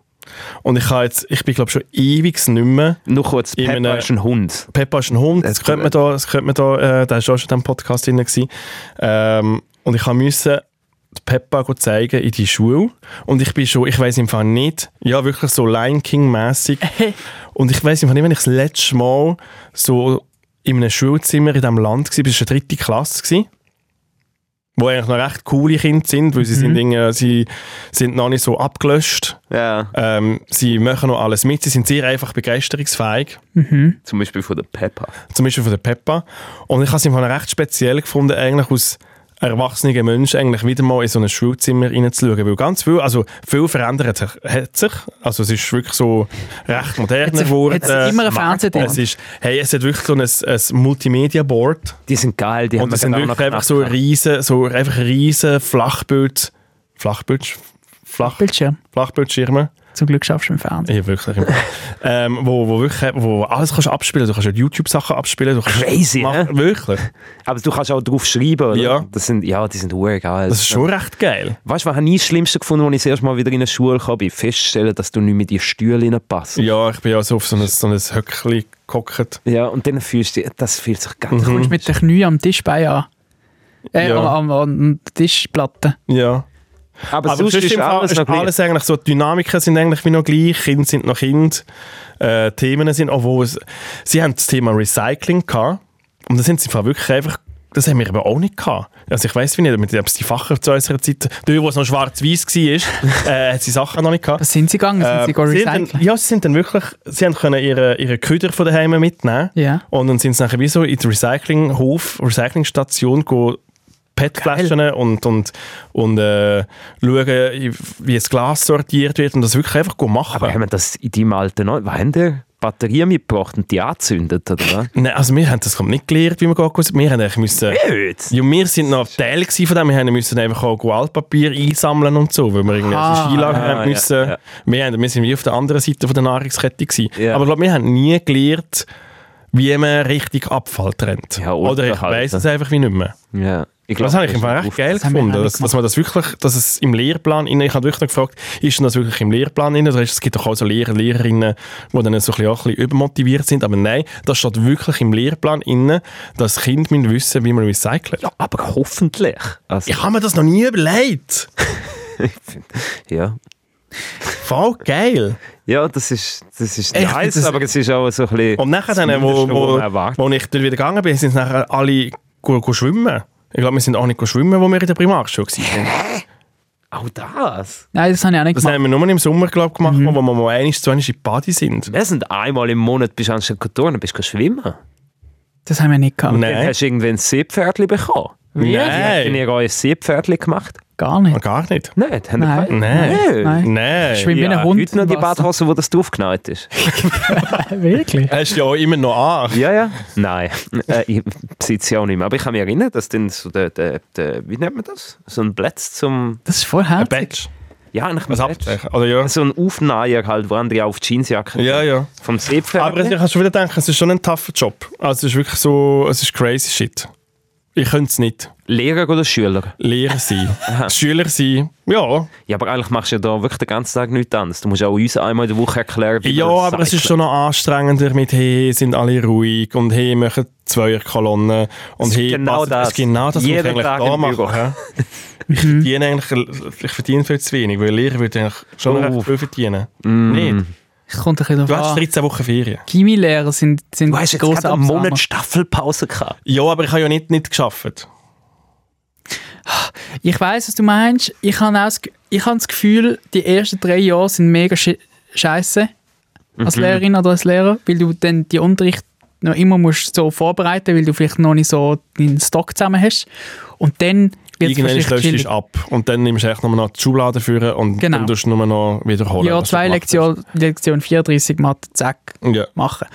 Speaker 2: Und ich habe jetzt, ich bin glaube schon ewig nicht mehr.
Speaker 3: Nur kurz,
Speaker 2: Ich
Speaker 3: Peppa
Speaker 2: meine-
Speaker 3: ist ein Hund.
Speaker 2: Peppa ist ein Hund, das
Speaker 5: Jetzt
Speaker 2: könnte man da, das könnte man da, äh, der ist auch schon in diesem Podcast drin gewesen. Ähm, und ich musste die Peppa go zeigen in die Schule. Und ich bin schon, ich weiß im Fall nicht, ja wirklich so Lion king mäßig Und ich weiß im Fall nicht, wenn ich das letzte Mal so in einem Schulzimmer in diesem Land war, das war eine dritte Klasse, gewesen, wo eigentlich noch recht coole Kinder sind, weil sie, sind, irgendwie- äh, sie sind noch nicht so abgelöscht.
Speaker 3: Ja.
Speaker 2: Ähm, sie machen noch alles mit, sie sind sehr einfach begeisterungsfähig
Speaker 1: Mhm.
Speaker 3: Zum Beispiel von der Peppa.
Speaker 2: zum Beispiel von der Peppa. Und ich habe es im Fall recht speziell gefunden, eigentlich aus erwachsenen Menschen eigentlich wieder mal in so ein Schulzimmer reinzuschauen, weil ganz viel, also viel verändert sich, hat sich, also es ist wirklich so recht modern
Speaker 1: Hat sich-
Speaker 2: geworden. Äh,
Speaker 1: hat sich immer ein Fernsehding?
Speaker 2: Es ist, hey, es hat wirklich so ein, ein Multimedia-Board
Speaker 3: Die sind geil, die
Speaker 2: und es sind
Speaker 3: sogar
Speaker 2: wirklich
Speaker 3: noch
Speaker 2: einfach so
Speaker 3: geknackt.
Speaker 2: riesen, so einfach riesen Flachbild, Flachbild, Flach,
Speaker 1: Bildschirm.
Speaker 2: Flachbildschirme,
Speaker 1: Zum Glück schaffst du im Fernsehen.
Speaker 2: ja, wirklich. ähm, wo, wo wirklich wo alles kannst abspielen. Du kannst ja YouTube-Sachen abspielen. Du kannst
Speaker 3: Crazy,
Speaker 2: mach-
Speaker 3: ne?
Speaker 2: Wirklich.
Speaker 3: Aber du kannst auch drauf schreiben, oder?
Speaker 2: Ja.
Speaker 3: Das sind, ja, die sind hure geil.
Speaker 2: Das ist schon recht geil.
Speaker 3: Weißt du, was habe ich das Schlimmste gefunden, als ich das erste Mal wieder in eine Schule kam? Ich feststellen, dass du nicht mehr in die Stühle reinpasst.
Speaker 2: Ja, ich bin ja so auf so ein, so ein Höckli gehockt.
Speaker 3: Ja, und dann fühlst du dich, das fühlt sich
Speaker 2: Mhm.
Speaker 3: ganz
Speaker 1: Du kommst mit den Knien am Tisch bei an. Äh,
Speaker 2: Ja.
Speaker 1: am, am, am Tischplatte.
Speaker 2: Ja.
Speaker 3: Aber,
Speaker 2: Aber
Speaker 3: sonst
Speaker 2: sonst
Speaker 3: ist
Speaker 2: im Fall
Speaker 3: alles
Speaker 2: ist
Speaker 3: noch alles
Speaker 2: alles eigentlich so, die Dynamiken sind eigentlich wie noch gleich, Kinder sind noch Kinder, äh, Themen sind, obwohl es, sie haben das Thema Recycling gehabt und das sind sie im Fall wirklich einfach, das haben wir aber auch nicht gehabt. Also ich weiß nicht, ob es die Facher zu unserer Zeit, dort wo es noch schwarz-weiß war, äh, hat sie Sachen noch nicht gehabt.
Speaker 1: Was sind sie gegangen? Sind
Speaker 2: Ähm,
Speaker 1: sie gegangen
Speaker 2: haben dann,
Speaker 1: recyceln?
Speaker 2: ja, sie sind dann wirklich, sie haben können ihre, ihre Köder von daheim mitnehmen
Speaker 1: Ja.
Speaker 2: und dann sind sie nachher wie so in den Recyclinghof, Recyclingstation go PET-Flaschen und, und, und äh, schauen, wie das Glas sortiert wird und das wirklich einfach go machen.
Speaker 3: Aber haben wir das in deinem Alter noch? Was haben die? Batterien mitgebracht und die angezündet, oder?
Speaker 2: Nein, also wir haben das nicht gelernt, wie man geht. Wir haben eigentlich müssen...
Speaker 3: Blöd!
Speaker 2: Ja, wir sind noch Teil gewesen von dem. Wir haben müssen einfach auch Altpapier einsammeln und so, weil wir irgendwie
Speaker 1: Ah.
Speaker 2: ah, Skilager
Speaker 3: Ah, ja,
Speaker 2: haben müssen.
Speaker 3: ja.
Speaker 2: Wir, haben, wir sind wie auf der anderen Seite von der Nahrungskette gewesen.
Speaker 3: Ja.
Speaker 2: Aber ich glaube, wir haben nie gelernt, wie man richtig Abfall trennt.
Speaker 3: Ja,
Speaker 2: Oder ich
Speaker 3: Ordnung
Speaker 2: weiss
Speaker 3: halten.
Speaker 2: es einfach wie nicht mehr.
Speaker 3: Ja. Ich
Speaker 2: das habe ich im Fall recht geil
Speaker 1: Das haben wir
Speaker 2: gefunden,
Speaker 1: auch
Speaker 2: dass,
Speaker 1: nicht
Speaker 2: dass man das wirklich, dass es im Lehrplan inne, ich habe wirklich noch gefragt, ist denn das wirklich im Lehrplan inne? Oder ist, es gibt doch auch so Lehrer, Lehrerinnen, die dann so ein bisschen, auch ein bisschen übermotiviert sind, aber nein, das steht wirklich im Lehrplan inne, dass Kinder müssen wissen, wie man recycelt.
Speaker 3: Ja, aber hoffentlich. Also,
Speaker 2: Ich habe mir das noch nie überlegt.
Speaker 3: ja.
Speaker 2: Voll geil.
Speaker 3: ja, das ist, das ist
Speaker 2: Echt,
Speaker 3: nice,
Speaker 2: das-
Speaker 3: aber es ist auch so ein bisschen...
Speaker 2: Und nachher, dann, wo,
Speaker 3: Zumindest
Speaker 2: wo,
Speaker 3: schon erwartet.
Speaker 2: wo ich dann wieder gegangen bin, sind nachher alle go, go schwimmen. Ich glaube, wir sind auch nicht go schwimmen, wo wir in der Primarschule waren.
Speaker 3: Auch das?
Speaker 1: Nein, das habe ich auch nicht
Speaker 2: Das
Speaker 1: gemacht.
Speaker 2: haben wir nur im Sommer glaub, gemacht, wo wir mal einmal zu einmal in die Party sind.
Speaker 3: Wir sind einmal im Monat bist du anstatt Kulturen, bist du schwimmen.
Speaker 1: Das haben wir nicht gehabt.
Speaker 3: Dann
Speaker 2: Nein,
Speaker 3: hast du irgendwann ein Seepferdchen bekommen. Habt
Speaker 2: nein,
Speaker 3: ihr euer Seepferdchen gemacht?
Speaker 1: Gar nicht.
Speaker 2: gar nicht.
Speaker 3: Nein, das haben wir
Speaker 1: Nein.
Speaker 3: keine.
Speaker 2: Nein,
Speaker 1: Nein.
Speaker 2: nein.
Speaker 1: Schwimmen wie
Speaker 3: Ja,
Speaker 1: ein Hund.
Speaker 3: heute noch
Speaker 1: im
Speaker 3: die
Speaker 1: Wasser.
Speaker 3: Badhose, wo das draufgenäht ist.
Speaker 1: Wirklich?
Speaker 2: Hast du ja auch immer noch an.
Speaker 3: Ja, ja. Nein, äh, ich besitze ja auch nicht mehr. Aber ich kann mich erinnern, dass dann so der, der, der wie nennt man das? So ein Platz zum,
Speaker 1: Das ist voll
Speaker 2: Ein
Speaker 1: herzig.
Speaker 2: Badge.
Speaker 3: ja, eigentlich
Speaker 2: Ein Abzeichen. Oder ja.
Speaker 3: So ein Aufnäher halt, wo andere auf die Jeansjacke
Speaker 2: Ja, ja. Aber
Speaker 3: vom
Speaker 2: ich
Speaker 3: Seepferd.
Speaker 2: kann schon wieder denken, es ist schon ein tougher Job. Also es ist wirklich so, es ist crazy shit. Ich könnte es nicht.
Speaker 3: Lehrer oder Schüler?
Speaker 2: Lehrer sein, Schüler sein, ja.
Speaker 3: Ja, aber eigentlich machst du ja da wirklich den ganzen Tag nichts anderes. Du musst auch uns einmal in der Woche erklären, wie
Speaker 2: Ja,
Speaker 3: man
Speaker 2: aber es ist
Speaker 3: cycelt.
Speaker 2: schon noch anstrengender mit «Hey, sind alle ruhig» und «Hey, machen Zweierkolonnen» und
Speaker 3: ist
Speaker 2: «Hey,
Speaker 3: genau
Speaker 2: passt- Es
Speaker 3: das.
Speaker 2: ist genau das, was ich
Speaker 3: Jeden
Speaker 2: eigentlich
Speaker 3: Tag
Speaker 2: da
Speaker 3: im Büro. Mhm.
Speaker 2: mache. hä? Ich verdiene eigentlich, ich verdiene viel zu wenig, weil Lehrer würde eigentlich schon
Speaker 3: Oh.
Speaker 2: recht viel verdienen.
Speaker 3: Mm.
Speaker 2: Nicht?
Speaker 1: Es kommt ein bisschen
Speaker 2: Du hast
Speaker 3: Ah.
Speaker 1: drauf an.
Speaker 2: 13 Wochen Ferien.
Speaker 1: Chemielehrer sind, sind
Speaker 3: Du hast jetzt
Speaker 1: grosse
Speaker 3: gerade einen
Speaker 1: Absamer.
Speaker 3: Monat Staffelpause gehabt.
Speaker 2: Ja, aber ich habe ja nicht, nicht geschafft.
Speaker 1: Ich weiß, was du meinst. Ich habe auch das, Ge- ich habe das Gefühl, die ersten drei
Speaker 2: Mhm.
Speaker 1: Jahre sind mega scheiße als Lehrerin oder als Lehrer, weil du dann die Unterricht noch immer musst so vorbereiten, weil du vielleicht noch nicht so deinen Stock zusammen hast. Und dann wird
Speaker 2: Irgendwann
Speaker 1: es
Speaker 2: löst du es ab und dann nimmst du echt nur noch die Schublade führen und
Speaker 1: Genau.
Speaker 2: dann tust du nur noch wiederholen.
Speaker 1: Ja,
Speaker 2: was du
Speaker 1: zwei
Speaker 2: gemacht
Speaker 1: Lektion, Lektion 34 Mathe, zack,
Speaker 2: hast. Ja.
Speaker 1: machen.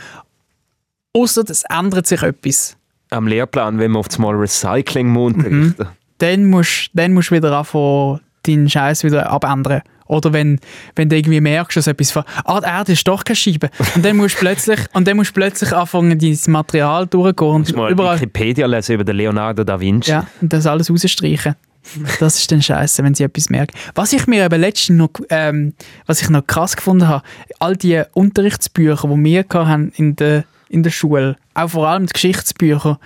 Speaker 1: Außer es ändert sich etwas.
Speaker 3: Am Lehrplan, wenn wir auf das Mal Recycling muss
Speaker 2: Mhm.
Speaker 3: unterrichten.
Speaker 1: Dann musst du dann musst du wieder anfangen, deinen Scheiß wieder abändern. Oder wenn, wenn du irgendwie merkst, dass etwas von, ah, die Erde ist doch keine Scheibe. Und dann musst du plötzlich, und dann musst du plötzlich anfangen, dein Material durchgehen und
Speaker 3: Mal
Speaker 1: überall,
Speaker 3: Wikipedia lesen über den Leonardo da Vinci.
Speaker 1: ja, und das alles rausstreichen. Das ist dann scheiße, wenn sie etwas merken. Was ich mir eben letztens noch, ähm, was ich noch krass gefunden habe, all die Unterrichtsbücher, die wir hatten in der, in der Schule, auch vor allem die Geschichtsbücher,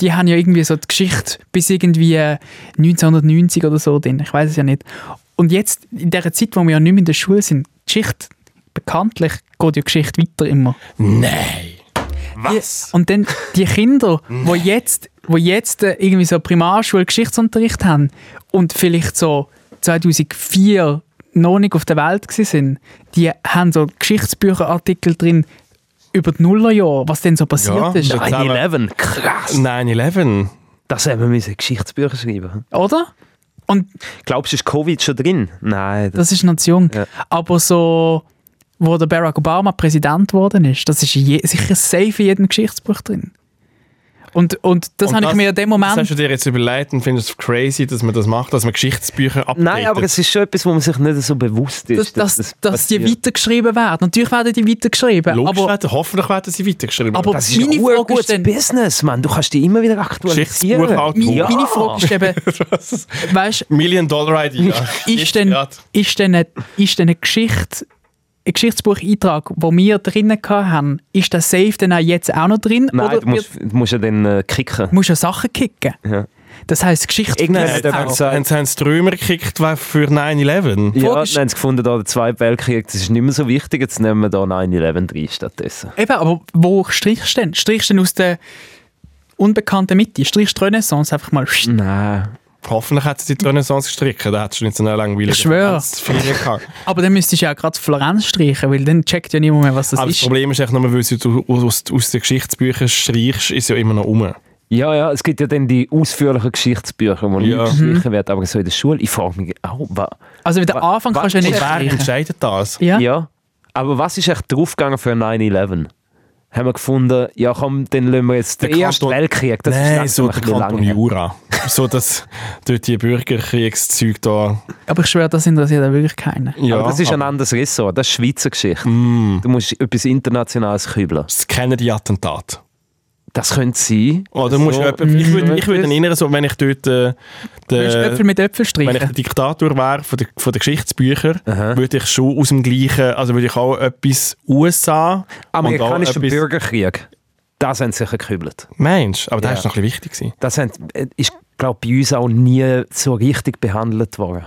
Speaker 1: die haben ja irgendwie so die Geschichte bis irgendwie 1990 oder so drin. Ich weiß es ja nicht. Und jetzt, in der Zeit, wo wir ja nicht mehr in der Schule sind, die Geschichte, bekanntlich geht ja die Geschichte weiter immer.
Speaker 2: Nein.
Speaker 1: Die, und dann die Kinder, wo jetzt, wo jetzt äh, irgendwie so Primarschule Geschichtsunterricht haben und vielleicht so 2004 noch nicht auf der Welt gewesen sind, die haben so Geschichtsbücherartikel drin über die Nullerjahre, was denn so passiert
Speaker 2: Ja,
Speaker 1: ist.
Speaker 2: das-
Speaker 3: 9-11, krass.
Speaker 2: 9-11.
Speaker 3: Das haben wir müssen Geschichtsbücher schreiben.
Speaker 1: Oder? Und
Speaker 3: Glaubst du, ist Covid schon drin? Nein. Das
Speaker 1: das ist noch zu jung.
Speaker 3: Ja.
Speaker 1: Aber so, wo der Barack Obama Präsident geworden ist, das ist je, sicher safe in jedem Geschichtsbuch drin. Und, und das
Speaker 2: Und
Speaker 1: habe ich mir in dem Moment...
Speaker 2: Das hast du dir jetzt überlegt und findest es crazy, dass man das macht, dass man Geschichtsbücher updatet.
Speaker 3: Nein, aber es ist schon etwas, wo man sich nicht so bewusst
Speaker 1: dass,
Speaker 3: ist.
Speaker 1: dass, dass, die
Speaker 3: passiert.
Speaker 1: weitergeschrieben werden. Natürlich werden die weitergeschrieben,
Speaker 2: Logisch
Speaker 1: aber
Speaker 2: werden, hoffentlich werden sie weitergeschrieben.
Speaker 1: Aber-
Speaker 3: Das ist
Speaker 1: Meine
Speaker 3: ein
Speaker 1: Frage
Speaker 3: urgutes
Speaker 1: ist dann-
Speaker 3: Business, Mann. Du kannst die immer wieder aktualisieren.
Speaker 2: Geschichtsbuchautor.
Speaker 1: meine,
Speaker 3: Ja.
Speaker 1: meine Frage ist eben, weißt,
Speaker 2: Million-Dollar-Idee.
Speaker 1: ist denn, ist denn, eine, ist denn eine Geschichte, ein Geschichtsbucheintrag, den wir drin gehabt haben, ist der Safe dann auch jetzt auch noch drin?
Speaker 3: Nein,
Speaker 1: oder
Speaker 3: du musst, du musst ja dann äh, kicken.
Speaker 1: musst ja Sachen kicken.
Speaker 3: Ja.
Speaker 1: Das heisst, Geschichte
Speaker 3: Irgendwann
Speaker 1: fließt
Speaker 3: hat jemand
Speaker 1: auch.
Speaker 3: gesagt,
Speaker 2: Haben sie einen Trümmer gekickt weil für 9-11?
Speaker 3: Ja,
Speaker 1: Frage ist-
Speaker 3: dann haben sie gefunden, da der Zweite Weltkrieg, das ist nicht mehr so wichtig, jetzt nehmen wir da 9-11 rein stattdessen.
Speaker 1: Eben, aber wo strichst du denn? Strichst du denn aus der unbekannten Mitte? Strichst du Renaissance einfach mal?
Speaker 3: Mhm. Nein.
Speaker 2: Hoffentlich hat sie die Renaissance gestrichen, da hättest du nicht so eine langweilige
Speaker 1: Ich schwöre.
Speaker 2: schwöre.
Speaker 1: Aber dann müsstest du ja auch gerade Florenz streichen, weil dann checkt ja niemand mehr, was das
Speaker 2: Aber das
Speaker 1: ist.
Speaker 2: Problem ist echt nur, weil sie du aus, aus den Geschichtsbüchern streichst, ist ja immer noch um.
Speaker 3: Ja, ja, es gibt ja dann die ausführlichen Geschichtsbücher, die
Speaker 2: Ja.
Speaker 1: Mhm.
Speaker 3: ja. gestrichen werden, aber so in der Schule, ich frage mich auch, wa,
Speaker 1: Also den
Speaker 3: Wa-
Speaker 1: Anfang
Speaker 3: wa-
Speaker 1: kannst du ja
Speaker 2: Und
Speaker 1: nicht
Speaker 2: wer
Speaker 1: streichen.
Speaker 2: entscheidet das?
Speaker 1: Ja?
Speaker 3: ja. aber was ist echt draufgegangen für 9-11? Haben wir gefunden, ja komm, dann lassen wir jetzt den
Speaker 2: Der
Speaker 3: Ersten
Speaker 2: Kanton-
Speaker 3: Weltkrieg, das
Speaker 2: Nein,
Speaker 3: ist
Speaker 2: so
Speaker 3: langsam
Speaker 2: der
Speaker 3: ein bisschen
Speaker 2: Kanton
Speaker 3: lang her.
Speaker 2: Jura. so, dass dort die Bürgerkriegszeug da...
Speaker 1: Aber ich schwöre, das interessiert auch wirklich keinen.
Speaker 2: Ja,
Speaker 3: aber das ist ein
Speaker 2: aber Mm.
Speaker 3: anderes Ressort, das ist Schweizer Geschichte. Du musst etwas Internationales kübeln.
Speaker 2: das kennen die Attentate.
Speaker 3: Das könnte sein.
Speaker 2: Oder Oh, musst
Speaker 3: So.
Speaker 2: du jemanden, ich würde ich würd
Speaker 3: Mhm.
Speaker 2: erinnern, so, wenn ich dort äh,
Speaker 1: Willst du
Speaker 2: der,
Speaker 1: Äpfel mit Äpfel
Speaker 2: wenn ich der
Speaker 1: streichen?
Speaker 2: Diktator wäre von den von der Geschichtsbüchern,
Speaker 3: Aha.
Speaker 2: würde ich schon aus dem gleichen, also würde ich auch etwas USA
Speaker 3: Amerikanischer
Speaker 2: und auch etwas,
Speaker 3: Bürgerkrieg, das haben sie sicher gekübelt.
Speaker 2: Mensch, aber das
Speaker 3: Ja.
Speaker 2: ist noch ein bisschen wichtig gewesen.
Speaker 3: Das haben, äh, ist, glaube bei uns auch nie so richtig behandelt worden.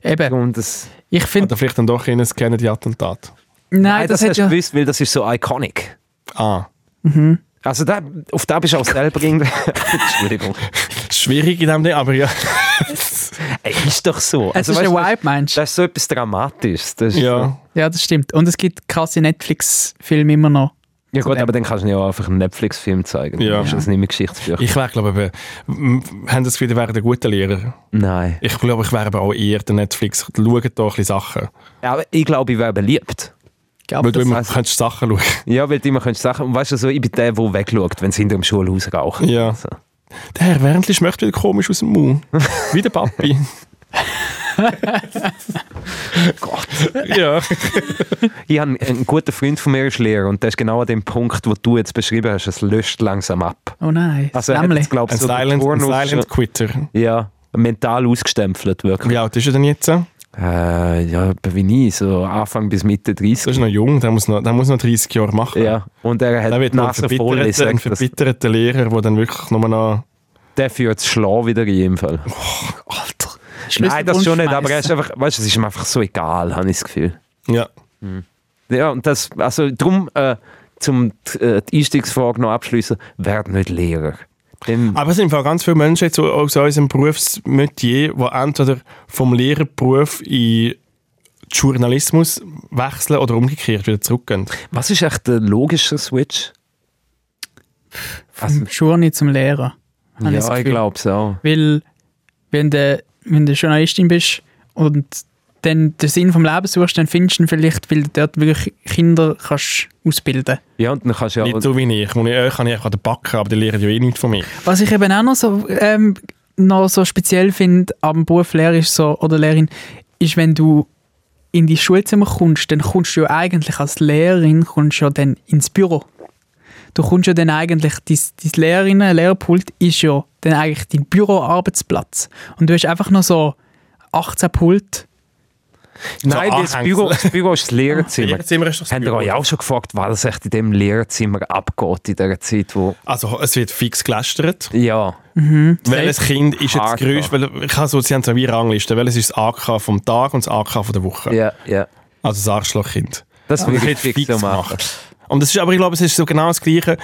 Speaker 1: Eben,
Speaker 3: Und das,
Speaker 1: ich finde,
Speaker 2: Oder vielleicht dann doch in ein Kennedy-Attentat.
Speaker 1: nein,
Speaker 3: Also, nein, das,
Speaker 1: das, hat
Speaker 3: hast du
Speaker 1: ja...
Speaker 3: gewusst, weil das ist so iconic.
Speaker 2: Ah,
Speaker 3: Also da, auf da bist du auch selber irgendwie... Entschuldigung.
Speaker 2: schwierig in dem Ding, aber ja.
Speaker 3: Ey, ist doch so. Also
Speaker 1: Es ist
Speaker 3: weißt
Speaker 1: ein
Speaker 3: du,
Speaker 1: Vibe, meinst du?
Speaker 3: Das ist so etwas Dramatisches. Das ist
Speaker 2: ja.
Speaker 1: Ja, das stimmt. Und es gibt krasse Netflix-Filme immer noch.
Speaker 3: So. ja gut, aber dann kannst du ja auch einfach einen Netflix-Film zeigen.
Speaker 2: Ja.
Speaker 3: Dann ist das nicht mehr Geschichtsbücher.
Speaker 2: Ich wäre, glaube ich, eben- m- haben das Gefühl, ich wäre der gute Lehrer.
Speaker 3: Nein.
Speaker 2: Ich glaube, ich wäre aber auch eher der Netflix. Schaut da ein bisschen Sachen.
Speaker 3: Aber ich glaube, ich wäre beliebt.
Speaker 1: Glaub,
Speaker 2: Weil du
Speaker 1: das-
Speaker 2: immer
Speaker 3: heisst-
Speaker 2: könntest Sachen schauen.
Speaker 3: Ja, weil du immer könntest Sachen... Und weißt du, so, ich bin der, der wegschaut, wenn sie hinter dem Schulhaus rauchen.
Speaker 2: Ja.
Speaker 3: So.
Speaker 2: Der Herr Wernli schmeckt wieder komisch aus dem Mund. Wie der Papi.
Speaker 3: Gott.
Speaker 2: ja.
Speaker 3: Ich habe einen guten Freund von mir ist Lehrer und der ist genau an dem Punkt, wo du jetzt beschrieben hast, es löscht langsam ab.
Speaker 1: Oh nein,
Speaker 3: Also er hat
Speaker 1: nämlich.
Speaker 3: jetzt, glaub,
Speaker 2: Ein
Speaker 3: so den
Speaker 2: Silent, ein
Speaker 3: Turnus
Speaker 2: Silent Quitter.
Speaker 3: schon- Ja, mental ausgestempelt wirklich.
Speaker 2: Wie alt ist er denn jetzt? Das
Speaker 3: Äh, ja, etwa wie nie, so Anfang bis Mitte 30.
Speaker 2: ist noch jung, der muss noch, der muss noch 30 Jahre machen.
Speaker 3: Ja, und er hat
Speaker 2: Der wird
Speaker 3: die
Speaker 2: noch ein
Speaker 3: Nase voll, ich
Speaker 2: verbitterter, ein
Speaker 3: sag das.
Speaker 2: verbitterter Lehrer, der dann wirklich nur noch...
Speaker 3: Der führt das Schlau wieder in im Fall.
Speaker 2: Oh,
Speaker 1: Alter.
Speaker 3: Nein, das schon nicht, aber er ist einfach, weißt, du, es ist ihm einfach so egal, habe ich das Gefühl.
Speaker 2: Ja.
Speaker 3: Ja, und das, also darum, äh, zum äh, die Einstiegsfrage noch abschließen, werden nicht Lehrer.
Speaker 1: Ah.
Speaker 3: Dem,
Speaker 2: Aber es sind im Fall ganz viele Menschen jetzt so aus unserem Berufsmetier, die entweder vom Lehrerberuf in den Journalismus wechseln oder umgekehrt wieder zurückgehen.
Speaker 3: was ist echt der logische Switch? Also,
Speaker 1: vom Schurni zum Lehrer. habe das
Speaker 3: ja, ich
Speaker 1: Gefühl.
Speaker 3: glaube es auch.
Speaker 1: Weil, wenn du, wenn du Journalistin bist und dann den Sinn vom Leben suchst, dann findest du ihn vielleicht, weil du dort wirklich Kinder kannst ausbilden
Speaker 3: Ja, und dann kannst du ja.
Speaker 2: Nicht so wie ich. Muss ich euch kann ich einfach an den Backen, aber die lernen ja eh nichts von mir.
Speaker 1: Was ich eben auch noch so, ähm, noch so speziell finde am Beruf Lehrer ist so, oder Lehrerin, ist, wenn du in die Schulzimmer kommst, dann kommst du ja eigentlich als Lehrerin kommst du ja dann ins Büro. Du kommst ja dann eigentlich, dein, dein Lehrerinnen, Lehrerpult ist ja dann eigentlich dein Büroarbeitsplatz. Und du hast einfach noch so 18 Pult.
Speaker 3: Nein,
Speaker 2: So
Speaker 3: das, Büro, das Büro ist das Lehrerzimmer.
Speaker 2: Lehrerzimmer ist doch das
Speaker 3: Habt ihr
Speaker 2: Büro.
Speaker 3: euch auch schon gefragt, was echt in diesem Lehrerzimmer abgeht in dieser Zeit, wo...
Speaker 2: Also es wird fix gelästert.
Speaker 3: Ja,
Speaker 2: Welches Kind ist jetzt das
Speaker 3: AK.
Speaker 2: größte? Weil ich habe so, sie haben so wie Ranglisten. Welches ist das AK vom Tag und das AK von der Woche?
Speaker 3: ja, ja.
Speaker 2: Also das Arschlochkind.
Speaker 3: Das würde ich
Speaker 2: hätte
Speaker 3: fix so machen.
Speaker 2: Und das ist, aber ich glaube, es ist so genau das Gleiche.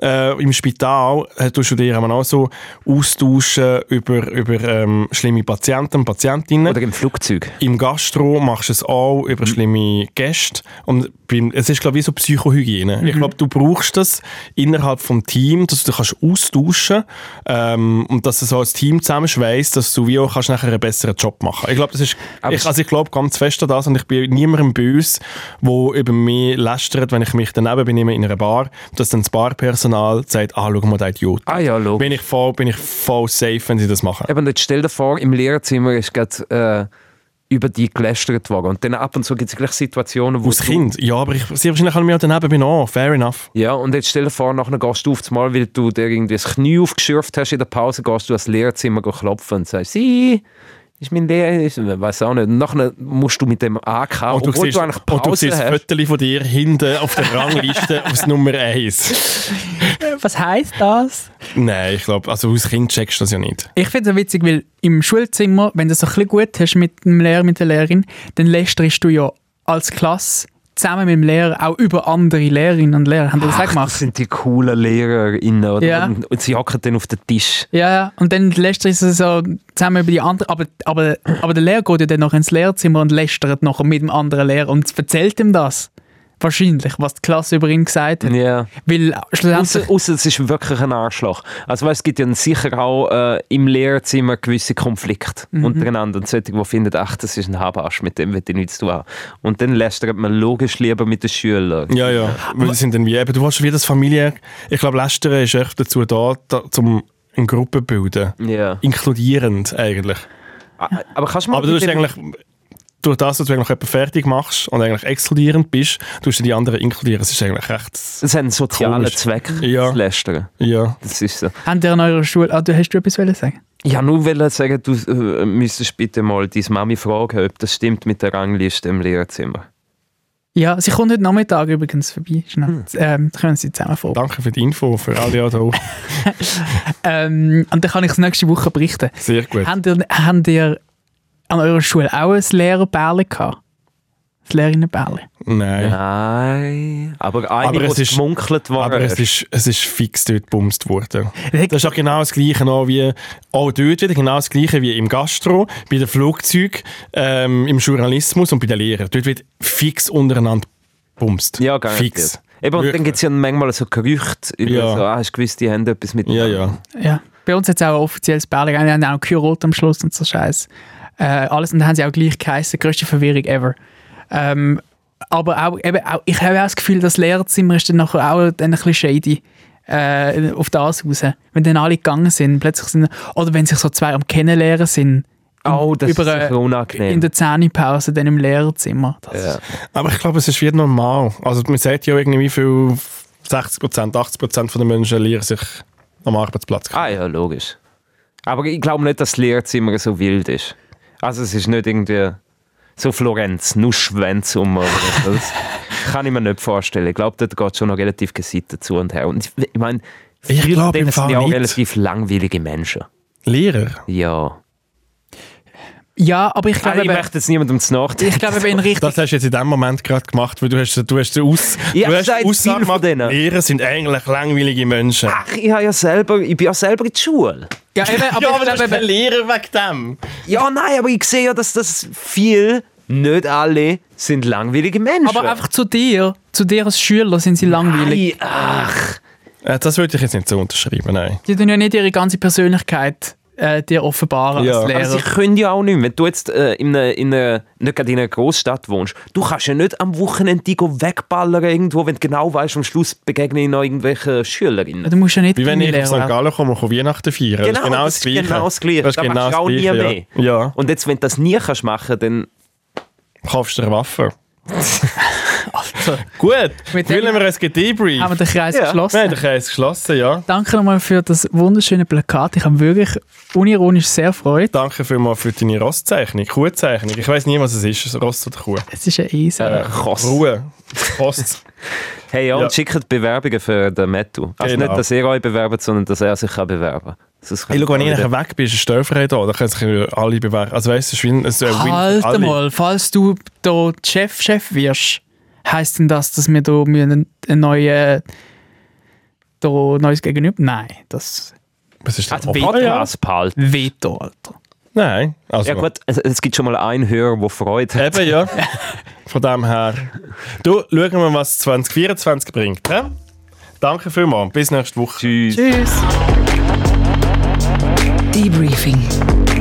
Speaker 2: Äh, Im Spital äh, tust du dir auch so austauschen über, über ähm, schlimme Patienten und Patientinnen.
Speaker 3: Oder im Flugzeug.
Speaker 2: Im Gastro machst du es auch
Speaker 3: Mhm.
Speaker 2: über schlimme Gäste. Und beim, es ist, glaube ich, wie so Psychohygiene.
Speaker 3: Mhm.
Speaker 2: Ich glaube, du brauchst das innerhalb vom Team, dass du dich kannst austauschen ähm, und dass du so als Team zusammenschweißt, dass du wie auch kannst nachher einen besseren Job machen Ich glaube, das ist,
Speaker 3: Aber
Speaker 2: ich,
Speaker 3: es-
Speaker 2: also ich glaube ganz fest an das und ich bin niemandem böse, der über mich lästert, wenn ich mich daneben benehme in einer Bar, dass dann das Barpersonal sagt, ah, schau mal, der Idiot.
Speaker 3: Ah ja, logisch.
Speaker 2: Bin ich voll, bin ich voll safe, wenn sie das machen.
Speaker 3: Eben, und jetzt stell dir vor, im Lehrerzimmer ist gerade äh, über dich gelästert worden. Und dann ab und zu gibt es gleich Situationen, wo
Speaker 2: Aus
Speaker 3: du-
Speaker 2: Kind? Ja, aber ich, sehr wahrscheinlich kann ich mich auch daneben benehmen. Fair enough.
Speaker 3: Ja, und jetzt stell dir vor, nachher gehst du auf das Mal, weil du dir irgendwie das Knie aufgeschürft hast in der Pause, gehst du ins Lehrerzimmer klopfen und sagst, «Sie, ist mein Lehrer...» Ich weiß auch nicht. Und nachher musst du mit dem AK,
Speaker 2: Und du
Speaker 3: obwohl
Speaker 2: siehst,
Speaker 3: du eigentlich Pause
Speaker 2: und du siehst
Speaker 3: hast.
Speaker 2: Fotos von dir hinten auf der Rangliste aufs Nummer 1.
Speaker 1: Was heißt das?
Speaker 2: Nein, ich glaube, also als Kind checkst du das ja nicht.
Speaker 1: Ich finde es witzig, weil im Schulzimmer, wenn du es ein bisschen gut hast mit dem Lehrer, mit der Lehrerin, dann lästerst du ja als Klasse zusammen mit dem Lehrer auch über andere Lehrerinnen und Lehrer. Haben die das auch
Speaker 3: Ach, das
Speaker 1: gemacht?
Speaker 3: sind die coolen LehrerInnen. Oder?
Speaker 1: Ja.
Speaker 3: Und, und sie hocken dann auf den Tisch.
Speaker 1: Ja, ja. Und dann lästerst du so zusammen über die anderen. Aber, aber, aber der Lehrer geht ja dann noch ins Lehrzimmer und lästert noch mit dem anderen Lehrer und erzählt ihm das. Wahrscheinlich, was die Klasse über ihn gesagt hat.
Speaker 3: Ja.
Speaker 1: Weil schlussendlich.
Speaker 3: Ausser, ausser es ist wirklich ein Arschloch. Also weißt, es gibt ja dann sicher auch äh, im Lehrerzimmer gewisse Konflikte
Speaker 2: Mhm.
Speaker 3: untereinander. Und solche, die finden, ach, das ist ein Habasch, mit dem will ich nichts zu tun haben. Und dann lästert man logisch lieber mit den Schülern.
Speaker 2: Ja, ja. Weil die sind dann wie eben, du hast wie das Familie. Ich glaube, Lästern ist echt dazu da, da um eine Gruppe zu bilden.
Speaker 3: Ja.
Speaker 2: Inkludierend eigentlich.
Speaker 3: A- Aber kannst du mal
Speaker 2: Aber du
Speaker 3: mit
Speaker 2: hast
Speaker 3: dem-
Speaker 2: eigentlich. Durch das, dass du eigentlich jemanden fertig machst und eigentlich exkludierend bist, tust du die anderen inkludieren. Das ist eigentlich echt.
Speaker 3: Es hat einen sozialen
Speaker 2: Komisch.
Speaker 3: Zweck,
Speaker 2: Ja.
Speaker 3: das Lästern.
Speaker 2: Ja.
Speaker 3: Das ist so.
Speaker 1: Habt ihr an eurer Schule. Ah, du hast du etwas wollen sagen?
Speaker 3: Ich wollte nur wollte sagen, du äh, müsstest bitte mal deine Mami fragen, ob das stimmt mit der Rangliste im Lehrerzimmer.
Speaker 1: Ja, sie kommt heute Nachmittag übrigens vorbei. Schnell.
Speaker 3: Hm.
Speaker 1: Ähm, können sie zusammen vor.
Speaker 2: Danke für die Info, für alle, die auch da.
Speaker 1: Ähm, und dann kann ich es nächste Woche berichten.
Speaker 2: Sehr gut.
Speaker 1: Habt ihr, habt ihr an eurer Schule auch ein Lehrerbärli gehabt? Ein Lehrerinnenbärli?
Speaker 2: Nein.
Speaker 3: Nein. Aber
Speaker 2: Aber
Speaker 3: eine,
Speaker 2: es
Speaker 3: die
Speaker 2: ist-
Speaker 3: gemunkelt worden
Speaker 2: Aber es
Speaker 3: ist.
Speaker 2: ist, es ist fix dort bumst worden.
Speaker 1: Hey.
Speaker 2: Das ist auch genau das Gleiche noch wie, auch dort wieder genau das Gleiche wie im Gastro, bei den Flugzeugen, ähm, im Journalismus und bei den Lehrern. Dort wird fix untereinander bumst.
Speaker 3: Ja, gar
Speaker 2: Fix.
Speaker 3: Eben, und dann
Speaker 2: Wirklich.
Speaker 3: gibt es ja manchmal so Gerüchte über
Speaker 2: Ja.
Speaker 3: so, ah, hast du gewusst, die haben etwas mit...
Speaker 2: Ja, ja.
Speaker 1: Ja. Bei uns hat es auch ein offizielles Bärli gegeben. Wir haben auch Kyrot am Schluss und so Scheiß. Äh, alles. Und dann haben sie auch gleich geheißen. Größte Verwirrung ever. Ähm, aber auch, eben, auch, ich habe auch das Gefühl, das Lehrerzimmer ist dann nachher auch dann ein bisschen shady. Äh, auf das raus. Wenn dann alle gegangen sind, plötzlich sind, oder wenn sich so zwei am Kennenlernen sind,
Speaker 3: Oh, das
Speaker 1: Über,
Speaker 3: ist
Speaker 1: äh,
Speaker 3: sicher unangenehm.
Speaker 1: in der Zähnepause, dann im Lehrerzimmer. Das
Speaker 3: ja.
Speaker 2: Aber ich glaube, es ist wieder normal. Also man sagt ja irgendwie viel, 60%, 80% von den Menschen lehren sich am Arbeitsplatz.
Speaker 3: Ah ja, logisch. Aber ich glaube nicht, dass das Lehrerzimmer so wild ist. Also es ist nicht irgendwie so Florenz, nur Schwänze um. oder so. Das kann ich mir nicht vorstellen. Ich glaube, dort geht schon noch relativ gesittet zu und her. Und ich, ich meine,
Speaker 2: Ich
Speaker 3: viele
Speaker 2: glaub
Speaker 3: von denen
Speaker 2: im Fall
Speaker 3: sind ja auch
Speaker 2: nicht.
Speaker 3: relativ langweilige Menschen.
Speaker 2: Lehrer?
Speaker 3: Ja.
Speaker 1: Ja, aber ich
Speaker 3: Ich,
Speaker 1: glaube,
Speaker 3: ich
Speaker 1: eben-
Speaker 3: möchte jetzt niemandem zu nachdenken.
Speaker 1: ich glaube, eben in Richtung.
Speaker 2: Das hast du jetzt in dem Moment gerade gemacht, weil du hast, du hast, den aus,
Speaker 3: Ich
Speaker 2: du
Speaker 3: hab
Speaker 2: hast
Speaker 3: gesagt,
Speaker 2: die Aussage
Speaker 3: viele von
Speaker 2: gemacht,
Speaker 3: denen. Ah,
Speaker 2: Lehrer sind eigentlich langweilige Menschen.
Speaker 3: Ach, ich, habe ja selber, ich bin ja selber in der Schule.
Speaker 1: Ja, eben, aber ich glaube, eben,
Speaker 2: Lehrer wegen dem.
Speaker 3: Ja, nein, aber ich sehe ja, dass das viel, nicht alle, sind langweilige Menschen. ah,
Speaker 1: aber einfach zu dir, zu dir als Schüler sind sie langweilig.
Speaker 3: Ei, ach.
Speaker 2: Äh, das würde ich jetzt nicht so unterschreiben, nein.
Speaker 1: Die tun ja nicht ihre ganze Persönlichkeit äh, dir offenbaren
Speaker 2: Ja.
Speaker 1: als
Speaker 2: Aber
Speaker 1: Lehrer.
Speaker 3: Aber sie können Also ja auch nicht mehr. Wenn du jetzt äh, in einer, in einer, nicht gerade in einer Großstadt wohnst, du kannst ja nicht am Wochenende die go wegballern irgendwo, wenn du genau weißt, am Schluss begegnen ich noch irgendwelche Schülerinnen.
Speaker 1: du musst ja nicht
Speaker 2: Wie wenn
Speaker 1: deine
Speaker 2: ich auf St.
Speaker 1: Lehrer
Speaker 2: Gallen komme und komme Weihnachten feiern.
Speaker 3: Genau, das ist genau das Gleiche.
Speaker 2: Das ist
Speaker 3: Da
Speaker 2: genau
Speaker 3: machst
Speaker 2: das
Speaker 3: du auch nie
Speaker 2: Gleiche,
Speaker 3: mehr.
Speaker 2: ja. ja.
Speaker 3: Und jetzt, wenn du das nie kannst machen, dann
Speaker 2: Kaufst du eine Waffe. Gut,
Speaker 1: Mit dem-
Speaker 2: wollen wir ein Gedebrief?
Speaker 1: haben wir den Kreis
Speaker 3: Ja.
Speaker 1: geschlossen.
Speaker 2: Nein, der Kreis ist geschlossen, ja.
Speaker 1: Danke nochmal für das wunderschöne Plakat. Ich habe mich wirklich unironisch sehr gefreut.
Speaker 2: Danke vielmals für deine Rostzeichnung, Kuhzeichnung. Ich weiß nie, was es ist, Rost oder Kuh.
Speaker 1: Es ist ein Eisen.
Speaker 3: äh, kost.
Speaker 2: Ruhe. Kost.
Speaker 3: Hey, ja,
Speaker 2: Ja.
Speaker 3: und schickt Bewerbungen für den Metu. Also
Speaker 2: Genau.
Speaker 3: nicht, dass ihr euch bewerbt, sondern dass er sich kann bewerben kann.
Speaker 2: hey, schau, wenn ich nachher weg bin, ist ein Störfrei da. Da können sich alle bewerben. Also weißt du, es ist wie ein, es ist ein eh, Win für
Speaker 1: halt
Speaker 2: alle.
Speaker 1: mal, falls du da Chef, Chef wirst, heisst denn das, dass wir da einen, einen neuen da neues Gegenüber? Nein, das
Speaker 2: Was ist das?
Speaker 3: Also,
Speaker 2: Oh, ja.
Speaker 3: Podcast behalten.
Speaker 1: Veto, Alter.
Speaker 2: Nein. Also,
Speaker 3: Ja gut, es, es gibt schon mal einen Hörer, der Freude hat.
Speaker 2: Eben, ja. Von dem her. Du, schauen wir mal, was 2024 bringt. hä? Danke vielmals. Bis nächste Woche.
Speaker 3: Tschüss.
Speaker 1: Tschüss.
Speaker 4: Debriefing.